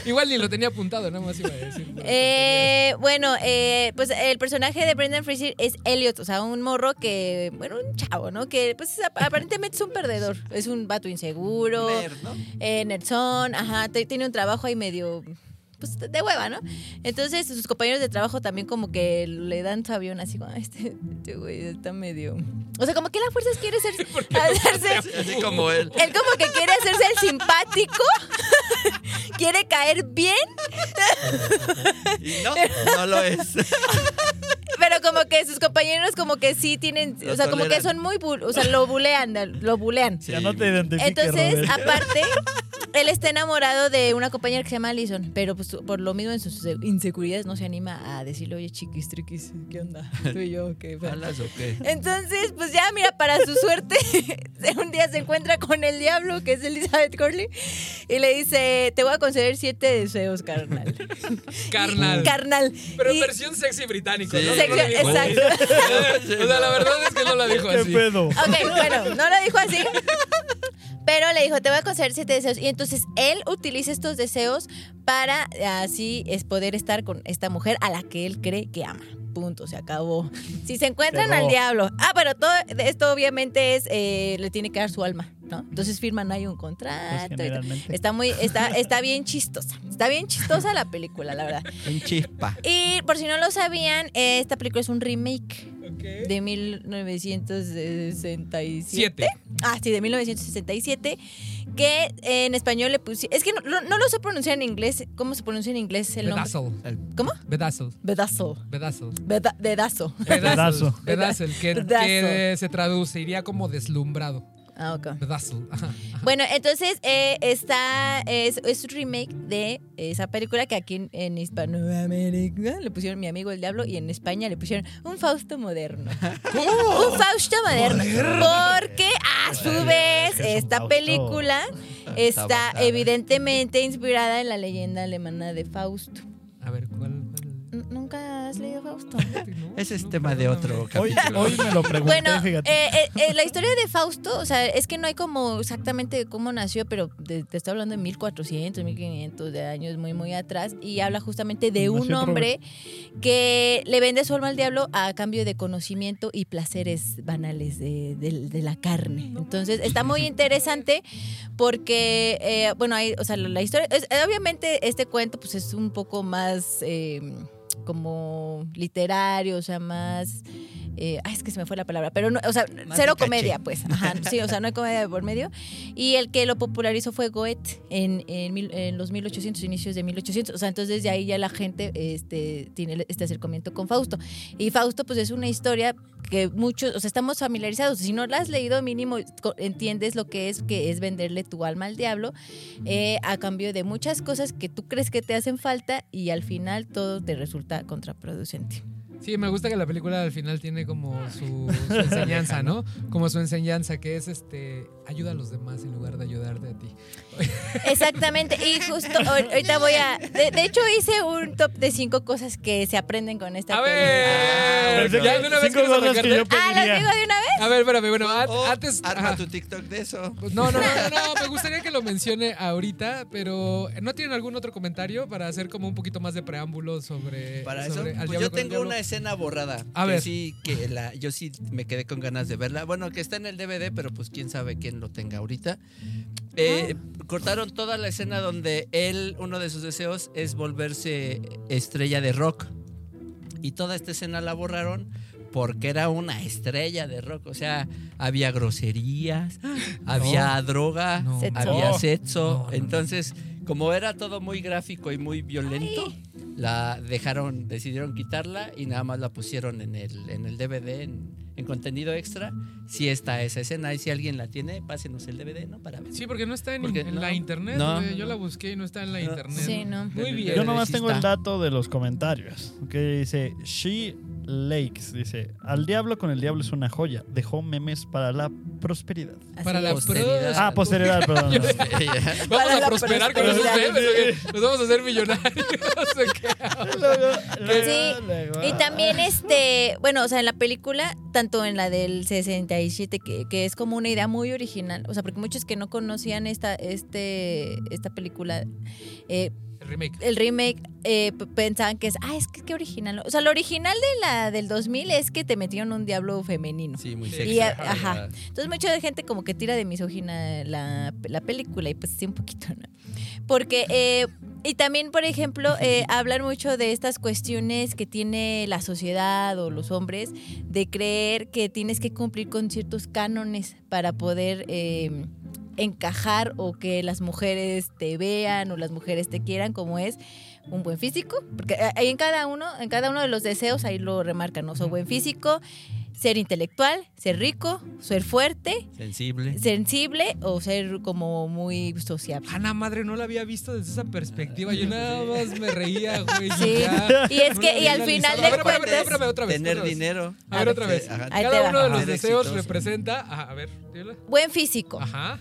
[SPEAKER 1] Igual ni lo tenía apuntado, nada más iba a decir.
[SPEAKER 4] Eh, bueno, eh, pues el personaje de Brendan Fraser es Elliot, o sea, un morro que, bueno, un chavo, ¿no? Que pues ap- aparentemente es un perdedor, es un vato inseguro,
[SPEAKER 2] Nerd, ¿no?
[SPEAKER 4] eh, nerdson, ajá, te- tiene un trabajo ahí medio, pues de hueva, ¿no? Entonces sus compañeros de trabajo también como que le dan su avión así como, "Ah, este, este güey está medio... O sea, como que la fuerza quiere ser, hacerse,
[SPEAKER 2] Así como él.
[SPEAKER 4] él como que quiere hacerse el simpático, (laughs) quiere caer bien,
[SPEAKER 2] Y no, no lo es.
[SPEAKER 4] pero como que sus compañeros como que sí tienen,
[SPEAKER 2] Lo
[SPEAKER 4] o sea, como que
[SPEAKER 2] toleran.
[SPEAKER 4] son muy, bu- o sea, lo bulean, lo
[SPEAKER 3] (laughs)
[SPEAKER 4] bulean.
[SPEAKER 3] ya no te identifiques.
[SPEAKER 4] Entonces, ah,
[SPEAKER 3] Robert.
[SPEAKER 4] aparte, él está enamorado de una compañera que se llama Alison, pero pues por lo mismo en sus inseguridades no se anima a decirle, oye, chiquis, triquis, ¿qué onda? Tú y yo, ¿qué?
[SPEAKER 2] ¿Alas o qué?
[SPEAKER 4] Entonces, pues ya, mira, para su suerte, (laughs) un día se encuentra con el diablo, que es Elizabeth Corley, y le dice, te voy a conceder siete deseos, carnal.
[SPEAKER 1] (laughs) Carnal.
[SPEAKER 4] Y- carnal.
[SPEAKER 1] Pero
[SPEAKER 4] Y-
[SPEAKER 1] versión sexy británico.
[SPEAKER 2] Sí.
[SPEAKER 1] ¿no?
[SPEAKER 4] Sexy-
[SPEAKER 1] No lo dijo así.
[SPEAKER 4] exacto.
[SPEAKER 1] O sea, la verdad es que no la dijo
[SPEAKER 4] Ah,
[SPEAKER 3] ¿Qué
[SPEAKER 1] así.
[SPEAKER 3] pedo? Pues,
[SPEAKER 4] Ok, bueno, no lo dijo así. Pero le dijo, te voy a conceder siete deseos. Y entonces él utiliza estos deseos para así es poder estar con esta mujer a la que él cree que ama. Punto, se acabó. Si se encuentran
[SPEAKER 3] Pero-
[SPEAKER 4] al diablo. Ah, pero todo esto obviamente es, eh, le tiene que dar su alma, ¿no? Entonces firman ahí un
[SPEAKER 3] Pues,
[SPEAKER 4] contrato. y tal.
[SPEAKER 3] generalmente.
[SPEAKER 4] Está muy, está, está bien chistosa. Está bien chistosa la película, la verdad.
[SPEAKER 2] Un chispa.
[SPEAKER 4] Y por si no lo sabían, eh, esta película es un remake
[SPEAKER 1] Ok.
[SPEAKER 4] de 1967.
[SPEAKER 1] Siete.
[SPEAKER 4] Ah, sí, de 1967. Que en español le puse. Es que no, no- no lo sé pronunciar en inglés. ¿Cómo se pronuncia en inglés el nombre?
[SPEAKER 1] Bedazzle.
[SPEAKER 4] ¿Cómo?
[SPEAKER 1] Bedazzle.
[SPEAKER 4] Bedazo.
[SPEAKER 1] Bedazzle.
[SPEAKER 4] Beda- dedazo.
[SPEAKER 1] Bedazzle.
[SPEAKER 3] Bedazo.
[SPEAKER 1] Bedazzle, que,
[SPEAKER 4] Bedazo.
[SPEAKER 1] que, eh, se traduciría como deslumbrado.
[SPEAKER 4] Ah, ok.
[SPEAKER 1] Bedazzle. ajá.
[SPEAKER 4] Bueno, entonces eh, está. Es, es un remake de esa película que aquí en, en Hispanoamérica le pusieron Mi amigo el diablo y en España le pusieron Un Fausto moderno. Un Fausto moderno. Porque a su
[SPEAKER 3] Órale,
[SPEAKER 4] vez
[SPEAKER 3] es un
[SPEAKER 4] esta
[SPEAKER 3] Fausto.
[SPEAKER 4] película
[SPEAKER 2] Está
[SPEAKER 4] está
[SPEAKER 2] basada.
[SPEAKER 4] evidentemente inspirada en la leyenda alemana de Fausto.
[SPEAKER 1] A ver, ¿cuál? cuál?
[SPEAKER 4] N- ¿Nunca has leído Fausto?
[SPEAKER 1] No,
[SPEAKER 2] Ese es
[SPEAKER 1] no,
[SPEAKER 2] tema de
[SPEAKER 1] perdóname.
[SPEAKER 2] otro
[SPEAKER 3] Hoy,
[SPEAKER 2] capítulo.
[SPEAKER 3] hoy me lo pregunté,
[SPEAKER 4] Bueno,
[SPEAKER 3] fíjate.
[SPEAKER 4] eh, eh, eh, la historia de Fausto, o sea, es que no hay como exactamente cómo nació, pero te, te estoy hablando de 1400, 1500 de años muy, muy atrás, y habla justamente de un
[SPEAKER 3] Nació
[SPEAKER 4] hombre que le vende su alma al diablo a cambio de conocimiento y placeres banales de, de- de la carne. Entonces, está muy interesante porque, eh, bueno, hay, o sea, la, la historia, es- eh, obviamente este cuento pues es un poco más... eh, como literario, o sea, más eh, ay, es que se me fue la palabra, pero no, o sea,
[SPEAKER 2] Más
[SPEAKER 4] cero
[SPEAKER 2] de caché.
[SPEAKER 4] comedia, pues. Ajá, sí, o sea, no hay comedia de por medio. Y el que lo popularizó fue Goethe en, en mil- en los 1800, inicios de 1800. O sea, entonces de ahí ya la gente este, tiene este acercamiento con Fausto. Y Fausto, pues es una historia que muchos, o sea, estamos familiarizados. Si no la has leído, mínimo co- entiendes lo que es, que es venderle tu alma al diablo eh, a cambio de muchas cosas que tú crees que te hacen falta y al final todo te resulta contraproducente.
[SPEAKER 1] Sí, me gusta que la película al final tiene como su, su enseñanza, ¿no? Como su enseñanza, que es este ayuda a los demás en lugar de ayudarte a ti.
[SPEAKER 4] Exactamente, y justo ahor- ahorita voy a... De, de hecho hice un top de cinco cosas que se aprenden con esta
[SPEAKER 1] A
[SPEAKER 4] película.
[SPEAKER 2] Ah,
[SPEAKER 1] ver, ya de una vez
[SPEAKER 3] Cinco
[SPEAKER 1] que nos
[SPEAKER 3] cosas que yo
[SPEAKER 1] arrancaste-
[SPEAKER 4] Ah, ¿los
[SPEAKER 3] pediría.
[SPEAKER 4] digo de una vez?
[SPEAKER 1] A ver, espérame, bueno, a-
[SPEAKER 2] O
[SPEAKER 1] antes.
[SPEAKER 2] Oh, Arma
[SPEAKER 1] ajá.
[SPEAKER 2] tu TikTok de eso.
[SPEAKER 1] Pues No, no, no, no, me gustaría que lo mencione ahorita, pero ¿no tienen algún otro comentario para hacer como un poquito más de preámbulo sobre,
[SPEAKER 2] Para eso,
[SPEAKER 1] sobre Al
[SPEAKER 2] pues
[SPEAKER 1] Diablo
[SPEAKER 2] yo
[SPEAKER 1] con el
[SPEAKER 2] tengo una
[SPEAKER 1] Diablo?
[SPEAKER 2] escena borrada.
[SPEAKER 1] A
[SPEAKER 2] que
[SPEAKER 1] ver.
[SPEAKER 2] Sí, que la, yo sí me quedé con ganas de verla. Bueno, que está en el DVD, pero pues quién sabe quién lo tenga ahorita. Eh, Cortaron toda la escena donde él, uno de sus deseos es volverse estrella de rock. Y toda esta escena la borraron porque era una estrella de rock. O sea,
[SPEAKER 1] (gasps)
[SPEAKER 2] había groserías, había droga,
[SPEAKER 1] No.
[SPEAKER 4] Sexo.
[SPEAKER 2] había
[SPEAKER 3] No.
[SPEAKER 1] No,
[SPEAKER 2] sexo.
[SPEAKER 1] no, no.
[SPEAKER 2] Entonces, como era todo muy gráfico y muy violento, la dejaron, decidieron quitarla y nada más la pusieron en el, en el DVD, en, en contenido extra. Si está esa escena y si alguien la tiene, pásenos el DVD, ¿no? Para ver.
[SPEAKER 1] Sí, porque no está en,
[SPEAKER 2] Porque
[SPEAKER 1] en
[SPEAKER 2] no.
[SPEAKER 1] la internet,
[SPEAKER 2] No.
[SPEAKER 1] güey. Yo la busqué y no está en la
[SPEAKER 2] No.
[SPEAKER 1] internet.
[SPEAKER 4] Sí, no.
[SPEAKER 1] Muy
[SPEAKER 2] Del-
[SPEAKER 1] bien.
[SPEAKER 3] Yo
[SPEAKER 2] del-
[SPEAKER 3] nomás
[SPEAKER 2] sí
[SPEAKER 3] tengo el
[SPEAKER 2] está.
[SPEAKER 3] dato de los comentarios. Que dice She Lakes. Dice: Al diablo con el diablo es una joya. Dejó memes para la prosperidad.
[SPEAKER 4] Así
[SPEAKER 1] Para la pues,
[SPEAKER 4] es.
[SPEAKER 2] Posteridad.
[SPEAKER 1] pros-
[SPEAKER 3] Ah,
[SPEAKER 1] (laughs)
[SPEAKER 3] posteridad, perdón.
[SPEAKER 2] (laughs)
[SPEAKER 3] (laughs)
[SPEAKER 1] Vamos
[SPEAKER 4] Para
[SPEAKER 1] a
[SPEAKER 4] la
[SPEAKER 1] prosperar con esos
[SPEAKER 4] prosperidad.
[SPEAKER 1] memes, ¿o qué? Nos vamos a hacer millonarios. (laughs) ¿o qué?
[SPEAKER 3] Luego,
[SPEAKER 4] Sí,
[SPEAKER 1] Ah.
[SPEAKER 4] Y también este, bueno, o sea, en la película, tanto en la del 67, que, que es como una idea muy original, o sea, porque muchos que no conocían esta, este, esta película, eh,
[SPEAKER 1] Remake.
[SPEAKER 4] el remake eh, p- pensaban que es, ah, es que qué original. O sea, lo original de la del 2000 es que te metieron un diablo femenino.
[SPEAKER 2] Sí, muy
[SPEAKER 1] Y,
[SPEAKER 2] sexy.
[SPEAKER 4] ajá. Entonces mucha gente como que tira de misógina la, la película y pues sí un poquito, ¿no? Porque, eh, y también, por ejemplo, eh, hablan mucho de estas cuestiones que tiene la sociedad o los hombres de creer que tienes que cumplir con ciertos cánones para poder... eh, encajar o que las mujeres te vean o las mujeres te quieran como es un buen físico porque eh, ahí en cada uno en cada uno de los deseos ahí lo remarcan no o sea, buen físico ser intelectual, ser rico, ser fuerte,
[SPEAKER 2] Sensible.
[SPEAKER 4] sensible o ser como muy sociable.
[SPEAKER 1] Ana madre, no la había visto desde esa perspectiva.
[SPEAKER 2] (laughs)
[SPEAKER 1] Yo nada más me reía, güey.
[SPEAKER 4] Sí.
[SPEAKER 1] ya.
[SPEAKER 4] Y es
[SPEAKER 1] No
[SPEAKER 4] que-
[SPEAKER 1] la
[SPEAKER 4] y
[SPEAKER 1] había
[SPEAKER 4] al final
[SPEAKER 1] analizado.
[SPEAKER 4] de
[SPEAKER 1] A ver, espérame,
[SPEAKER 4] cuentas-
[SPEAKER 1] espérame, otra vez.
[SPEAKER 2] Tener
[SPEAKER 1] otra vez.
[SPEAKER 2] dinero.
[SPEAKER 1] A ver, otra vez.
[SPEAKER 2] Ajá.
[SPEAKER 4] Ahí te
[SPEAKER 1] Cada
[SPEAKER 4] va.
[SPEAKER 1] uno de
[SPEAKER 4] Ajá.
[SPEAKER 1] los
[SPEAKER 2] Ser
[SPEAKER 1] deseos
[SPEAKER 2] exitoso.
[SPEAKER 1] representa. ajá, a ver, dila.
[SPEAKER 4] Buen físico,
[SPEAKER 1] Ajá.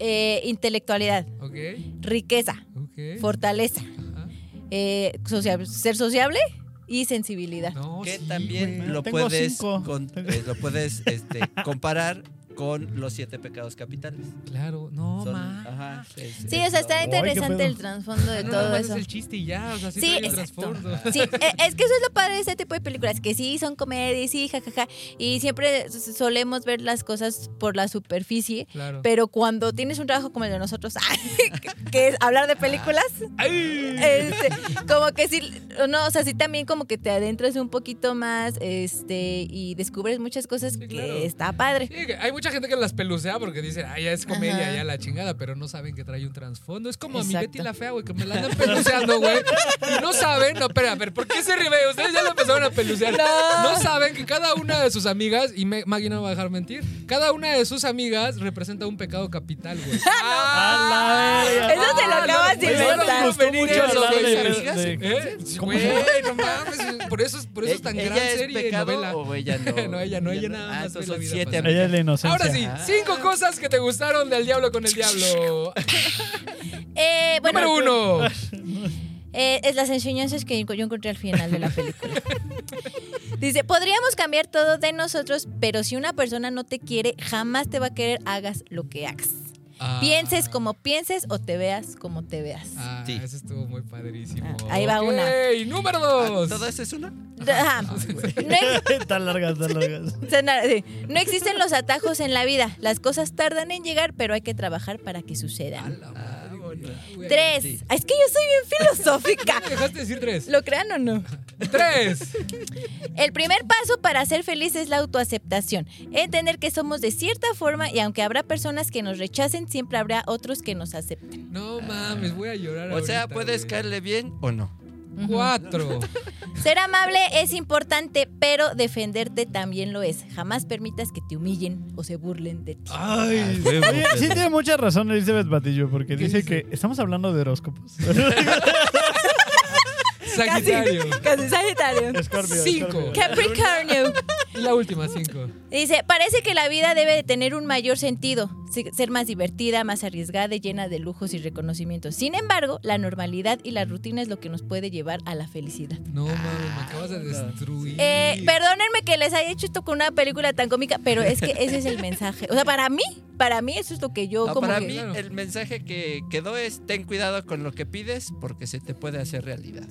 [SPEAKER 4] eh, intelectualidad,
[SPEAKER 1] Ok.
[SPEAKER 4] riqueza,
[SPEAKER 1] Ok.
[SPEAKER 4] fortaleza,
[SPEAKER 1] Ajá.
[SPEAKER 4] eh, sociable- ser sociable y sensibilidad.
[SPEAKER 1] No,
[SPEAKER 2] que
[SPEAKER 1] sí,
[SPEAKER 2] también
[SPEAKER 1] güey.
[SPEAKER 2] lo
[SPEAKER 3] Tengo
[SPEAKER 2] puedes,
[SPEAKER 3] cinco.
[SPEAKER 2] con- eh, lo puedes este, comparar con los siete pecados capitales.
[SPEAKER 1] Claro, no,
[SPEAKER 2] Son-
[SPEAKER 1] ma.
[SPEAKER 2] ajá, es- es
[SPEAKER 4] Sí, o sea,
[SPEAKER 2] lo-
[SPEAKER 4] está
[SPEAKER 3] Ay, qué
[SPEAKER 4] interesante
[SPEAKER 3] pedo.
[SPEAKER 4] el trasfondo de
[SPEAKER 1] No, nada
[SPEAKER 4] todo
[SPEAKER 1] más
[SPEAKER 4] eso.
[SPEAKER 1] es el chiste y ya, o sea, sí,
[SPEAKER 4] Sí,
[SPEAKER 1] trae el
[SPEAKER 4] exacto.
[SPEAKER 1] trasfondo.
[SPEAKER 4] (laughs) Sí, eh, es que eso es lo padre de este tipo de películas, que sí son comedias, sí, jajaja, y siempre s- solemos ver las cosas por la superficie,
[SPEAKER 1] Claro.
[SPEAKER 4] pero cuando tienes un trabajo como el de nosotros, (laughs) que- que es hablar de películas,
[SPEAKER 1] ¡Ay!
[SPEAKER 4] este, como que sí, no, o sea, sí también como que te adentras un poquito más, este, y descubres muchas cosas
[SPEAKER 1] Sí,
[SPEAKER 4] que
[SPEAKER 1] claro.
[SPEAKER 4] está padre.
[SPEAKER 1] Sí, que hay mucha gente que las pelucea porque dicen, ah, ya es comedia,
[SPEAKER 4] Ajá.
[SPEAKER 1] ya la chingada, pero no saben que trae un trasfondo. Es como a mi
[SPEAKER 4] Exacto.
[SPEAKER 1] Betty la fea, güey, que me la andan peluceando, güey. Y no saben, no, espera, a ver, ¿por qué se ríe? güey? Ustedes ya la empezaron a pelucear. No. saben que cada una de sus amigas, y me, Maggie no me va a dejar mentir, cada una de sus amigas representa un pecado capital,
[SPEAKER 4] (laughs)
[SPEAKER 1] güey. Ah,
[SPEAKER 3] ¡A la verga!
[SPEAKER 4] Eso se lo acabas de
[SPEAKER 1] güey, no
[SPEAKER 4] inventar.
[SPEAKER 1] puedo venir
[SPEAKER 3] Mucho
[SPEAKER 1] eso,
[SPEAKER 3] hablar
[SPEAKER 1] güey,
[SPEAKER 3] de-
[SPEAKER 1] ¿sabes?
[SPEAKER 3] de-
[SPEAKER 1] ¿Eh?
[SPEAKER 3] ¿Cómo
[SPEAKER 1] Güey,
[SPEAKER 3] se
[SPEAKER 1] no mames, por eso es, por eso es tan
[SPEAKER 4] Eh,
[SPEAKER 2] ¿Ella
[SPEAKER 1] gran
[SPEAKER 2] es
[SPEAKER 1] serie y
[SPEAKER 2] pecado
[SPEAKER 1] novela.
[SPEAKER 2] o (laughs) ella no?
[SPEAKER 1] No, ella no, ella nada
[SPEAKER 2] Ah,
[SPEAKER 1] más ve
[SPEAKER 2] entonces
[SPEAKER 1] la
[SPEAKER 2] son
[SPEAKER 1] vida (laughs)
[SPEAKER 2] siete
[SPEAKER 1] pasar.
[SPEAKER 3] Ella es la inocencia.
[SPEAKER 1] Ahora sí, cinco
[SPEAKER 2] Ah,
[SPEAKER 1] cosas que te gustaron del Diablo con el Diablo.
[SPEAKER 4] Eh, bueno,
[SPEAKER 1] (laughs) Número uno.
[SPEAKER 4] eh, es las enseñanzas que yo encontré al final de la película. (laughs) Dice, podríamos cambiar todo de nosotros, pero si una persona no te quiere, jamás te va a querer, hagas lo que hagas.
[SPEAKER 2] (laughs)
[SPEAKER 4] Pienses como pienses o te veas como te veas.
[SPEAKER 1] Ah,
[SPEAKER 2] Sí.
[SPEAKER 1] eso estuvo muy padrísimo.
[SPEAKER 4] Ah, ahí va
[SPEAKER 1] Ok,
[SPEAKER 4] una.
[SPEAKER 1] número
[SPEAKER 2] Ah,
[SPEAKER 1] dos. Ah,
[SPEAKER 2] ¿Todo
[SPEAKER 1] (laughs)
[SPEAKER 2] eso es una?
[SPEAKER 4] Ajá. No es-
[SPEAKER 3] (laughs) Tan largas, tan largas.
[SPEAKER 4] O sea, na- sí. No existen los atajos en la vida. Las cosas tardan en llegar, pero hay que trabajar para que sucedan.
[SPEAKER 2] Ah, bueno.
[SPEAKER 1] Güey,
[SPEAKER 4] Tres.
[SPEAKER 2] sí.
[SPEAKER 4] Ah, Es que yo soy bien filosófica.
[SPEAKER 1] ¿me Dejaste de decir tres.
[SPEAKER 4] ¿Lo crean o no?
[SPEAKER 2] (laughs)
[SPEAKER 1] Tres.
[SPEAKER 4] El primer paso para ser feliz es la autoaceptación. Entender que somos de cierta forma y aunque habrá personas que nos rechacen, siempre habrá otros que nos acepten.
[SPEAKER 1] No mames, voy a llorar.
[SPEAKER 2] O sea,
[SPEAKER 1] ahorita,
[SPEAKER 2] puedes
[SPEAKER 1] güey.
[SPEAKER 2] caerle bien o no.
[SPEAKER 4] Ujú.
[SPEAKER 2] (laughs)
[SPEAKER 1] Cuatro.
[SPEAKER 4] Ser amable es importante, pero defenderte también lo es. Jamás permitas que te humillen o se burlen de ti.
[SPEAKER 1] Ay.
[SPEAKER 3] Oye, sí tiene mucha razón Elizabeth Batillo, porque
[SPEAKER 1] ¿Qué
[SPEAKER 3] dice,
[SPEAKER 1] dice?
[SPEAKER 3] que estamos hablando de horóscopos.
[SPEAKER 1] Sagitario.
[SPEAKER 4] Casi Sagitario.
[SPEAKER 3] Escorpio,
[SPEAKER 1] Cinco.
[SPEAKER 3] Escorpio.
[SPEAKER 4] Capricornio.
[SPEAKER 1] Y la última, cinco.
[SPEAKER 4] Dice, parece que la vida debe de tener un mayor sentido, se- ser más divertida, más arriesgada y llena de lujos y reconocimientos. Sin embargo, la normalidad y la rutina es lo que nos puede llevar a la felicidad.
[SPEAKER 1] No
[SPEAKER 2] Ah,
[SPEAKER 1] mames, me acabas de destruir.
[SPEAKER 4] Eh, perdónenme que les haya hecho esto con una película tan cómica, pero es que ese es el mensaje. O sea, para mí, para mí eso es lo que yo
[SPEAKER 2] No,
[SPEAKER 4] como
[SPEAKER 2] para
[SPEAKER 4] que-
[SPEAKER 2] mí
[SPEAKER 1] Claro.
[SPEAKER 2] el mensaje que quedó es ten cuidado con lo que pides porque se te puede hacer realidad.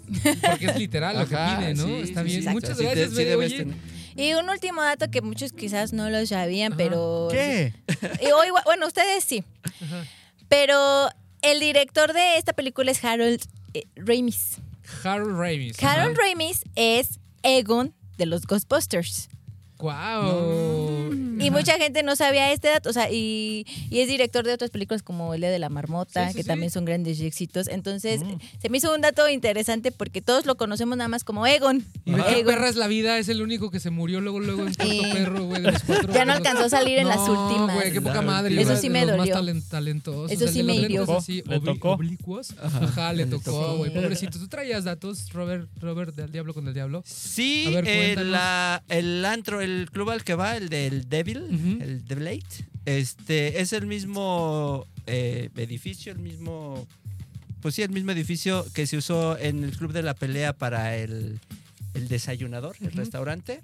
[SPEAKER 1] Porque es literal lo que
[SPEAKER 2] Ajá,
[SPEAKER 1] pide, ¿no?
[SPEAKER 2] sí,
[SPEAKER 1] Está
[SPEAKER 2] sí,
[SPEAKER 1] bien.
[SPEAKER 2] sí,
[SPEAKER 1] Muchas
[SPEAKER 2] sí, te-
[SPEAKER 1] gracias,
[SPEAKER 2] sí
[SPEAKER 1] Bede.
[SPEAKER 2] debes
[SPEAKER 1] Oye,
[SPEAKER 2] tener-
[SPEAKER 4] Y un último dato que muchos quizás no lo sabían,
[SPEAKER 1] Ajá.
[SPEAKER 4] pero...
[SPEAKER 3] ¿Qué?
[SPEAKER 4] Y, o igual- bueno, ustedes sí.
[SPEAKER 1] Ajá.
[SPEAKER 4] Pero el director de esta película es Harold eh, Ramis.
[SPEAKER 1] Harold Ramis.
[SPEAKER 4] Harold Ramis es Egon de los Ghostbusters.
[SPEAKER 1] Wow.
[SPEAKER 4] Y mucha gente no sabía este dato, o sea, y, y es director de otras películas como El Día de la Marmota,
[SPEAKER 1] Sí, sí,
[SPEAKER 4] que
[SPEAKER 1] sí. Mm.
[SPEAKER 4] también son grandes éxitos. Entonces, se me hizo un dato interesante porque todos lo conocemos nada más como Egon.
[SPEAKER 1] Y ve qué
[SPEAKER 4] Egon.
[SPEAKER 1] perra es la vida, es el único que se murió luego, luego en Puerto
[SPEAKER 4] Sí.
[SPEAKER 1] Perro, güey, de los cuatro.
[SPEAKER 4] Ya no
[SPEAKER 1] perros.
[SPEAKER 4] alcanzó a salir en
[SPEAKER 1] No,
[SPEAKER 4] las últimas.
[SPEAKER 1] güey, qué poca
[SPEAKER 2] Claro.
[SPEAKER 1] madre.
[SPEAKER 4] Eso
[SPEAKER 1] güey,
[SPEAKER 4] sí
[SPEAKER 1] de
[SPEAKER 4] me
[SPEAKER 1] los
[SPEAKER 4] dolió.
[SPEAKER 1] Más talen- talentosos. o
[SPEAKER 4] Eso
[SPEAKER 1] sea,
[SPEAKER 4] sí
[SPEAKER 1] el de
[SPEAKER 4] me
[SPEAKER 1] los lentes
[SPEAKER 4] hirió.
[SPEAKER 1] así,
[SPEAKER 3] Le
[SPEAKER 1] obli-
[SPEAKER 3] tocó.
[SPEAKER 1] Oblicuos. Ajá, le
[SPEAKER 2] Le
[SPEAKER 1] tocó,
[SPEAKER 4] tocó.
[SPEAKER 1] güey. Pobrecito. ¿Tú traías datos, Robert, Robert del Diablo con el Diablo? A
[SPEAKER 2] Sí,
[SPEAKER 1] ver, cuéntanos.
[SPEAKER 2] el, la- el antro, el club al que va, el del Devil,
[SPEAKER 1] Ujú.
[SPEAKER 2] el The Blade, este, es el mismo eh, edificio, el mismo, pues sí, el mismo edificio que se usó en el club de la pelea para el, el desayunador, el
[SPEAKER 1] Ujú.
[SPEAKER 2] restaurante.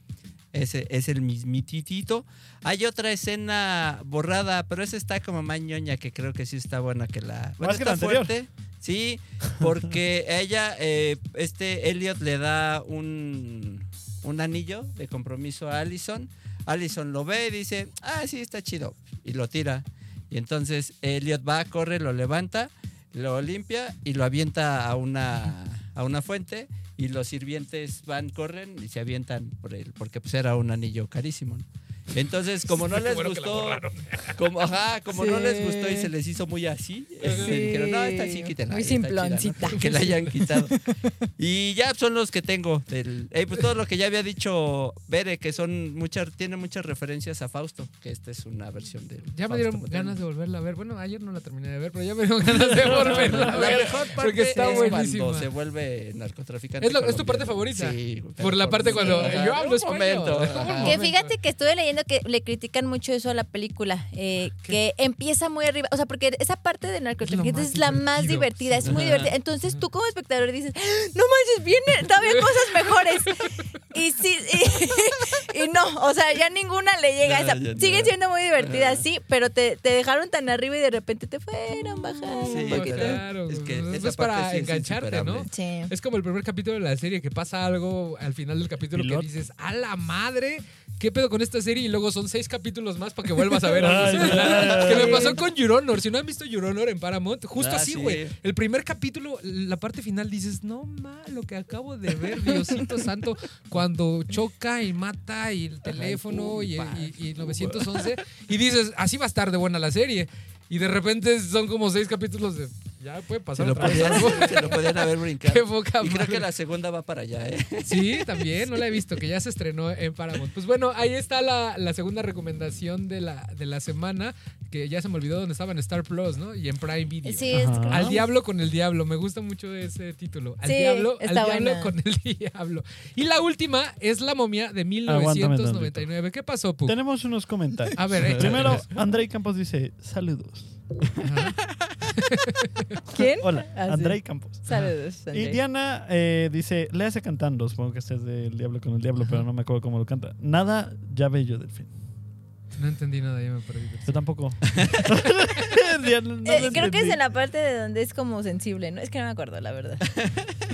[SPEAKER 2] Ese es el mismititito. Hay otra escena borrada, pero esa está como más ñoña, que creo que sí está buena que la... Bueno,
[SPEAKER 3] Más que
[SPEAKER 2] está
[SPEAKER 3] la anterior.
[SPEAKER 2] fuerte. Sí, porque ella, eh, este Elliot le da un, un anillo de compromiso a Allison. Allison lo ve y dice, ah, sí, está chido. Y lo tira. Y entonces Elliot va, corre, lo levanta, lo limpia y lo avienta a una, a una fuente. Y los sirvientes van, corren y se avientan por él, porque pues era un anillo carísimo. ¿no? Entonces, como no les gustó, como, ajá, como no
[SPEAKER 4] Sí.
[SPEAKER 2] les gustó y se les hizo muy así,
[SPEAKER 4] Sí.
[SPEAKER 2] dijeron, no, esta sí, quítenla.
[SPEAKER 4] Muy
[SPEAKER 2] esta chida, ¿no?"
[SPEAKER 4] simploncita.
[SPEAKER 2] Que la hayan quitado. Y ya son los que tengo. Del, eh, pues todo lo que ya había dicho Bere, que son muchas, tiene muchas referencias a Fausto, que esta es una versión de.
[SPEAKER 1] Ya
[SPEAKER 2] Fausto
[SPEAKER 1] me dieron
[SPEAKER 2] Botello.
[SPEAKER 1] ganas de volverla a ver. Bueno, ayer no la terminé de ver, pero ya me dieron (laughs) ganas de volverla a
[SPEAKER 2] (laughs) La
[SPEAKER 1] ver.
[SPEAKER 2] mejor parte
[SPEAKER 1] Porque está
[SPEAKER 2] es
[SPEAKER 1] buenísima.
[SPEAKER 2] cuando se vuelve narcotraficante.
[SPEAKER 1] Es lo- es tu
[SPEAKER 2] colombiano.
[SPEAKER 1] parte favorita.
[SPEAKER 2] Sí,
[SPEAKER 1] Por la parte cuando
[SPEAKER 2] Ajá.
[SPEAKER 1] yo hablo
[SPEAKER 2] Un
[SPEAKER 1] español.
[SPEAKER 2] momento.
[SPEAKER 1] Ajá.
[SPEAKER 4] Que
[SPEAKER 1] momento.
[SPEAKER 4] fíjate que estuve leyendo que le critican mucho eso a la película, eh, que empieza muy arriba, o sea, porque esa parte de narcotraficantes
[SPEAKER 1] más
[SPEAKER 4] es la más
[SPEAKER 1] divertido.
[SPEAKER 4] divertida, es muy
[SPEAKER 2] Ajá.
[SPEAKER 4] divertida. Entonces tú como espectador dices, "Ah, no manches, viene todavía cosas mejores. Y (laughs) sí, y, y no, o sea, ya ninguna le llega a
[SPEAKER 2] No,
[SPEAKER 4] esa.
[SPEAKER 2] ya no.
[SPEAKER 4] Siguen siendo muy divertidas,
[SPEAKER 2] Ajá.
[SPEAKER 4] sí, pero te, te dejaron tan arriba y de repente te fueron bajando
[SPEAKER 2] Sí,
[SPEAKER 4] un
[SPEAKER 1] Pues
[SPEAKER 4] poquito.
[SPEAKER 2] claro.
[SPEAKER 1] claro,
[SPEAKER 2] Es que
[SPEAKER 1] pues,
[SPEAKER 2] esa
[SPEAKER 1] es para
[SPEAKER 2] parte sí es
[SPEAKER 1] engancharte, ¿no?
[SPEAKER 2] insuperable.
[SPEAKER 4] Sí.
[SPEAKER 1] Es como el primer capítulo de la serie que pasa algo al final del capítulo
[SPEAKER 3] Piloto.
[SPEAKER 1] que dices, a la madre, ¿qué pedo con esta serie? Y luego son seis capítulos más para que vuelvas
[SPEAKER 2] (laughs)
[SPEAKER 1] a ver algo
[SPEAKER 3] Ay,
[SPEAKER 1] similar.
[SPEAKER 3] ay,
[SPEAKER 1] que me
[SPEAKER 3] ay.
[SPEAKER 1] pasó con Your Honor. Si no han visto Your Honor en Paramount, justo
[SPEAKER 2] Ah,
[SPEAKER 1] así,
[SPEAKER 2] sí.
[SPEAKER 1] güey. El primer capítulo, la parte final, dices, no ma, lo que acabo de ver, Diosito Santo, cuando choca y mata y el teléfono y, y- y 911. Y dices, así va a estar de buena la serie. Y de repente son como seis capítulos de. Ya puede
[SPEAKER 2] Se
[SPEAKER 1] pasar
[SPEAKER 2] lo,
[SPEAKER 1] otra vez
[SPEAKER 2] podían,
[SPEAKER 1] algo".
[SPEAKER 2] se lo podían haber
[SPEAKER 1] (laughs)
[SPEAKER 2] brincado.
[SPEAKER 1] Qué poca
[SPEAKER 2] y creo
[SPEAKER 1] madre.
[SPEAKER 2] que la segunda va para allá, ¿eh?
[SPEAKER 1] Sí, también, no la he visto, que ya se estrenó en Paramount. Pues bueno, ahí está la, la segunda recomendación de la, de la semana, que ya se me olvidó dónde estaba en Star Plus, ¿no? Y en Prime Video.
[SPEAKER 4] Sí, es
[SPEAKER 3] Ajá.
[SPEAKER 4] como-
[SPEAKER 1] Al diablo con el diablo, me gusta mucho ese título. Al
[SPEAKER 4] Sí,
[SPEAKER 1] diablo, al
[SPEAKER 4] está
[SPEAKER 1] diablo
[SPEAKER 4] buena.
[SPEAKER 1] con el (laughs) diablo. Y la última es la momia de
[SPEAKER 3] Aguántame
[SPEAKER 1] 1999. ¿Qué pasó, Pu?
[SPEAKER 3] Tenemos unos comentarios.
[SPEAKER 1] A ver, échale.
[SPEAKER 3] Primero, Andrei Campos dice, saludos.
[SPEAKER 4] ¿Quién?
[SPEAKER 3] Hola,
[SPEAKER 4] Ah, sí.
[SPEAKER 3] Andrei Campos.
[SPEAKER 4] Saludos,
[SPEAKER 3] Y
[SPEAKER 4] André.
[SPEAKER 3] Diana eh, dice, le hace cantando, supongo que este es del Diablo con el Diablo, pero no me acuerdo cómo lo canta. Nada, ya bello, Delfín.
[SPEAKER 1] No entendí nada, ya me perdí.
[SPEAKER 3] Yo
[SPEAKER 4] (laughs)
[SPEAKER 3] tampoco. (laughs) Diana, no
[SPEAKER 4] Eh,
[SPEAKER 3] lo
[SPEAKER 4] creo que es
[SPEAKER 3] entendí.
[SPEAKER 4] en la parte de donde es como sensible, ¿no? Es que no me acuerdo, la verdad.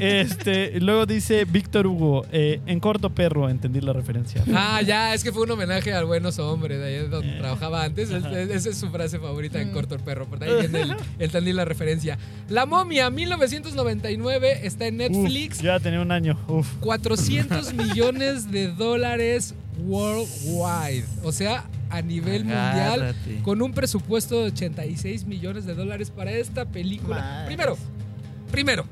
[SPEAKER 3] Este, y luego dice Víctor Hugo, eh, en corto perro, entendí la referencia.
[SPEAKER 1] (laughs) Ah, ya, es que fue un homenaje al Buenos Hombres, de ahí donde trabajaba antes. Es- es- Esa es su frase favorita
[SPEAKER 4] Mm.
[SPEAKER 1] en Corto el Perro, por ahí viene el, el tan linda referencia. La momia, 1999, está en
[SPEAKER 3] Uf,
[SPEAKER 1] Netflix.
[SPEAKER 3] yo ya tenía un año. Uf. (laughs)
[SPEAKER 1] 400 millones de dólares worldwide, o sea, a nivel mundial,
[SPEAKER 2] Agárrate.
[SPEAKER 1] con un presupuesto de 86 millones de dólares para esta película.
[SPEAKER 4] Madres.
[SPEAKER 1] Primero, primero,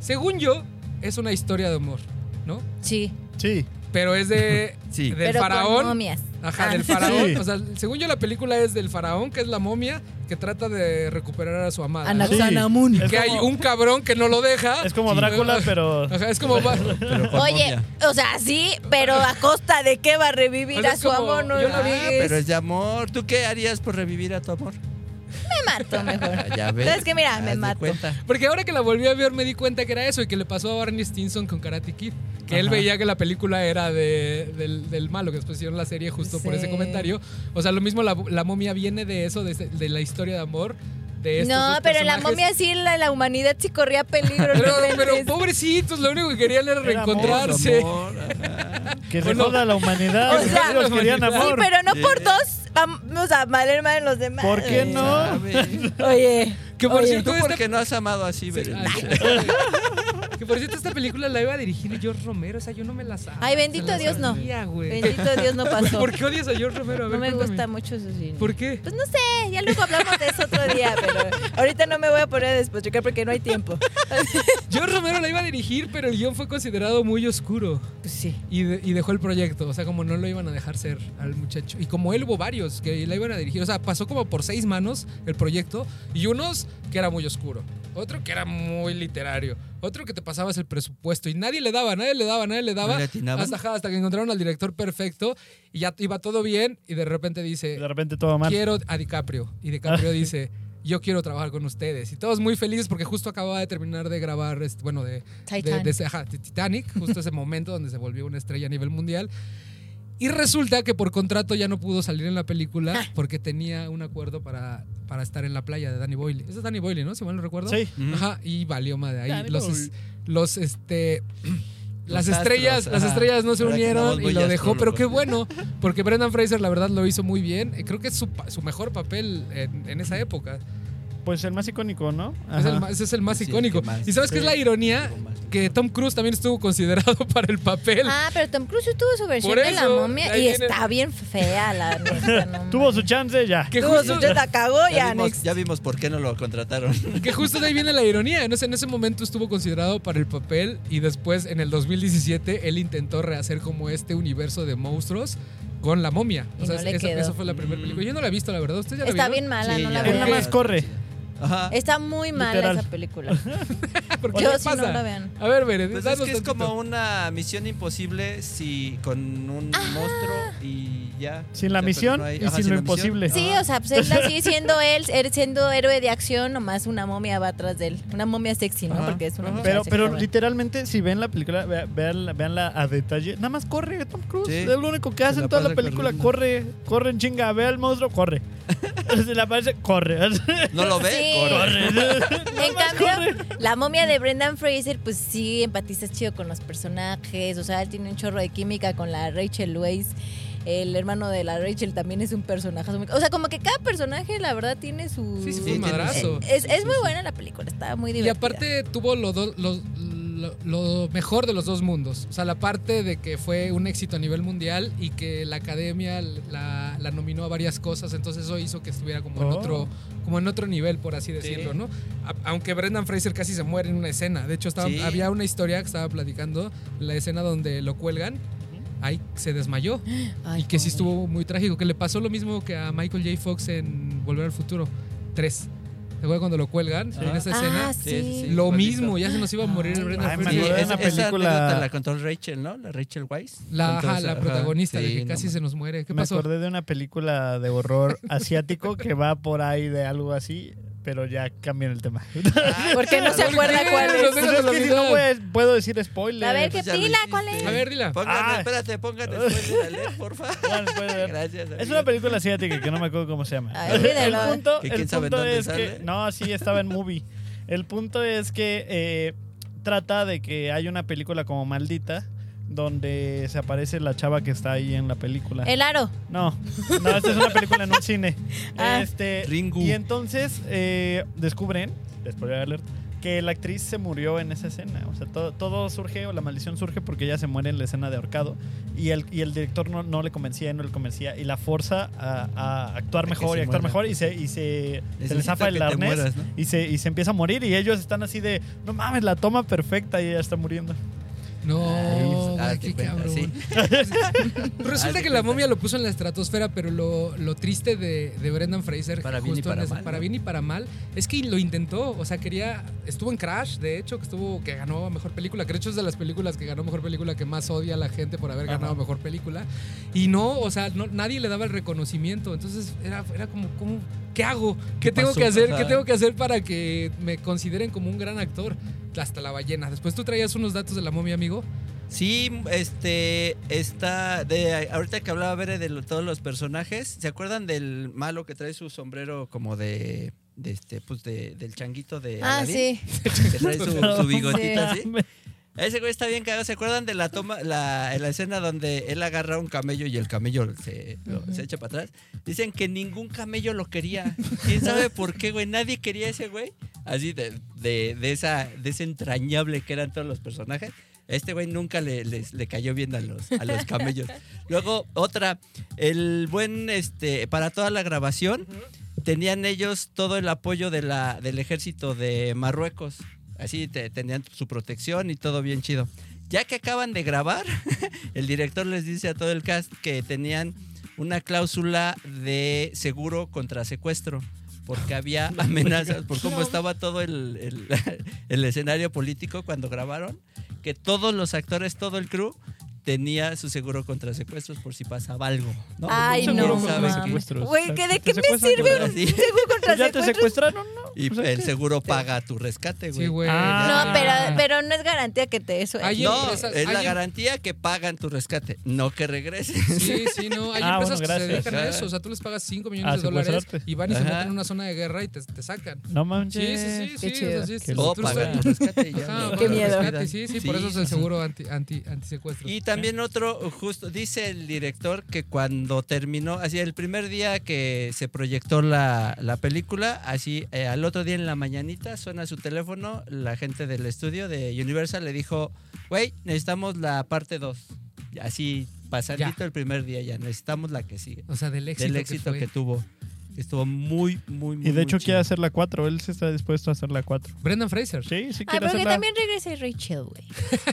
[SPEAKER 1] según yo, es una historia de amor, ¿no?
[SPEAKER 4] Sí,
[SPEAKER 3] Sí.
[SPEAKER 1] Pero es de
[SPEAKER 2] Sí.
[SPEAKER 1] del
[SPEAKER 4] pero con
[SPEAKER 1] faraón.
[SPEAKER 4] momias.
[SPEAKER 1] Ajá,
[SPEAKER 4] Ah.
[SPEAKER 1] del faraón.
[SPEAKER 3] Sí.
[SPEAKER 1] O sea, según yo, la película es del faraón, que es la momia que trata de recuperar a su amada. ¿no?
[SPEAKER 3] Sí.
[SPEAKER 4] Anaxanamun.
[SPEAKER 3] Es
[SPEAKER 1] Que hay
[SPEAKER 3] como-
[SPEAKER 1] un cabrón que no lo deja.
[SPEAKER 3] Es como
[SPEAKER 1] Sí.
[SPEAKER 4] (laughs)
[SPEAKER 3] Drácula, pero...
[SPEAKER 1] Ajá, es
[SPEAKER 3] (laughs)
[SPEAKER 1] como. va-
[SPEAKER 2] Pero con
[SPEAKER 4] Oye,
[SPEAKER 2] momia.
[SPEAKER 4] o sea, sí, pero a costa de qué va a revivir
[SPEAKER 1] O sea,
[SPEAKER 4] a
[SPEAKER 1] es
[SPEAKER 4] su
[SPEAKER 1] como-
[SPEAKER 4] amor, no
[SPEAKER 1] yo la vi,
[SPEAKER 4] digas.
[SPEAKER 2] Pero es de amor. ¿Tú qué harías por revivir a tu amor?
[SPEAKER 4] Me
[SPEAKER 1] (laughs)
[SPEAKER 4] mato mejor.
[SPEAKER 2] Ah, Ya ves.
[SPEAKER 4] ¿Sabes qué? Mira, me
[SPEAKER 2] Haz de
[SPEAKER 4] mato.
[SPEAKER 2] cuenta.
[SPEAKER 1] Porque ahora que la volví a ver, me di cuenta que era eso y que le pasó a Barney Stinson con Karate Kid. Que él
[SPEAKER 3] Ajá.
[SPEAKER 1] veía que la película era de- del, del malo, que después hicieron la serie justo por
[SPEAKER 4] Sí.
[SPEAKER 1] ese comentario. O sea, lo mismo la, la momia viene de eso, de, ese- de la historia de amor. De estos
[SPEAKER 4] No,
[SPEAKER 1] dos
[SPEAKER 4] pero en la
[SPEAKER 1] personajes.
[SPEAKER 4] momia sí, la, la humanidad sí corría peligro.
[SPEAKER 1] Pero,
[SPEAKER 4] no
[SPEAKER 1] pero
[SPEAKER 4] inventes.
[SPEAKER 1] pobrecitos, lo único que querían era
[SPEAKER 3] Era amor,
[SPEAKER 1] reencontrarse.
[SPEAKER 2] Amor, ajá.
[SPEAKER 3] Que
[SPEAKER 1] ¿O
[SPEAKER 3] se
[SPEAKER 1] no?
[SPEAKER 3] joda la humanidad.
[SPEAKER 4] O sea,
[SPEAKER 3] ellos querían
[SPEAKER 1] Sí,
[SPEAKER 4] sí,
[SPEAKER 3] amor.
[SPEAKER 4] pero no por
[SPEAKER 2] Sí.
[SPEAKER 4] dos vamos a valer más en los demás.
[SPEAKER 3] ¿Por qué
[SPEAKER 2] ¿Quién
[SPEAKER 3] no?
[SPEAKER 2] sabe?
[SPEAKER 4] Oye,
[SPEAKER 1] Que por
[SPEAKER 4] Oye.
[SPEAKER 1] cierto,
[SPEAKER 2] Tú
[SPEAKER 1] esta-
[SPEAKER 2] porque no has amado así, Belén.
[SPEAKER 1] Ay, Que por cierto, esta película la iba a dirigir George Romero. O sea, yo no me la sabía.
[SPEAKER 4] Ay, bendito Dios, no. bendito
[SPEAKER 1] (laughs)
[SPEAKER 4] Dios no pasó.
[SPEAKER 1] ¿Por qué odias a George Romero? A ver,
[SPEAKER 4] No me
[SPEAKER 1] cuéntame.
[SPEAKER 4] gusta mucho su cine.
[SPEAKER 1] ¿Por qué?
[SPEAKER 4] Pues no sé, ya luego hablamos de eso otro día, pero ahorita no me voy a poner a despotricar porque no hay tiempo.
[SPEAKER 1] George Romero la iba a dirigir, pero el guión fue considerado muy oscuro.
[SPEAKER 4] Pues sí.
[SPEAKER 1] Y, de- y dejó el proyecto, o sea, como no lo iban a dejar ser al muchacho. Y como él hubo varios que la iban a dirigir, o sea, pasó como por seis manos el proyecto, y unos que era muy oscuro, otro que era muy literario, otro que te pasabas el presupuesto, y nadie le daba, nadie le daba, nadie le daba.
[SPEAKER 2] ¿No le atinaban?
[SPEAKER 1] hasta, ajá, hasta que encontraron al director perfecto, y ya iba todo bien, y de repente dice,
[SPEAKER 3] De repente todo mal.
[SPEAKER 1] quiero a DiCaprio. Y DiCaprio dice, yo quiero trabajar con ustedes. Y todos muy felices porque justo acababa de terminar de grabar, este- bueno, de, de,
[SPEAKER 4] Titanic.
[SPEAKER 1] de- ajá, de Titanic, justo ese momento donde se volvió una estrella a nivel mundial. Y resulta que por contrato ya no pudo salir en la película porque tenía un acuerdo para, para estar en la playa de Danny Boyle. Ese es Danny Boyle, ¿no? Si mal no recuerdo.
[SPEAKER 3] Sí.
[SPEAKER 1] Ajá, y valió madre ahí.
[SPEAKER 3] Danny
[SPEAKER 1] Los, es- los, este. Las
[SPEAKER 2] Los
[SPEAKER 1] estrellas,
[SPEAKER 2] astros,
[SPEAKER 1] las
[SPEAKER 2] ajá.
[SPEAKER 1] estrellas no se
[SPEAKER 2] Ahora que
[SPEAKER 1] unieron
[SPEAKER 2] andamos
[SPEAKER 1] y
[SPEAKER 2] muy
[SPEAKER 1] lo dejó, pero qué
[SPEAKER 2] astrólogos.
[SPEAKER 1] bueno, porque Brendan Fraser la verdad lo hizo muy bien. Eh, Creo que es su, pa- su mejor papel en, en esa época.
[SPEAKER 3] Pues el más icónico, ¿no?
[SPEAKER 1] Es el,
[SPEAKER 3] Ajá.
[SPEAKER 1] más- ese es el más
[SPEAKER 2] Sí, el que
[SPEAKER 1] icónico.
[SPEAKER 2] más-
[SPEAKER 1] ¿Y sabes qué es la ironía?
[SPEAKER 2] Algo más.
[SPEAKER 1] Que Tom Cruise también estuvo considerado (laughs) para el papel.
[SPEAKER 4] Ah, pero Tom Cruise tuvo su versión
[SPEAKER 1] Por
[SPEAKER 4] de la
[SPEAKER 1] eso,
[SPEAKER 4] momia
[SPEAKER 1] ahí
[SPEAKER 4] y
[SPEAKER 1] viene.
[SPEAKER 4] está bien
[SPEAKER 1] (laughs)
[SPEAKER 4] fea la neta.
[SPEAKER 3] (laughs)
[SPEAKER 4] no
[SPEAKER 3] Tuvo su
[SPEAKER 4] mames.
[SPEAKER 3] chance ya.
[SPEAKER 1] que
[SPEAKER 4] Tuvo
[SPEAKER 1] justo,
[SPEAKER 4] su cheta, cagó y
[SPEAKER 2] Ya
[SPEAKER 4] Anix.
[SPEAKER 2] vimos, ya vimos por qué no lo
[SPEAKER 1] (laughs)
[SPEAKER 2] contrataron.
[SPEAKER 1] que justo de ahí viene la ironía. En ese, en ese momento estuvo considerado para el papel y después en el 2017 él intentó rehacer como este universo de monstruos con la momia.
[SPEAKER 4] Y no le
[SPEAKER 1] esa,
[SPEAKER 4] quedó.
[SPEAKER 1] esa fue la primera película. Yo no la he visto, la verdad. ¿Usted ya la
[SPEAKER 4] Está
[SPEAKER 1] vieron?
[SPEAKER 4] bien mala,
[SPEAKER 2] Sí,
[SPEAKER 4] no
[SPEAKER 2] ya
[SPEAKER 4] la
[SPEAKER 2] vi.
[SPEAKER 3] Él
[SPEAKER 4] voy a
[SPEAKER 3] nada más
[SPEAKER 4] ver.
[SPEAKER 3] corre.
[SPEAKER 2] Ajá.
[SPEAKER 4] Está muy mala
[SPEAKER 3] Literal.
[SPEAKER 4] esa película.
[SPEAKER 1] (laughs) ¿Por qué?
[SPEAKER 4] Yo
[SPEAKER 1] ¿Qué
[SPEAKER 4] si
[SPEAKER 1] pasa?
[SPEAKER 4] no la vean.
[SPEAKER 1] A ver, Bere,
[SPEAKER 2] Pues es
[SPEAKER 1] danos
[SPEAKER 2] que es
[SPEAKER 1] tantito.
[SPEAKER 2] como una misión imposible si con un monstruo y ya.
[SPEAKER 3] Sin la
[SPEAKER 2] O sea,
[SPEAKER 3] misión
[SPEAKER 2] pero no hay-
[SPEAKER 3] y
[SPEAKER 2] ajá,
[SPEAKER 3] sin, lo
[SPEAKER 2] la misión.
[SPEAKER 3] imposible.
[SPEAKER 4] Sí, o sea, pues él así siendo él, él siendo héroe de acción, nomás una momia va atrás de él. Una momia sexy, ¿no?
[SPEAKER 2] Ajá.
[SPEAKER 4] Porque es una
[SPEAKER 2] Ajá.
[SPEAKER 4] mujer
[SPEAKER 3] Pero,
[SPEAKER 4] sexy,
[SPEAKER 3] pero
[SPEAKER 4] joven.
[SPEAKER 3] literalmente, si ven la película, vea- veanla, veanla a detalle. Nada más corre Tom Cruise.
[SPEAKER 2] Sí.
[SPEAKER 3] Es lo único que hace
[SPEAKER 2] la
[SPEAKER 3] en toda la
[SPEAKER 2] pasa
[SPEAKER 3] película.
[SPEAKER 2] corriendo.
[SPEAKER 3] Corre, corre en chinga. Ve al monstruo, corre. (laughs) Se le aparece, corre. (laughs)
[SPEAKER 2] No lo ve,
[SPEAKER 4] Sí.
[SPEAKER 2] corre.
[SPEAKER 4] En cambio, la momia de Brendan Fraser, pues sí, empatizas chido con los personajes. O sea, él tiene un chorro de química con la Rachel Weisz. El hermano de la Rachel también es un personaje. muy- O sea, como que cada personaje, la verdad, tiene su.
[SPEAKER 1] Sí, sí, fue
[SPEAKER 2] Sí,
[SPEAKER 1] un
[SPEAKER 2] tiene-
[SPEAKER 1] madrazo.
[SPEAKER 4] Es, es muy buena la película, está muy
[SPEAKER 1] Y
[SPEAKER 4] divertida.
[SPEAKER 1] aparte tuvo lo, do- lo- lo- lo mejor de los dos mundos. O sea, la parte de que fue un éxito a nivel mundial y que la academia la, la nominó a varias cosas. Entonces eso hizo que estuviera como en
[SPEAKER 3] Oh.
[SPEAKER 1] otro, como en otro nivel, por así decirlo, ¿no? A- aunque Brendan Fraser casi se muere en una escena. De hecho, estaba-
[SPEAKER 2] Sí.
[SPEAKER 1] había una historia que estaba platicando, la escena donde lo cuelgan. Ahí se desmayó
[SPEAKER 4] Ay,
[SPEAKER 1] y que sí
[SPEAKER 4] pobre.
[SPEAKER 1] estuvo muy trágico. Que le pasó lo mismo que a Michael J. Fox en Volver al Futuro 3. ¿Te acuerdas cuando lo cuelgan en esa escena?
[SPEAKER 4] Ah,
[SPEAKER 2] Sí, sí,
[SPEAKER 4] sí.
[SPEAKER 2] sí.
[SPEAKER 1] Lo
[SPEAKER 2] igualito.
[SPEAKER 1] mismo, ya se nos iba a morir
[SPEAKER 4] Ay,
[SPEAKER 1] el Brendan
[SPEAKER 3] Ay, me
[SPEAKER 1] Fraser.
[SPEAKER 3] acuerdo de
[SPEAKER 2] esa,
[SPEAKER 3] una
[SPEAKER 2] esa
[SPEAKER 3] película-
[SPEAKER 2] anécdota la contó Rachel, ¿no? La Rachel Weiss.
[SPEAKER 1] La, ajá,
[SPEAKER 2] Contó esa-
[SPEAKER 1] la
[SPEAKER 2] ajá.
[SPEAKER 1] protagonista de
[SPEAKER 2] Sí,
[SPEAKER 1] que
[SPEAKER 2] no
[SPEAKER 1] casi se nos muere. ¿Qué
[SPEAKER 3] Me
[SPEAKER 1] pasó?
[SPEAKER 3] acordé de una película de horror asiático que va por ahí de algo así, pero ya cambian el tema.
[SPEAKER 2] Ah,
[SPEAKER 4] Porque no se
[SPEAKER 1] ¿Por
[SPEAKER 4] acuerda
[SPEAKER 1] qué?
[SPEAKER 4] cuál
[SPEAKER 1] Los
[SPEAKER 4] es.
[SPEAKER 1] de-
[SPEAKER 3] Pues (laughs) es que si no voy- puedo decir spoiler.
[SPEAKER 4] A ver, ¿qué
[SPEAKER 2] ya lo
[SPEAKER 4] pila? ¿Cuál
[SPEAKER 2] hiciste.
[SPEAKER 4] es?
[SPEAKER 1] A ver, dila.
[SPEAKER 2] Pongan,
[SPEAKER 3] Ah.
[SPEAKER 2] espérate, pongan después de leer, porfa. Gracias.
[SPEAKER 3] Es
[SPEAKER 2] amigo.
[SPEAKER 3] una película asiática que no me acuerdo cómo se llama.
[SPEAKER 4] Ay,
[SPEAKER 3] el
[SPEAKER 4] olvídalo.
[SPEAKER 3] punto,
[SPEAKER 2] Que
[SPEAKER 3] el
[SPEAKER 2] quién sabe
[SPEAKER 3] punto
[SPEAKER 2] dónde
[SPEAKER 3] es que.
[SPEAKER 2] sale.
[SPEAKER 3] No, sí, estaba en movie. El punto es que eh, trata de que hay una película como maldita donde se aparece la chava que está ahí en la película.
[SPEAKER 4] El aro.
[SPEAKER 3] No, no, esta es una película en un cine.
[SPEAKER 4] (laughs) Ah.
[SPEAKER 3] Este,
[SPEAKER 2] Ringu.
[SPEAKER 3] Y entonces eh, descubren, después de alert, que la actriz se murió en esa escena. O sea, todo, todo surge, o la maldición surge porque ella se muere en la escena de ahorcado. Y el, y el director no, no le convencía y no le convencía. Y la forza a, a actuar
[SPEAKER 2] A que
[SPEAKER 3] mejor
[SPEAKER 2] se
[SPEAKER 3] y actuar
[SPEAKER 2] muera.
[SPEAKER 3] mejor. Y se, y se, se
[SPEAKER 2] Necesito
[SPEAKER 3] le zafa
[SPEAKER 2] que
[SPEAKER 3] el
[SPEAKER 2] te
[SPEAKER 3] arnés.
[SPEAKER 2] mueras, ¿no?
[SPEAKER 3] Y se, y se empieza a morir y ellos están así de, no mames, la toma perfecta y ella está muriendo.
[SPEAKER 1] No,
[SPEAKER 2] Ah,
[SPEAKER 1] güey,
[SPEAKER 2] te
[SPEAKER 1] qué
[SPEAKER 2] cuenta,
[SPEAKER 1] cabrón.
[SPEAKER 2] sí.
[SPEAKER 1] (laughs) Resulta
[SPEAKER 3] Pues
[SPEAKER 2] Ah,
[SPEAKER 1] que
[SPEAKER 2] te
[SPEAKER 1] la
[SPEAKER 2] cuenta.
[SPEAKER 1] momia lo puso en la estratosfera, pero lo, lo triste de, de Brendan Fraser,
[SPEAKER 2] Para bien y
[SPEAKER 1] justo en
[SPEAKER 2] para
[SPEAKER 1] esa-
[SPEAKER 2] mal,
[SPEAKER 1] para
[SPEAKER 2] ¿no?
[SPEAKER 1] bien y para mal, es que lo intentó. O sea, quería. Estuvo en Crash, de hecho, que estuvo, que ganó mejor película. Que de hecho es de las películas que ganó mejor película que más odia a la gente por haber ganado
[SPEAKER 3] Ajá.
[SPEAKER 1] mejor película. Y no, o sea, no- nadie le daba el reconocimiento. Entonces era, era como, ¿cómo- ¿qué hago? ¿Qué,
[SPEAKER 2] ¿Qué
[SPEAKER 1] tengo
[SPEAKER 2] pasó?
[SPEAKER 1] que hacer? ¿Qué
[SPEAKER 2] Ajá.
[SPEAKER 1] tengo que hacer para que me consideren como un gran actor? Hasta la ballena. Después tú traías unos datos de la momia, amigo.
[SPEAKER 2] Sí, este está de ahorita que hablaba Bere de lo- todos los personajes, ¿se acuerdan del malo que trae su sombrero como de, de este pues de, del changuito de
[SPEAKER 4] Ah,
[SPEAKER 2] Aladdin? (laughs)
[SPEAKER 4] sí.
[SPEAKER 2] que trae su, su bigotita
[SPEAKER 3] (laughs)
[SPEAKER 4] (laughs) Sí.
[SPEAKER 2] así? Ese güey está bien cagado, ¿se acuerdan de la toma la, en la escena donde él agarra un camello y el camello se, lo- se echa para atrás? Dicen que ningún camello lo quería. ¿Quién sabe por qué, güey? Nadie quería a ese güey. Así de, de, de esa de ese entrañable que eran todos los personajes. Este güey nunca le, les- le cayó bien a los, a los camellos. Luego, otra, el buen, este, para toda la grabación, tenían ellos todo el apoyo de la, del ejército de Marruecos. Así te- tenían su protección y todo bien chido. Ya que acaban de grabar, (laughs) el director les dice a todo el cast que tenían una cláusula de seguro contra secuestro. Porque había amenazas, por cómo estaba todo el, (laughs) el- el escenario político cuando grabaron, que todos los actores, todo el crew, tenía su seguro contra secuestros por si pasaba algo. ¿no?
[SPEAKER 4] Ay,
[SPEAKER 2] ¿Quién
[SPEAKER 4] no.
[SPEAKER 2] sabe qué?
[SPEAKER 4] mames. Güey, ¿que
[SPEAKER 3] Te
[SPEAKER 4] ¿de qué me
[SPEAKER 3] secuestran,
[SPEAKER 4] sirve
[SPEAKER 2] ¿verdad?
[SPEAKER 4] un
[SPEAKER 2] Sí.
[SPEAKER 4] seguro contra
[SPEAKER 3] Pues ya te
[SPEAKER 4] secuestros?
[SPEAKER 3] secuestraron, ¿no?
[SPEAKER 2] Y
[SPEAKER 3] Pues,
[SPEAKER 2] el
[SPEAKER 3] ¿qué?
[SPEAKER 2] seguro paga tu rescate, güey.
[SPEAKER 1] Sí, güey.
[SPEAKER 3] Ah.
[SPEAKER 4] No, pero, pero no es garantía que te eso.
[SPEAKER 1] Ay,
[SPEAKER 2] No,
[SPEAKER 1] empresas-
[SPEAKER 2] es la
[SPEAKER 1] hay-
[SPEAKER 2] garantía que pagan tu rescate, no que regreses.
[SPEAKER 1] Sí, sí, no. Hay
[SPEAKER 3] Ah,
[SPEAKER 1] empresas que
[SPEAKER 3] bueno,
[SPEAKER 1] se
[SPEAKER 3] gracias. Ah,
[SPEAKER 1] dedican a
[SPEAKER 2] Ajá.
[SPEAKER 1] eso. O sea, tú les pagas 5 millones
[SPEAKER 3] A
[SPEAKER 1] de dólares
[SPEAKER 3] secuestrarte.
[SPEAKER 1] y van y se
[SPEAKER 2] Ajá.
[SPEAKER 1] meten en una zona de guerra y te, te sacan.
[SPEAKER 3] No
[SPEAKER 1] Sí,
[SPEAKER 3] manches.
[SPEAKER 1] sí, sí.
[SPEAKER 4] Qué
[SPEAKER 1] sí, o sea,
[SPEAKER 4] chido.
[SPEAKER 1] sí,
[SPEAKER 3] Qué
[SPEAKER 1] tú
[SPEAKER 2] O
[SPEAKER 3] loco. ¿eh?
[SPEAKER 1] estás-
[SPEAKER 2] pagan tu rescate. y ya
[SPEAKER 1] Ajá,
[SPEAKER 2] no
[SPEAKER 1] pagan
[SPEAKER 4] Qué
[SPEAKER 2] te
[SPEAKER 1] el
[SPEAKER 4] miedo.
[SPEAKER 1] Oh, rescate,
[SPEAKER 2] rescatan.
[SPEAKER 1] Sí, sí, por eso es el
[SPEAKER 2] ajá.
[SPEAKER 1] seguro anti, anti, antisecuestro.
[SPEAKER 2] Y también otro, justo, dice el director que cuando terminó, así el primer día que se proyectó la, la película, así eh, al otro día en la mañanita suena su teléfono, la gente del estudio de Universal le dijo, güey, necesitamos la parte 2. Así, pasandito el primer día ya, necesitamos la que sigue.
[SPEAKER 1] O sea, del éxito.
[SPEAKER 2] del éxito que,
[SPEAKER 1] que fue.
[SPEAKER 2] tuvo. Estuvo muy, muy, muy
[SPEAKER 3] Y de
[SPEAKER 2] muy
[SPEAKER 3] hecho quiere
[SPEAKER 2] chido.
[SPEAKER 3] hacer la 4. Él se está dispuesto a hacer la 4.
[SPEAKER 1] Brendan Fraser.
[SPEAKER 3] Sí, sí quiere
[SPEAKER 4] Ah, pero que
[SPEAKER 3] hacer la...
[SPEAKER 4] también regrese Rachel, güey.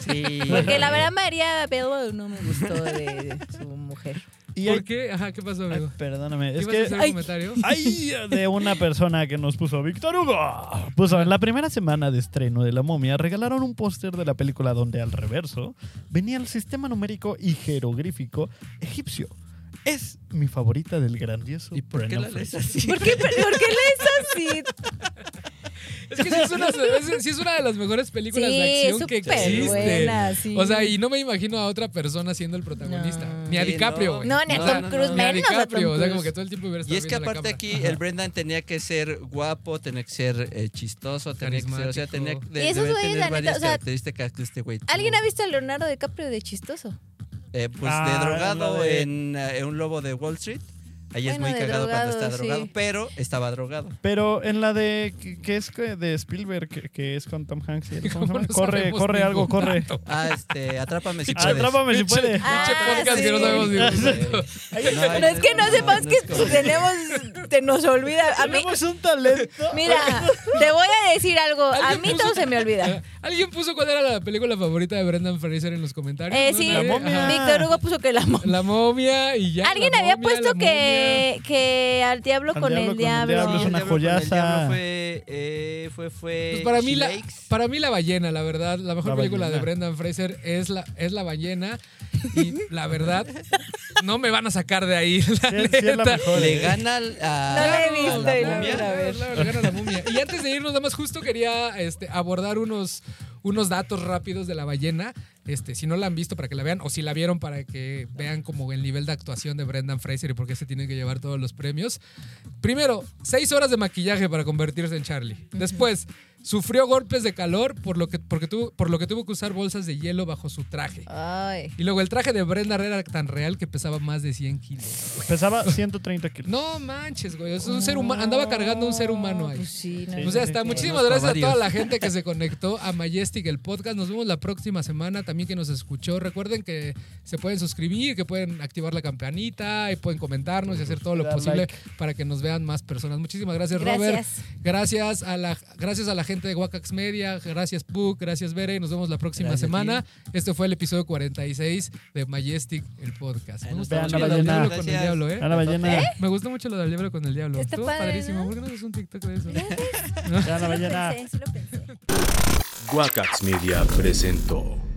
[SPEAKER 2] Sí. (laughs)
[SPEAKER 4] Porque la verdad María Bello no me gustó de su mujer.
[SPEAKER 3] Y
[SPEAKER 1] ¿Por
[SPEAKER 3] hay-
[SPEAKER 1] qué? Ajá, ¿qué pasó,
[SPEAKER 3] Ay,
[SPEAKER 1] amigo?
[SPEAKER 3] Perdóname, es
[SPEAKER 1] ¿Ibas a hacer
[SPEAKER 3] que
[SPEAKER 1] un
[SPEAKER 4] Ay.
[SPEAKER 1] comentario?
[SPEAKER 3] hay de una persona que nos puso Víctor Hugo. Puso, en la primera semana de estreno de La Momia regalaron un póster de la película donde al reverso venía el sistema numérico y jeroglífico egipcio. Es mi favorita del grandioso
[SPEAKER 2] ¿Y por qué
[SPEAKER 3] Brendan
[SPEAKER 2] la lees
[SPEAKER 3] Fraser.
[SPEAKER 2] así?
[SPEAKER 4] ¿Por qué, ¿Por qué le es así?
[SPEAKER 1] Es que sí es, una, es- sí es una de las mejores películas de
[SPEAKER 4] Sí,
[SPEAKER 1] acción que
[SPEAKER 4] súper
[SPEAKER 1] existe.
[SPEAKER 4] buena, sí.
[SPEAKER 1] O sea, y no me imagino a otra persona siendo el protagonista.
[SPEAKER 4] No.
[SPEAKER 1] Ni a
[SPEAKER 2] Sí,
[SPEAKER 1] DiCaprio,
[SPEAKER 2] no.
[SPEAKER 1] güey.
[SPEAKER 4] No, ni a
[SPEAKER 1] O
[SPEAKER 2] No,
[SPEAKER 1] sea,
[SPEAKER 4] Tom
[SPEAKER 2] no,
[SPEAKER 4] Cruise,
[SPEAKER 2] no.
[SPEAKER 1] ni a
[SPEAKER 4] menos a Tom
[SPEAKER 1] DiCaprio. O sea, como que
[SPEAKER 4] Cruise.
[SPEAKER 1] todo el tiempo hubiera
[SPEAKER 2] Y
[SPEAKER 1] estado
[SPEAKER 2] es que
[SPEAKER 1] viendo la
[SPEAKER 2] aparte
[SPEAKER 1] cámara.
[SPEAKER 2] aquí el Brendan tenía que ser guapo, tenía que ser eh, chistoso, tenía que ser, o sea, tenía
[SPEAKER 1] Carismático.
[SPEAKER 2] de-
[SPEAKER 4] Y esos
[SPEAKER 2] debe
[SPEAKER 4] güeyes,
[SPEAKER 2] tener
[SPEAKER 4] la neta,
[SPEAKER 2] varias
[SPEAKER 4] o sea,
[SPEAKER 2] características que este güey. tuvo.
[SPEAKER 4] ¿Alguien ha visto a Leonardo DiCaprio de chistoso?
[SPEAKER 2] Eh, pues
[SPEAKER 3] Ah,
[SPEAKER 2] de drogado
[SPEAKER 3] lo de-
[SPEAKER 2] en, eh, en un lobo de Wall Street. Ahí
[SPEAKER 4] Bueno,
[SPEAKER 2] es
[SPEAKER 4] de
[SPEAKER 2] muy cagado cuando
[SPEAKER 4] drogado,
[SPEAKER 2] está drogado,
[SPEAKER 4] sí.
[SPEAKER 2] pero estaba drogado.
[SPEAKER 3] Pero en la de que- que es que de Spielberg, que, que es con Tom Hanks, y el- ¿cómo
[SPEAKER 1] ¿Cómo
[SPEAKER 3] se llama?
[SPEAKER 1] no
[SPEAKER 3] corre,
[SPEAKER 1] sabemos
[SPEAKER 3] corre
[SPEAKER 1] ningún
[SPEAKER 3] algo, corre.
[SPEAKER 1] dato?
[SPEAKER 2] Ah, este, atrápame
[SPEAKER 1] Ah,
[SPEAKER 2] si puedes.
[SPEAKER 3] Ah, Atrápame Pues si
[SPEAKER 1] Pinche- (laughs)
[SPEAKER 3] puede.
[SPEAKER 1] pinche
[SPEAKER 4] Ah,
[SPEAKER 1] podcast que no
[SPEAKER 4] sí.
[SPEAKER 1] sabemos ni un
[SPEAKER 2] Eh,
[SPEAKER 1] dato.
[SPEAKER 2] no,
[SPEAKER 4] No, es que no
[SPEAKER 2] no,
[SPEAKER 4] sepas
[SPEAKER 2] no
[SPEAKER 4] que
[SPEAKER 2] es como-
[SPEAKER 4] tenemos, te nos olvida. A mí,
[SPEAKER 3] Tenemos un talento.
[SPEAKER 4] mira, te voy a decir algo. A
[SPEAKER 1] Alguien
[SPEAKER 4] mí
[SPEAKER 1] puso-
[SPEAKER 4] todo se me olvida.
[SPEAKER 1] ¿Alguien puso cuál era la película favorita de Brendan Fraser en los comentarios?
[SPEAKER 4] Eh,
[SPEAKER 1] ¿No?
[SPEAKER 4] sí,
[SPEAKER 1] Nadie.
[SPEAKER 3] La momia.
[SPEAKER 1] Ajá.
[SPEAKER 4] Víctor Hugo puso que la amo.
[SPEAKER 1] La momia y ya.
[SPEAKER 4] Alguien
[SPEAKER 1] la
[SPEAKER 4] había
[SPEAKER 1] momia,
[SPEAKER 4] puesto
[SPEAKER 1] la
[SPEAKER 4] que, que al diablo
[SPEAKER 3] Al
[SPEAKER 4] con
[SPEAKER 3] diablo
[SPEAKER 4] el
[SPEAKER 3] con el
[SPEAKER 4] diablo.
[SPEAKER 3] diablo es una
[SPEAKER 2] Diablo con el diablo
[SPEAKER 3] joyaza.
[SPEAKER 2] Fue, eh, fue, fue.
[SPEAKER 1] Pues para mí, la,
[SPEAKER 2] She Lakes.
[SPEAKER 1] para mí la ballena, la verdad, la mejor
[SPEAKER 3] La
[SPEAKER 1] película de
[SPEAKER 3] ballena.
[SPEAKER 1] Brendan Fraser es la, es la ballena. Y la verdad, no me van a sacar de ahí. La
[SPEAKER 3] Sí, sí es la
[SPEAKER 1] neta.
[SPEAKER 3] mejor.
[SPEAKER 2] Le
[SPEAKER 3] eh.
[SPEAKER 2] gana al- a.
[SPEAKER 4] No la he
[SPEAKER 2] a
[SPEAKER 4] visto
[SPEAKER 2] la
[SPEAKER 4] y la
[SPEAKER 2] momia.
[SPEAKER 4] voy a ver.
[SPEAKER 1] La ballena, la momia. Y antes de irnos, nada más justo quería este, abordar unos, unos datos rápidos de la ballena. Este, si no la han visto para que la vean, o si la vieron para que vean como el nivel de actuación de Brendan Fraser y por qué se tienen que llevar todos los premios. Primero, seis horas de maquillaje para convertirse en Charlie. Después, sufrió golpes de calor por lo que, porque tuvo, por lo que tuvo que usar bolsas de hielo bajo su traje.
[SPEAKER 4] Ay.
[SPEAKER 1] Y luego el traje de Brenda era tan real que pesaba más de 100 kilos.
[SPEAKER 3] Pesaba 130 kilos.
[SPEAKER 1] No manches, güey. Es un ser humano. Andaba cargando un ser humano ahí.
[SPEAKER 4] Pues sí, no.
[SPEAKER 3] Sí.
[SPEAKER 1] Pues ya está. Muchísimas
[SPEAKER 2] Conozco a
[SPEAKER 1] gracias a
[SPEAKER 2] varios.
[SPEAKER 1] toda la gente
[SPEAKER 3] (laughs)
[SPEAKER 1] que se conectó a Majestic, el podcast. Nos vemos la próxima semana. También que nos escuchó. Recuerden que se pueden suscribir, que pueden activar la campanita y pueden comentarnos y hacer todo lo
[SPEAKER 3] Dar
[SPEAKER 1] posible
[SPEAKER 3] like.
[SPEAKER 1] para que nos vean más personas. Muchísimas gracias, Robert.
[SPEAKER 4] Gracias.
[SPEAKER 1] Gracias a la, gracias a la gente de Wacax Media. Gracias, Puck. Gracias, Bere. Nos vemos la próxima
[SPEAKER 2] Gracias,
[SPEAKER 1] semana. Este fue el episodio 46 de Majestic, el podcast. Me
[SPEAKER 2] Nos
[SPEAKER 1] gusta
[SPEAKER 3] vemos
[SPEAKER 1] mucho lo
[SPEAKER 3] la
[SPEAKER 1] del
[SPEAKER 3] ballena.
[SPEAKER 1] diablo con el
[SPEAKER 2] Gracias.
[SPEAKER 1] diablo, ¿eh?
[SPEAKER 3] A la ballena.
[SPEAKER 1] Me gustó mucho lo del diablo con el diablo.
[SPEAKER 4] Está
[SPEAKER 1] Estuvo
[SPEAKER 4] padre,
[SPEAKER 1] padrísimo.
[SPEAKER 4] ¿no?
[SPEAKER 1] ¿Por qué no haces un TikTok de eso?
[SPEAKER 3] A la
[SPEAKER 4] Sí lo
[SPEAKER 3] ballena.
[SPEAKER 4] pensé, sí lo pensé.
[SPEAKER 6] Guacax Media presentó.